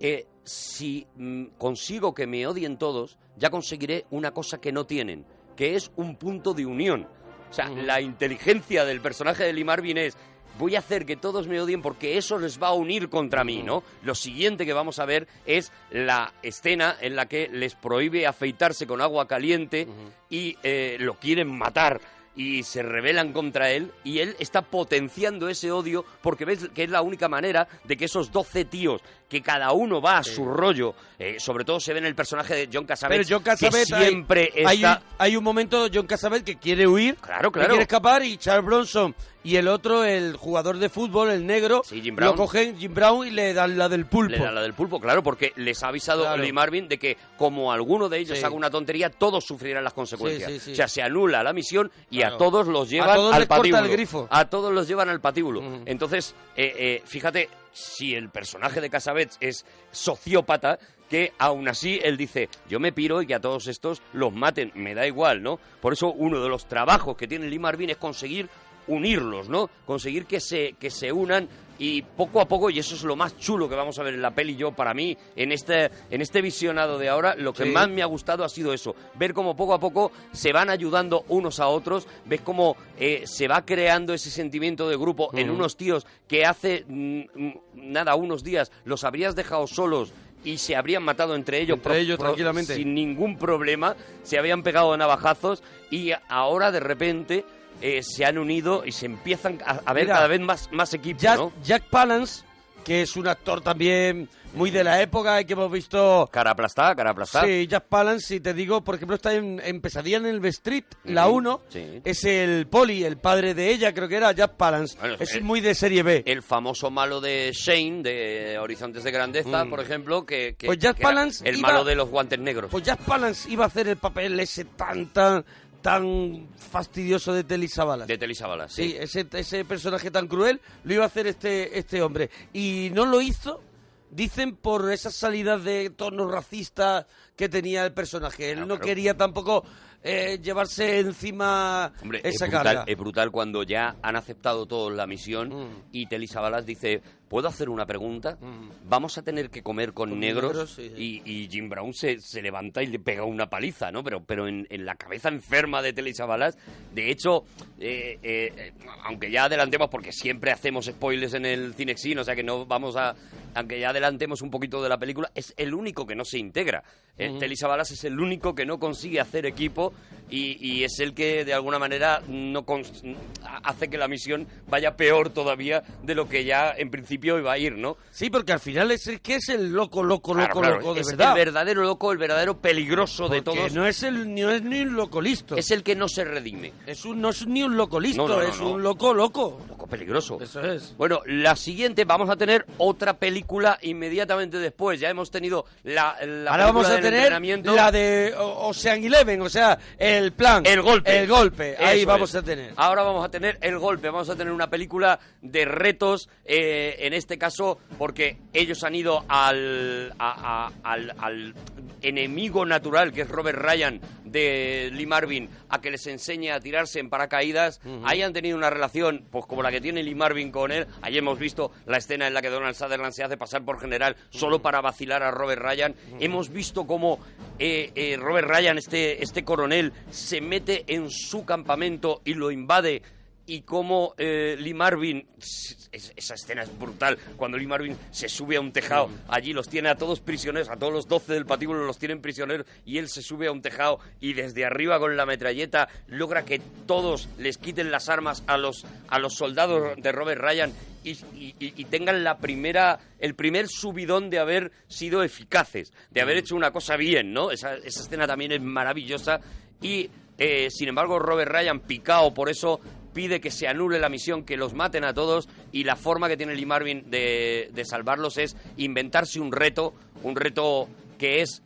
eh, si mm, consigo que me odien todos, ya conseguiré una cosa que no tienen, que es un punto de unión. O sea, la inteligencia del personaje de Lee Marvin es, voy a hacer que todos me odien porque eso les va a unir contra mí, ¿no? Lo siguiente que vamos a ver es la escena en la que les prohíbe afeitarse con agua caliente y eh, lo quieren matar. Y se rebelan contra él y él está potenciando ese odio porque ves que es la única manera de que esos 12 tíos, que cada uno va a su rollo, eh, sobre todo se ve en el personaje de John Casabet, Pero John Cassavet que siempre hay, está... hay un, hay un momento John Casabet que quiere huir, Claro, que claro. quiere escapar y Charles Bronson y el otro, el jugador de fútbol, el negro, Brown. lo cogen Jim Brown y le dan la del pulpo. Le da la del pulpo, claro, porque les ha avisado Claro. Lee Marvin de que como alguno de ellos Sí. haga una tontería, todos sufrirán las consecuencias. Sí, sí, sí. O sea, se anula la misión y Claro. a todos los A llevan todos al les corta patíbulo. el grifo. A todos los llevan al patíbulo. Entonces, eh, eh, fíjate, si el personaje de Casabets es sociópata, que aún así él dice, yo me piro y que a todos estos los maten, me da igual, ¿no? Por eso uno de los trabajos que tiene Lee Marvin es conseguir unirlos, ¿no? Conseguir que se, que se unan y poco a poco, y eso es lo más chulo que vamos a ver en la peli yo, para mí, en este, en este visionado de ahora, lo que Sí. más me ha gustado ha sido eso, ver cómo poco a poco se van ayudando unos a otros, ves cómo eh, se va creando ese sentimiento de grupo en Ujú. unos tíos que hace mm, mm, nada, unos días, los habrías dejado solos. Y se habrían matado entre ellos, Entre ellos, tranquilamente. sin ningún problema, se habían pegado a navajazos y ahora de repente eh, se han unido y se empiezan a, a ver Mira, cada vez más, más equipos, Jack, ¿no? Jack Palance, que es un actor también muy de la época y que hemos visto... Cara aplastada, cara aplastada. Sí, Jack Palance, si te digo, por ejemplo, está en, en Pesadilla en el Street, la Ujú, 1, sí. es el Poli, el padre de ella, creo que era Jack Palance. Bueno, eh, es el- muy de serie B. El famoso malo de Shane, de Horizontes de Grandeza, Mm. por ejemplo, que, que- Pues Jack que era Palance el iba- malo de los guantes negros. Pues Jack Palance iba a hacer el papel ese tan, tan, tan fastidioso de Telly Savalas. de Telisa Balas, Sí, ese, ese personaje tan cruel lo iba a hacer este, este hombre. Y no lo hizo, dicen, por esas salidas de tono racista que tenía el personaje. Él no claro. quería tampoco eh, llevarse encima Hombre, esa es, brutal, carga. Mm. es brutal cuando ya han aceptado todos la misión y Telisa Balas dice, ¿puedo hacer una pregunta? Mm. Vamos a tener que comer con, Con negros. negros, sí, Y, y Jim Brown se, se levanta y le pega una paliza, ¿no? Pero, pero en, en la cabeza enferma de Telisa Balas. De hecho, eh, eh, eh, aunque ya adelantemos, porque siempre hacemos spoilers en el Cinexin, o sea que no vamos a... Aunque ya adelantemos un poquito de la película, es el único que no se integra. Eh, Ujú. Telisa Balas es el único que no consigue hacer equipo y, y es el que de alguna manera no cons- hace que la misión vaya peor todavía de lo que ya en principio iba a ir, ¿no? Sí, porque al final es el que es el loco, loco, Claro, loco, claro, loco de es verdad. el verdadero loco, el verdadero peligroso de Porque todos. No es, el, no es ni un loco listo. Es el que no se redime. Es un, no es ni un loco listo, No, no, no, es no. un loco, loco. Loco peligroso. Eso es. Bueno, la siguiente vamos a tener otra película inmediatamente después. Ya hemos tenido la, la Ahora vamos película a del tener entrenamiento. la de O- Ocean Eleven, o sea, el plan. El golpe. El golpe, ahí Eso vamos es. Ah, a tener. Ahora vamos a tener el golpe, vamos a tener una película de retos, eh, en este caso porque ellos han ido al, a- a- al, al enemigo natural, que es Robert Ryan de Lee Marvin, a que les enseñe a tirarse en paracaídas. Ujú. Ahí han tenido una relación, pues como la que tiene Lee Marvin con él. Ahí hemos visto la escena en la que Donald Sutherland se hace pasar por general solo para vacilar a Robert Ryan. Hemos visto cómo eh, eh, Robert Ryan, este, este coronel, se mete en su campamento y lo invade. Y cómo eh, Lee Marvin, es- es- esa escena es brutal, cuando Lee Marvin se sube a un tejado, allí los tiene a todos prisioneros, a todos los 12 del patíbulo los tienen prisioneros, y él se sube a un tejado y desde arriba con la metralleta logra que todos les quiten las armas a los, a los soldados de Robert Ryan y, y- y- y tengan la primera, el primer subidón de haber sido eficaces, de Mm. haber hecho una cosa bien, ¿no? Esa, esa escena también es maravillosa y, eh, sin embargo, Robert Ryan, picado por eso, pide que se anule la misión, que los maten a todos y la forma que tiene Lee Marvin de, de salvarlos es inventarse un reto, un reto que es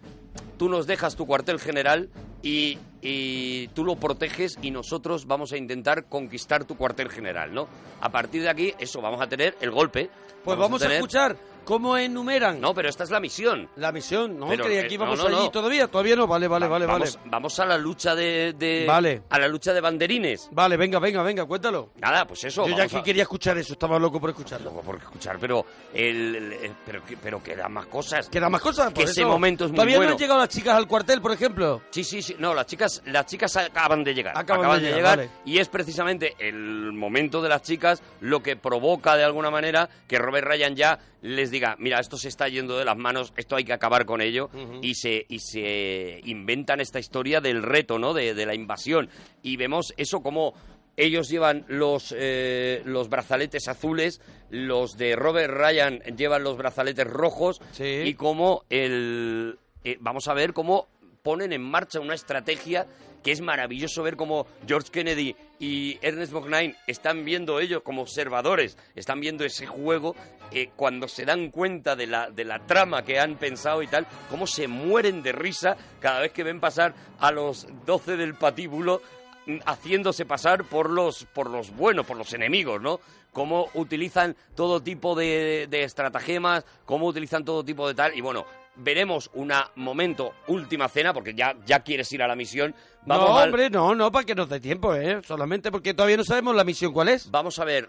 tú nos dejas tu cuartel general y, y tú lo proteges y nosotros vamos a intentar conquistar tu cuartel general, ¿no? A partir de aquí, eso, vamos a tener el golpe. Pues vamos a, tener- escuchar cómo enumeran. No, pero esta es la misión. La misión, no, Pero, creía eh, que íbamos no, no, allí no. todavía, todavía no, vale, vale, vale, vamos, vale. vamos a la lucha de, de- Vale. A la lucha de banderines. Vale, venga, venga, venga, cuéntalo. Nada, pues eso. Yo ya vamos que a- quería escuchar eso, estaba loco por escucharlo. Loco por escuchar, pero el, el- el- pero, que- pero que dan más cosas. Que da más cosas, Que por ese eso. momento es muy Todavía no bueno. han llegado las chicas al cuartel, por ejemplo. Sí, sí, sí. No, las chicas, las chicas acaban de llegar. Acaban Acaban, de de, llegar, llegar. vale. Y es precisamente el momento de las chicas lo que provoca de alguna manera que Robert Ryan ya les diga, mira, esto se está yendo de las manos, esto hay que acabar con ello. Ujú. Y se y se inventan esta historia del reto, ¿no? De, de la invasión. Y vemos eso como ellos llevan los, eh, los brazaletes azules, los de Robert Ryan llevan los brazaletes rojos y como el... eh, vamos a ver cómo ponen en marcha una estrategia que es maravilloso ver cómo George Kennedy y Ernest Borgnine están viendo ellos como observadores, están viendo ese juego eh, cuando se dan cuenta de la, de la trama que han pensado y tal, cómo se mueren de risa cada vez que ven pasar a los 12 del patíbulo mm, haciéndose pasar por los, por los buenos, por los enemigos, ¿no? Cómo utilizan todo tipo de, de estratagemas, cómo utilizan todo tipo de tal, y bueno... Veremos un momento, última cena, porque ya, ya quieres ir a la misión. Vamos no, al- hombre, no, no, para que nos dé tiempo, ¿eh? Solamente porque todavía no sabemos la misión cuál es. Vamos a ver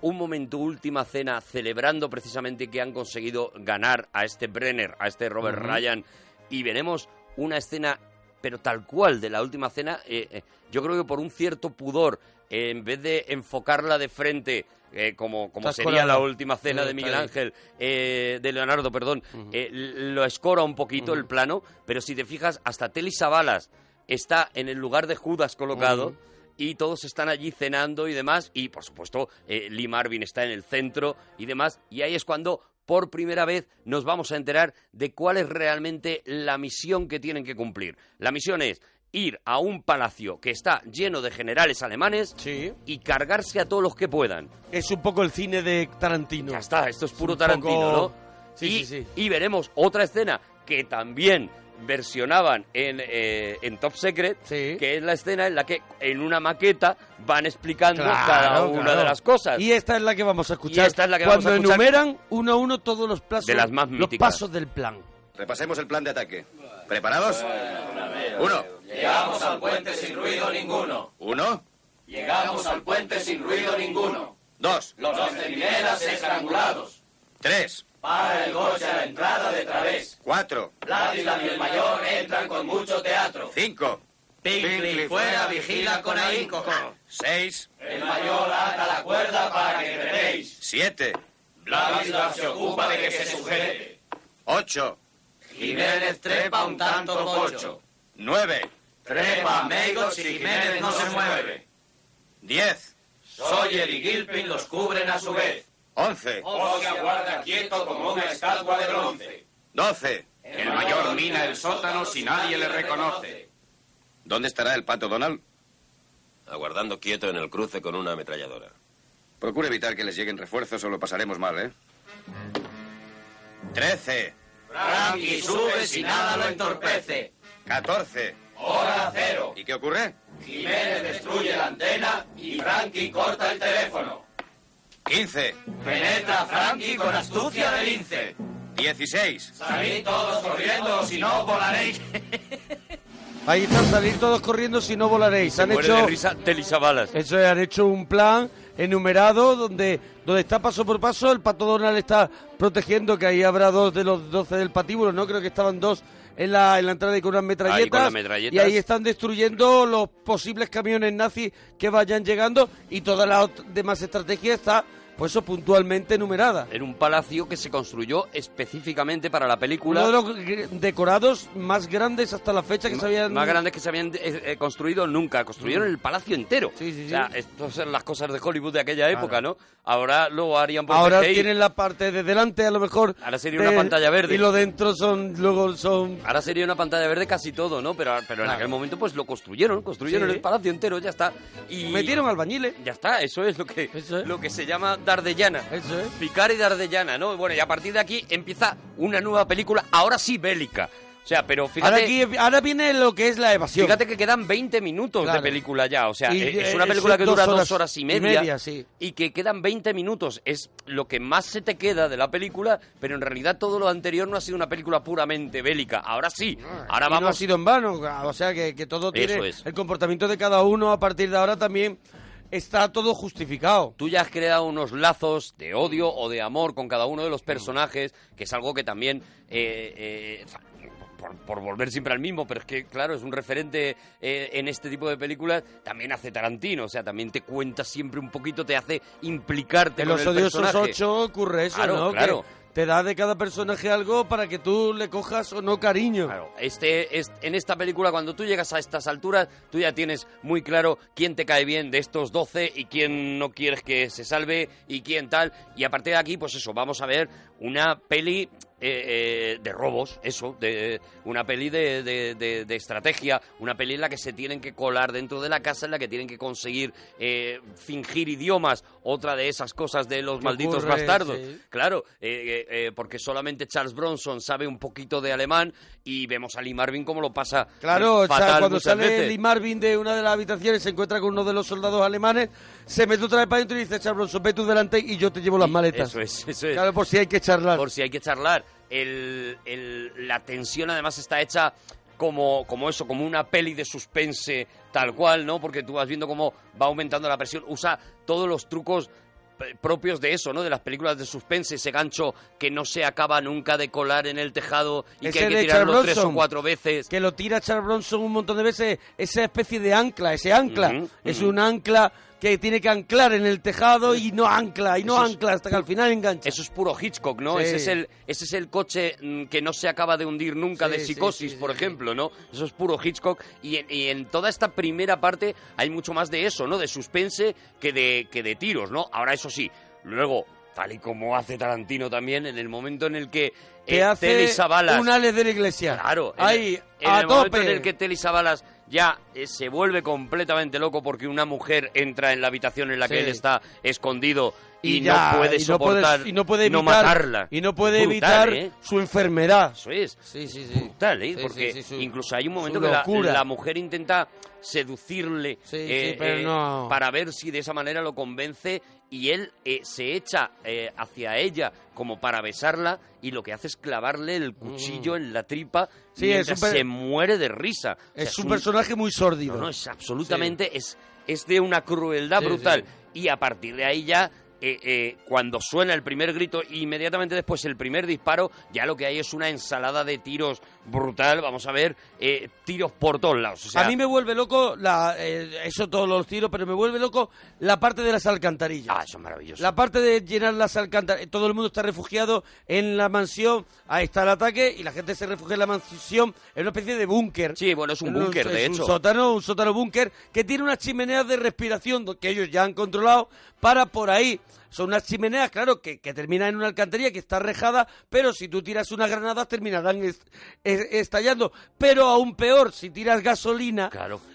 un momento última cena celebrando precisamente que han conseguido ganar a este Brenner, a este Robert Ujú. Ryan y veremos una escena pero tal cual de la última cena eh, eh, yo creo que por un cierto pudor eh, en vez de enfocarla de frente eh, como, como Estás sería la colando. última cena Sí, de Miguel está ahí. Ángel eh, de Leonardo perdón eh, l- lo escora un poquito el plano pero si te fijas hasta Telly Savalas está en el lugar de Judas colocado Ujú. y todos están allí cenando y demás. Y por supuesto, eh, Lee Marvin está en el centro y demás. Y ahí es cuando por primera vez nos vamos a enterar de cuál es realmente la misión que tienen que cumplir. La misión es ir a un palacio que está lleno de generales alemanes y cargarse a todos los que puedan. Es un poco el cine de Tarantino. Ya está, esto es puro un Tarantino, ¿no? poco- Sí, y, sí, sí. y veremos otra escena que también versionaban en, eh, en Top Secret, que es la escena en la que en una maqueta van explicando cada Claro, una claro. de las cosas. Y esta es la que vamos a escuchar. esta es la que Cuando vamos a escuchar. enumeran uno a uno todos los plazos. De las más Los míticas. pasos del plan. Repasemos el plan de ataque. ¿Preparados? Uno. Llegamos al puente sin ruido ninguno. Uno. Llegamos al puente sin ruido ninguno. Dos. Los dos de Mineras estrangulados. Tres. Para el coche a la entrada de través. Cuatro. Vladislav y el mayor entran con mucho teatro. Cinco. Pinkley fuera vigila con ahínco. Seis. El mayor ata la cuerda para que creéis. Siete. Vladislav se ocupa de que se sujete. Ocho. Jiménez trepa un tanto cocho. Nueve. Trepa Meigos y Jiménez no se mueve. Diez. Sawyer y Gilpin los cubren a su vez. Once. Oki aguarda quieto como una estatua de bronce. Doce. El mayor mina el sótano si nadie le reconoce. ¿Dónde estará el pato Donald? Aguardando quieto en el cruce con una ametralladora. Procura evitar que les lleguen refuerzos o lo pasaremos mal, ¿eh? Trece. Frankie sube si nada lo entorpece. Catorce. Hora cero. ¿Y qué ocurre? Jiménez destruye la antena y Frankie corta el teléfono. Quince. Penetra Frankie con astucia de lince. Dieciséis. Salid todos corriendo o si no volaréis. Ahí están, salir todos corriendo si no volaréis. han muere hecho de risa Telly Savalas. Eso es, han hecho un plan enumerado donde, donde está paso por paso, el pato Donald está protegiendo, que ahí habrá dos de los doce del patíbulo, ¿no? Creo que estaban dos en la, en la entrada y con unas metralletas, Ahí con las metralletas. Y ahí están destruyendo los posibles camiones nazis que vayan llegando y todas las ot- demás estrategias está, pues eso, puntualmente enumerada. En un palacio que se construyó específicamente para la película. Uno de los gr- decorados más grandes hasta la fecha que se habían... más grandes que se habían eh, eh, construido nunca. Construyeron Mm. el palacio entero. O sea, estas son las cosas de Hollywood de aquella época, ¿no? Ahora lo harían por Ahora CGI. tienen la parte de delante, a lo mejor. Ahora sería de- una pantalla verde. Y lo dentro son, luego son Ahora sería una pantalla verde casi todo, ¿no? Pero, pero en aquel momento pues lo construyeron, construyeron Sí. el palacio entero, ya está. Y Metieron albañiles. Ya está, eso es lo que, lo que se llama Dardellana. Eso es. Picar y Dardellana, ¿no? Bueno, y a partir de aquí empieza una nueva película, ahora sí bélica. O sea, pero fíjate... Ahora, aquí- ahora viene lo que es la evasión. Fíjate que quedan 20 minutos de Claro. película ya, o sea, Y, es eh, una película son que dos dura horas dos horas y y media, media, sí. y que quedan 20 minutos, es lo que más se te queda de la película, pero en realidad todo lo anterior no ha sido una película puramente bélica, ahora sí, ahora Y no ha vamos... sido en vano, ah, o sea que, que todo Eso tiene es. el comportamiento de cada uno a partir de ahora también está todo justificado. Tú ya has creado unos lazos de odio o de amor con cada uno de Mm. los personajes, que es algo que también... eh, eh, o sea, por, por volver siempre al mismo, pero es que, claro, es un referente eh, en este tipo de películas, también hace Tarantino, o sea, también te cuenta siempre un poquito, te hace implicarte En con los el odiosos personaje. 8 ocurre eso, Claro, ¿no? claro. Que te da de cada personaje algo para que tú le cojas o no cariño. Este, es- en esta película, cuando tú llegas a estas alturas, tú ya tienes muy claro quién te cae bien de estos 12 y quién no quieres que se salve y quién tal. Y a partir de aquí, pues eso, vamos a ver una peli eh, eh, de robos, eso, de una peli de, de- de- de estrategia, una peli en la que se tienen que colar dentro de la casa, en la que tienen que conseguir eh, fingir idiomas, otra de esas cosas de los Que malditos ocurre, bastardos. sí. Claro, eh, eh, eh, porque solamente Charles Bronson sabe un poquito de alemán y vemos a Lee Marvin como lo pasa Claro, o sea, fatal cuando muchas sale veces. Lee Marvin de una de las habitaciones, se encuentra con uno de los soldados alemanes, se mete otra vez para adentro y dice, Charles Bronson, ve tú delante y yo te llevo las maletas. Eso es, eso es. Claro, por si hay que charlar. Por si hay que charlar. El- el- la tensión además está hecha como, como eso, como una peli de suspense tal cual, ¿no? Porque tú vas viendo cómo va aumentando la presión. Usa todos los trucos eh, propios de eso, ¿no? De las películas de suspense, ese gancho que no se acaba nunca de colar en el tejado y Ese que hay que de tirarlo Charles tres o Bronson. cuatro veces. Que lo tira Charles Bronson un montón de veces, esa especie de ancla, ese ancla. Ujú, Es ujú. un ancla que tiene que anclar en el tejado y no ancla, y no Eso es- ancla, hasta que al final engancha. Eso es puro Hitchcock, ¿no? Sí. Ese, es el, ese es el coche mm, que no se acaba de hundir nunca Sí, de sí, psicosis, sí, sí, por sí. ejemplo, ¿no? Eso es puro Hitchcock. Y en, y en toda esta primera parte hay mucho más de eso, ¿no? De suspense que de, que de tiros, ¿no? Ahora, eso sí, luego, tal y como hace Tarantino también, en el momento en el que Te eh, Telly hace Savalas- un ales de la iglesia. Claro, en Ahí, el- en a el momento tope. en el que Telly Savalas ya eh, se vuelve completamente loco porque una mujer entra en la habitación en la que Sí. él está escondido y, ya, no puede y no puede- soportar y no puede no evitar- matarla. y no puede Brutal, evitar ¿eh? su enfermedad. Eso es. Sí, sí, Brutal, ¿eh? Sí, Porque sí, sí, su- incluso hay un su momento que la, locura. la mujer intenta seducirle eh, sí, pero eh, no. para ver si de esa manera lo convence y él eh, se echa eh, hacia ella como para besarla y lo que hace es clavarle el cuchillo en la tripa Mm. Sí, y es un per- se muere de risa. O sea, Es un personaje muy sórdido. No, no, es absolutamente... Es, es de una crueldad Sí, brutal. Y a partir de ahí ya... eh, eh, cuando suena el primer grito e inmediatamente después el primer disparo, ya lo que hay es una ensalada de tiros brutal. Vamos a ver, eh, tiros por todos lados. O sea, a mí me vuelve loco, la, eh, eso todos los tiros, pero me vuelve loco la parte de las alcantarillas. Ah, eso es maravilloso. La parte de llenar las alcantarillas. Todo el mundo está refugiado en la mansión, ahí está el ataque y la gente se refugia en la mansión, en una especie de búnker. Sí, bueno, es un En búnker, de es hecho. Un sótano, un sótano búnker que tiene unas chimeneas de respiración do- que ellos ya han controlado para por ahí. Son unas chimeneas, claro, que, que terminan en una alcantarilla que está rejada, pero si tú tiras unas granadas terminarán es- es- estallando. Pero aún peor, si tiras gasolina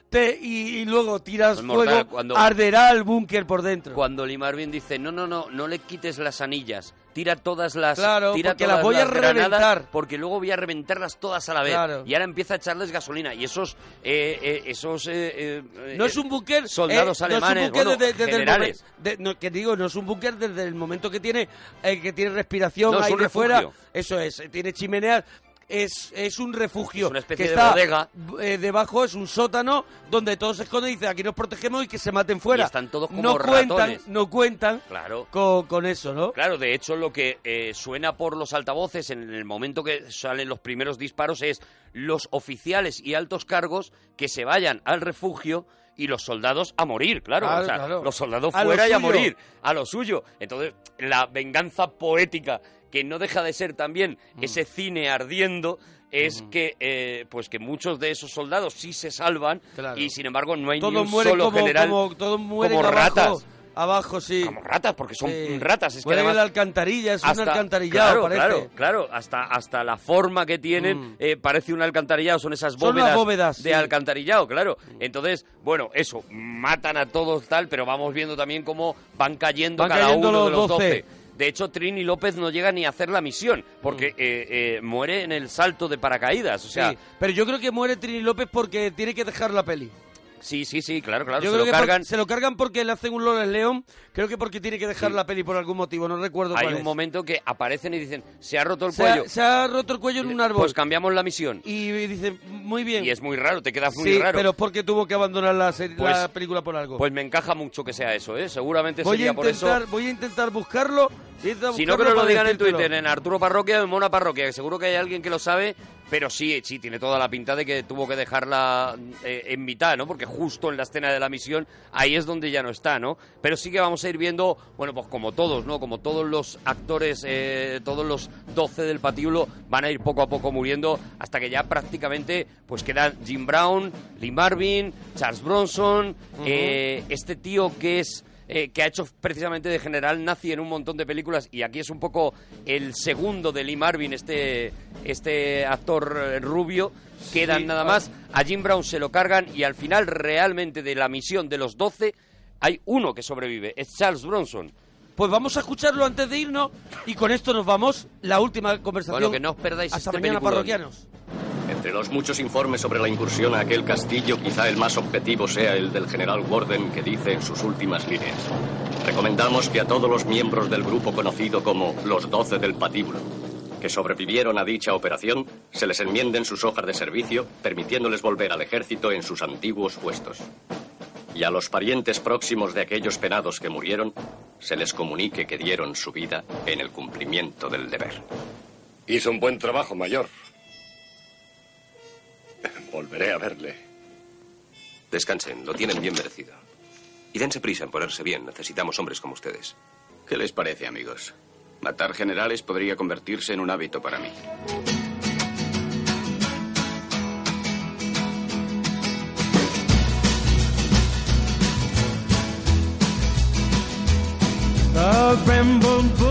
te- y, y luego tiras Es fuego, mortal cuando- arderá el búnker por dentro. Cuando Lee Marvin dice, no, no, no, no le quites las anillas, tira todas las... Claro, tira porque todas las voy a granadas, reventar. Porque luego voy a reventarlas todas a la vez. Claro. Y ahora empieza a echarles gasolina. Y esos... eh, eh, esos eh, eh, No eh, es un búnker. Soldados eh, no es un alemanes, búnker bueno, desde- desde el generales. momen- de- no, que digo, no es un búnker desde el momento que tiene, eh, que tiene respiración No, es ahí un de fuera. refugio. Eso es, eh, tiene chimeneas. Es, es un refugio. Es una especie que de está bodega. eh, debajo es un sótano donde todos se esconden y dicen aquí nos protegemos y que se maten fuera. Y están todos como no cuentan, ratones. no cuentan Claro. con, con eso, ¿no? Claro, de hecho lo que eh, suena por los altavoces en el momento que salen los primeros disparos es los oficiales y altos cargos que se vayan al refugio y los soldados a morir, claro, Claro, o sea, claro. los soldados A lo fuera y a suyo. morir, a lo suyo. Entonces, la venganza poética que no deja de ser también Mm. ese cine ardiendo es que eh, pues que muchos de esos soldados sí se salvan Claro. y sin embargo no hay ni Todos un mueren solo como, general como- todos mueren como abajo, ratas Abajo, sí. Como ratas, porque son Sí. ratas. Es que Mueren en además- la alcantarilla, es un hasta- alcantarillado, claro, parece. Mm. Claro, claro, hasta, hasta la forma que tienen eh, parece un alcantarillado, son esas Son bóvedas, las bóvedas, de sí. Mm. alcantarillado, claro. Entonces, bueno, eso, matan a todos tal, pero vamos viendo también cómo van cayendo Van cada cayendo uno de los los 12. 12. De hecho, Trini López no llega ni a hacer la misión, porque eh, eh, muere en el salto de paracaídas. O sea, Mm. Sí, pero yo creo que muere Trini López porque tiene que dejar la peli. sí, sí, sí, claro, claro, Yo se creo lo que cargan. por- se lo cargan porque le hacen un Lola León. Creo que porque tiene que dejar la peli por algún motivo, no recuerdo Hay cuál un es. momento que aparecen y dicen, se ha roto el se, cuello. ha, se ha roto el cuello en un árbol. Pues cambiamos la misión. y dice, muy bien. Y es muy raro, te quedas muy sí, raro. pero es porque tuvo que abandonar la, serie- Pues- la película por algo. Pues me encaja mucho que sea eso, ¿eh? Seguramente voy, a sería por intentar, eso. voy a intentar buscarlo. voy a intentar Si no, que buscarlo nos lo para digan en decírtelo. Twitter, en Arturo Parroquia o en Mona Parroquia, que seguro que hay alguien que lo sabe, pero sí, sí, tiene toda la pinta de que tuvo que dejarla eh, en mitad, ¿no? Porque justo en la escena de la misión, ahí es donde ya no está, ¿no? Pero sí que vamos a ir viendo, bueno, pues como todos, ¿no? Como todos los actores, eh, todos los 12 del patíbulo van a ir poco a poco muriendo hasta que ya prácticamente pues quedan Jim Brown, Lee Marvin, Charles Bronson, Ujú. eh, este tío que es... eh, que ha hecho precisamente de general nazi en un montón de películas y aquí es un poco el segundo de Lee Marvin, este, este actor eh, rubio. Quedan Sí, nada ah. más, a Jim Brown se lo cargan y al final realmente de la misión de los 12 hay uno que sobrevive, es Charles Bronson. Pues vamos a escucharlo antes de irnos y con esto nos vamos. La última conversación. Bueno, que no os perdáis Hasta este mañana, peliculón. parroquianos. Entre los muchos informes sobre la incursión a aquel castillo, quizá el más objetivo sea el del general Warden que dice en sus últimas líneas. Recomendamos que a todos los miembros del grupo conocido como los 12 del patíbulo, que sobrevivieron a dicha operación, se les enmienden sus hojas de servicio, permitiéndoles volver al ejército en sus antiguos puestos. Y a los parientes próximos de aquellos penados que murieron, se les comunique que dieron su vida en el cumplimiento del deber. Hizo un buen trabajo, mayor. Volveré a verle. Descansen, lo tienen bien merecido. Y dense prisa en ponerse bien, necesitamos hombres como ustedes. ¿Qué les parece, amigos? Matar generales podría convertirse en un hábito para mí. The bramble bush